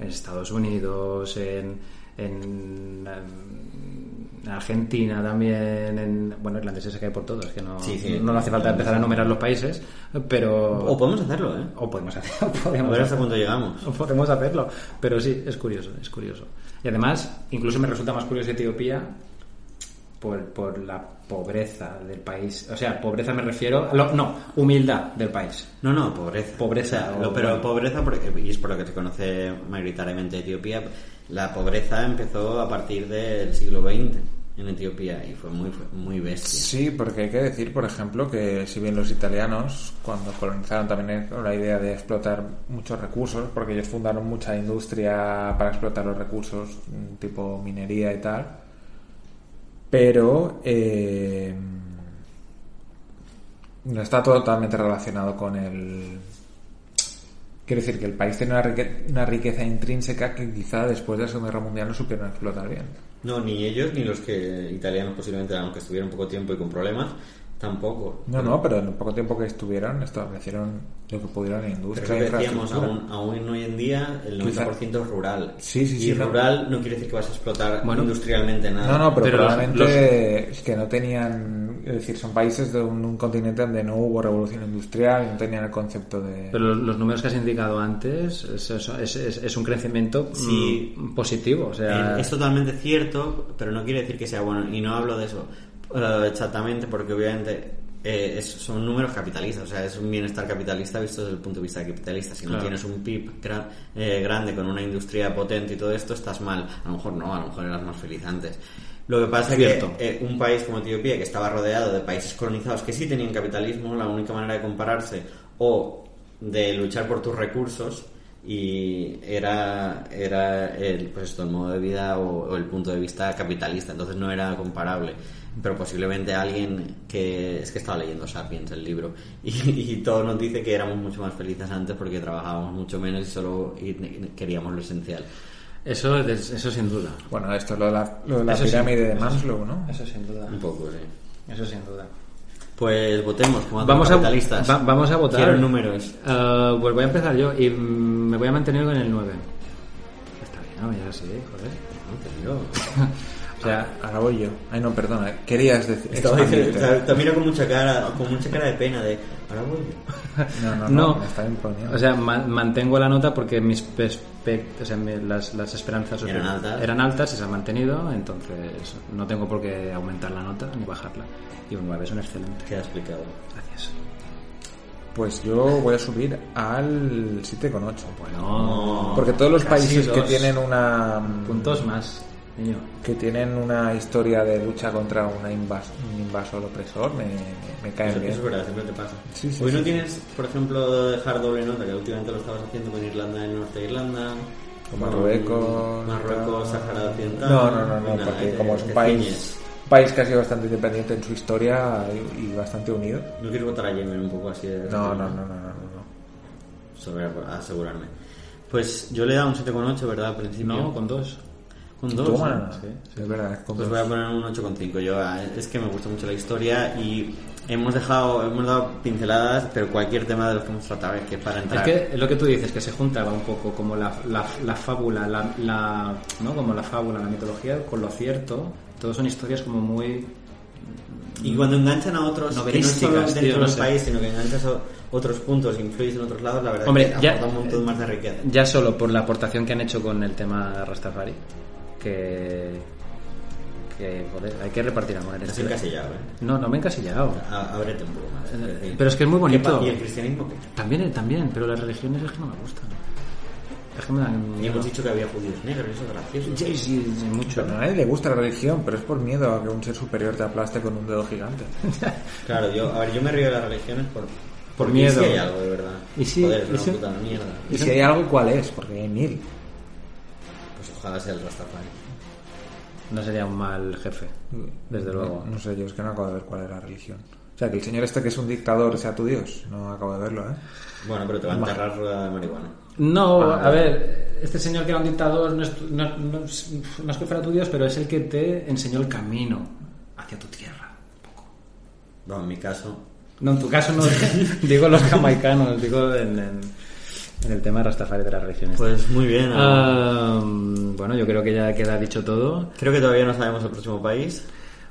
[SPEAKER 1] en Estados Unidos, en, en, em, Argentina también, en, bueno, irlandeses que hay por todos, que no,
[SPEAKER 3] Sí, sí.
[SPEAKER 1] no hace falta empezar a enumerar los países, pero...
[SPEAKER 3] O podemos hacerlo, ¿eh?
[SPEAKER 1] o podemos hacer- o
[SPEAKER 3] A
[SPEAKER 1] podemos
[SPEAKER 3] ver
[SPEAKER 1] hacer-
[SPEAKER 3] hasta cuándo llegamos.
[SPEAKER 1] no podemos hacerlo. Pero sí, es curioso, es curioso. Y además, incluso me resulta más curioso Etiopía por, por la pobreza del país. O sea, pobreza me refiero... a lo- no, humildad del país.
[SPEAKER 3] No, no, pobreza.
[SPEAKER 1] Pobreza,
[SPEAKER 3] O sea, lo-
[SPEAKER 1] o-
[SPEAKER 3] pero pobreza, porque- y es por lo que se conoce mayoritariamente Etiopía, la pobreza empezó a partir del siglo XX en Etiopía y fue muy, fue muy bestia.
[SPEAKER 2] Sí, porque hay que decir, por ejemplo, que si bien los italianos, cuando colonizaron también era la idea de explotar muchos recursos, porque ellos fundaron mucha industria para explotar los recursos, mm, tipo minería y tal, pero eh, no está todo totalmente relacionado con el... Quiero decir que el país tiene una rique- una riqueza intrínseca que quizá después de la Segunda Guerra Mundial no supieron explotar bien.
[SPEAKER 3] No, ni ellos ni los que italianos posiblemente, aunque estuvieron poco tiempo y con problemas, tampoco.
[SPEAKER 2] No, no, pero en el poco tiempo que estuvieron establecieron lo que pudieron en
[SPEAKER 3] Pero
[SPEAKER 2] industria.
[SPEAKER 3] es lo que decíamos,
[SPEAKER 2] infraestructura.
[SPEAKER 3] aún, aún hoy en día el
[SPEAKER 2] Quizá-
[SPEAKER 3] 90% es rural.
[SPEAKER 2] Sí, sí, sí,
[SPEAKER 3] Y
[SPEAKER 2] no.
[SPEAKER 3] rural no. quiere decir que vas a explotar
[SPEAKER 1] Bueno.
[SPEAKER 3] industrialmente nada.
[SPEAKER 2] No, no, pero,
[SPEAKER 1] Pero los-
[SPEAKER 2] probablemente es que no tenían, es decir, son países de un, un continente donde no hubo revolución industrial, no tenían el concepto de...
[SPEAKER 1] Pero los, los números que has indicado antes es, es- es- es- es un crecimiento mm,
[SPEAKER 3] Sí.
[SPEAKER 1] positivo. O sea,
[SPEAKER 3] Eh, Es totalmente cierto, pero no quiere decir que sea bueno. Y no hablo de eso eh, exactamente, porque obviamente eh, es- son números capitalistas, o sea, es un bienestar capitalista visto desde el punto de vista capitalista. Si no
[SPEAKER 1] Claro.
[SPEAKER 3] tienes un PIB gra- eh, grande con una industria potente y todo esto, estás mal. A lo mejor no, a lo mejor eras más feliz antes. Lo que pasa es
[SPEAKER 1] Cierto.
[SPEAKER 3] que eh, un país como Etiopía, que estaba rodeado de países colonizados que sí tenían capitalismo, la única manera de compararse o de luchar por tus recursos y era, era el, pues esto, el modo de vida o, o el punto de vista capitalista, entonces no era comparable. Pero posiblemente alguien que es que estaba leyendo Sapiens, el libro, y, y todo nos dice que éramos mucho más felices antes porque trabajábamos mucho menos y solo y- y queríamos lo esencial.
[SPEAKER 1] Eso, des- eso sin duda.
[SPEAKER 2] Bueno, esto es lo de la, lo de la
[SPEAKER 1] Eso sí,
[SPEAKER 2] pirámide de
[SPEAKER 1] eso sí.
[SPEAKER 2] Maslow, ¿no?
[SPEAKER 1] Eso sin duda.
[SPEAKER 3] Un poco, sí.
[SPEAKER 1] Eso sin duda.
[SPEAKER 3] Pues votemos como
[SPEAKER 1] Vamos a,
[SPEAKER 3] capitalistas.
[SPEAKER 1] va- vamos a votar.
[SPEAKER 3] Quiero números.
[SPEAKER 1] Eh, pues voy a empezar yo y mm, me voy a mantener con el 9. Está bien, ¿no? Ya sí, joder.
[SPEAKER 3] No, te digo.
[SPEAKER 1] O sea,
[SPEAKER 2] Ahora voy yo. Ay, no, perdona. Querías decir...
[SPEAKER 3] Estaba diciendo,
[SPEAKER 2] expandirte.
[SPEAKER 3] te- te miro con mucha cara, con mucha cara de pena de ahora voy yo".
[SPEAKER 2] No, no, no.
[SPEAKER 1] no.
[SPEAKER 2] Me está imponiendo.
[SPEAKER 1] O sea, ma- mantengo la nota porque mis perspec- o sea, mi- las, las esperanzas
[SPEAKER 3] Eran altas.
[SPEAKER 1] eran altas y se han mantenido, entonces no tengo por qué aumentar la nota ni bajarla. Y un 9 es un excelente.
[SPEAKER 3] Queda explicado.
[SPEAKER 1] Gracias.
[SPEAKER 2] Pues yo voy a subir al 7,8.
[SPEAKER 3] Oh,
[SPEAKER 1] Bueno,
[SPEAKER 2] Porque todos los
[SPEAKER 1] casi
[SPEAKER 2] países que
[SPEAKER 1] dos
[SPEAKER 2] tienen una...
[SPEAKER 1] puntos más, niño.
[SPEAKER 2] que tienen una historia de lucha contra una invas- un invasor opresor me, me
[SPEAKER 3] Eso,
[SPEAKER 2] caen bien.
[SPEAKER 3] eso es verdad, siempre te pasa.
[SPEAKER 2] Sí, sí,
[SPEAKER 3] Hoy no
[SPEAKER 2] sí.
[SPEAKER 3] tienes, por ejemplo, dejar doble nota, que últimamente lo estabas haciendo con Irlanda del Norte de Irlanda.
[SPEAKER 2] Con Marruecos.
[SPEAKER 3] Marruecos, Sahara Occidental.
[SPEAKER 2] No, no, no, no,
[SPEAKER 3] Nada, eh,
[SPEAKER 2] porque
[SPEAKER 3] te-
[SPEAKER 2] como es
[SPEAKER 3] te
[SPEAKER 2] un país,
[SPEAKER 3] ciñes.
[SPEAKER 2] un país que ha sido bastante independiente en su historia y, y bastante unido.
[SPEAKER 3] No quiero votar a Yemen un poco así de.
[SPEAKER 2] No, no, no, no, no. no.
[SPEAKER 3] Sobre asegurarme. Pues yo le he dado un 7,8, ¿verdad? Al principio.
[SPEAKER 1] No, con dos.
[SPEAKER 3] con dos.
[SPEAKER 2] Toma,
[SPEAKER 1] sí,
[SPEAKER 2] es verdad. como-
[SPEAKER 3] Pues voy a poner un 8,5. Yo ah, es que me gusta mucho la historia y hemos dejado, hemos dado pinceladas, pero cualquier tema de los que hemos tratado es que para
[SPEAKER 1] Es
[SPEAKER 3] entrar.
[SPEAKER 1] que es lo que tú dices, que se juntaba un poco como la, la, la fábula, la, la- ¿no? como la fábula, la mitología, con lo cierto. Todos son historias como muy...
[SPEAKER 3] Y cuando enganchan a otros, que no es solo
[SPEAKER 1] Novelísticas,
[SPEAKER 3] dentro
[SPEAKER 1] tío,
[SPEAKER 3] de
[SPEAKER 1] no
[SPEAKER 3] un
[SPEAKER 1] sé.
[SPEAKER 3] país, sino que enganchas a otros puntos, influyes en otros lados, la verdad
[SPEAKER 1] Hombre,
[SPEAKER 3] es que
[SPEAKER 1] ya-
[SPEAKER 3] aporta un montón más de riqueza.
[SPEAKER 1] Ya solo por la aportación que han hecho con el tema Rastafari, que... que joder, hay que repartir amor en
[SPEAKER 3] Estás
[SPEAKER 1] este-
[SPEAKER 3] encasillado, ¿eh?
[SPEAKER 1] No, no me he encasillado.
[SPEAKER 3] A- Ábrete un poco más.
[SPEAKER 1] Eh,
[SPEAKER 3] decir,
[SPEAKER 1] pero es que es muy
[SPEAKER 3] ¿qué
[SPEAKER 1] bonito.
[SPEAKER 3] pa- ¿Y el cristianismo qué?
[SPEAKER 1] También, también, pero las religiones es que no me gustan. Es que me dan...
[SPEAKER 3] Y hemos dicho que había judíos negros, eso es gracioso.
[SPEAKER 1] Sí, sí, sí, mucho.
[SPEAKER 2] Pero a nadie le gusta la religión, pero es por miedo a que un ser superior te aplaste con un dedo gigante.
[SPEAKER 3] Claro, yo, a ver, yo me río de las religiones por, porque
[SPEAKER 1] miedo.
[SPEAKER 3] Sí hay algo, de verdad.
[SPEAKER 1] Y sí,
[SPEAKER 3] Joder, es
[SPEAKER 1] y
[SPEAKER 3] una
[SPEAKER 1] sí.
[SPEAKER 3] puta mierda.
[SPEAKER 2] Y si hay algo, ¿cuál es? Porque hay mil.
[SPEAKER 3] Pues ojalá sea el Rastafari.
[SPEAKER 1] No sería un mal jefe, desde luego.
[SPEAKER 2] No, sé, yo es que no acabo de ver cuál era la religión. O sea, que el señor este que es un dictador sea tu Dios. No acabo de verlo, ¿eh?
[SPEAKER 3] Bueno, pero te va a enterrar rueda de marihuana.
[SPEAKER 1] No, a ver, este señor que era un dictador no es, tu- no- no es- no es que fuera tu Dios, pero es el que te enseñó el camino hacia tu tierra.
[SPEAKER 3] No, en mi caso.
[SPEAKER 1] No, en tu caso no ¿eh? digo los jamaicanos, digo en, en- en el tema Rastafari de las religiones.
[SPEAKER 3] Pues muy bien.
[SPEAKER 1] Ah, bueno, yo creo que ya queda dicho todo.
[SPEAKER 3] Creo que todavía no sabemos el próximo país,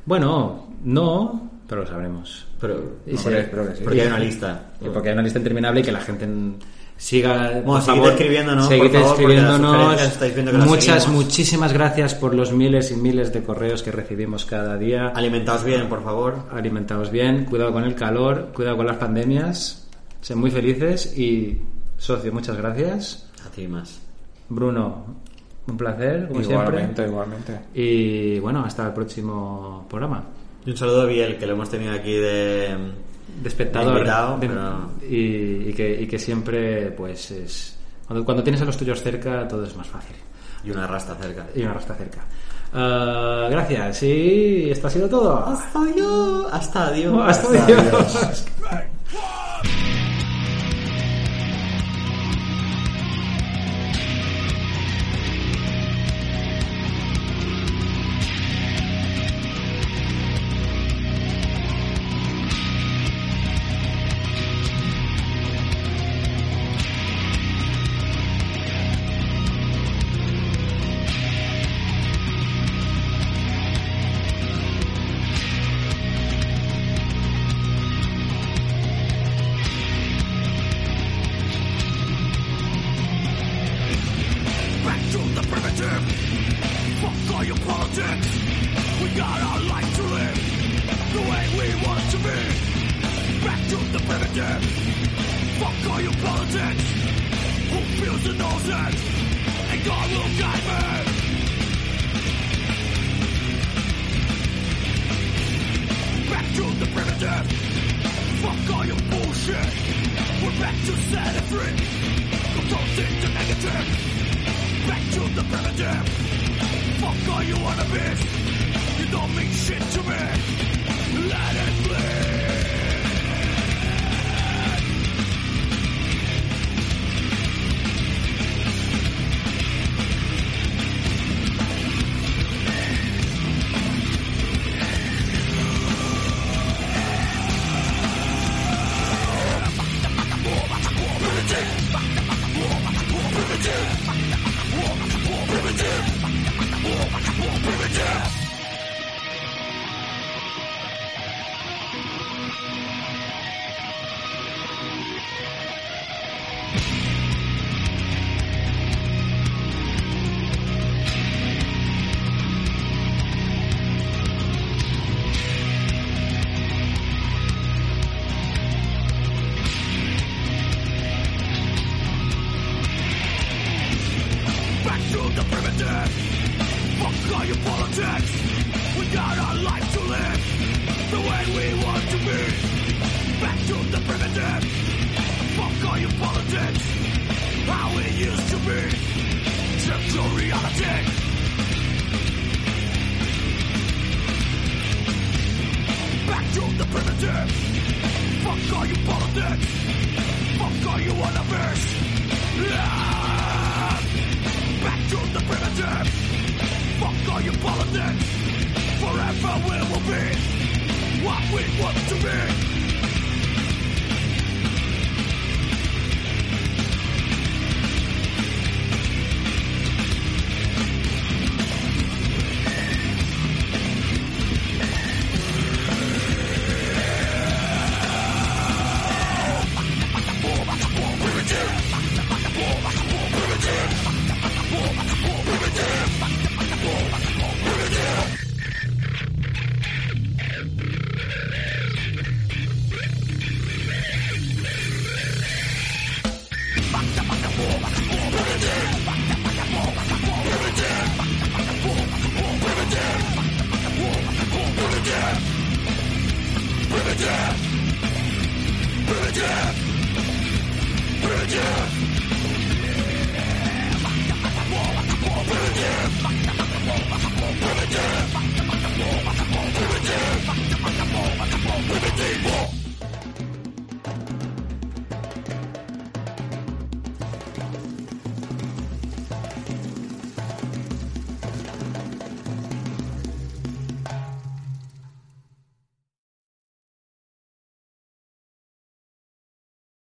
[SPEAKER 1] Bueno, no, pero lo sabremos.
[SPEAKER 3] pero.
[SPEAKER 1] Y
[SPEAKER 2] Hombre,
[SPEAKER 1] sí.
[SPEAKER 2] espero que sí.
[SPEAKER 3] Porque hay una lista.
[SPEAKER 1] Y porque hay una lista interminable y que la gente mm, siga por
[SPEAKER 3] seguid
[SPEAKER 1] favor,
[SPEAKER 3] escribiéndonos,
[SPEAKER 1] seguid
[SPEAKER 3] por favor, porque las
[SPEAKER 1] escribiéndonos.
[SPEAKER 3] sugerencias estáis viendo que las
[SPEAKER 1] muchas
[SPEAKER 3] seguimos.
[SPEAKER 1] muchísimas gracias por los miles y miles de correos que recibimos cada día
[SPEAKER 3] Alimentaos bien, por favor.
[SPEAKER 1] alimentaos bien cuidado con el calor cuidado con las pandemias sed muy felices y socio muchas gracias
[SPEAKER 3] A ti más.
[SPEAKER 1] Bruno un placer como
[SPEAKER 2] Igualmente,
[SPEAKER 1] siempre
[SPEAKER 2] igualmente.
[SPEAKER 1] y bueno hasta el próximo programa
[SPEAKER 3] Y un saludo a Biel, que lo hemos tenido aquí de.
[SPEAKER 1] de espectador
[SPEAKER 3] Invitado,
[SPEAKER 1] de-
[SPEAKER 3] pero-
[SPEAKER 1] y, y que, y que siempre pues es cuando, cuando tienes a los tuyos cerca todo es más fácil
[SPEAKER 3] y una rasta cerca.
[SPEAKER 1] y una rasta cerca Ah, gracias y esto ha sido todo
[SPEAKER 3] Hasta adiós. Hasta adiós.
[SPEAKER 1] hasta, adiós.
[SPEAKER 5] back to the primitive. Fuck all your politics. We got our life to live the way we want it to be. You're the primitive. Fuck all your politics. Who feels and knows it? And God will guide me. Back to the primitive. Fuck all your bullshit. We're back to set it free. We're toasting the negative. Back to the primitive. Fuck all you wannabes. You don't mean shit to me. Let it bleed. Back to the primitive. Fuck all your politics. We got our life to live the way we want to be. Back to the primitive. Fuck all your politics. How it used to be. Trip to reality. Back to the primitive. Fuck all your politics. Fuck all you wannabes. Yeah. Back to the primitive. Fuck all your politics. Forever we will be what we want to be. Primitive. Primitive.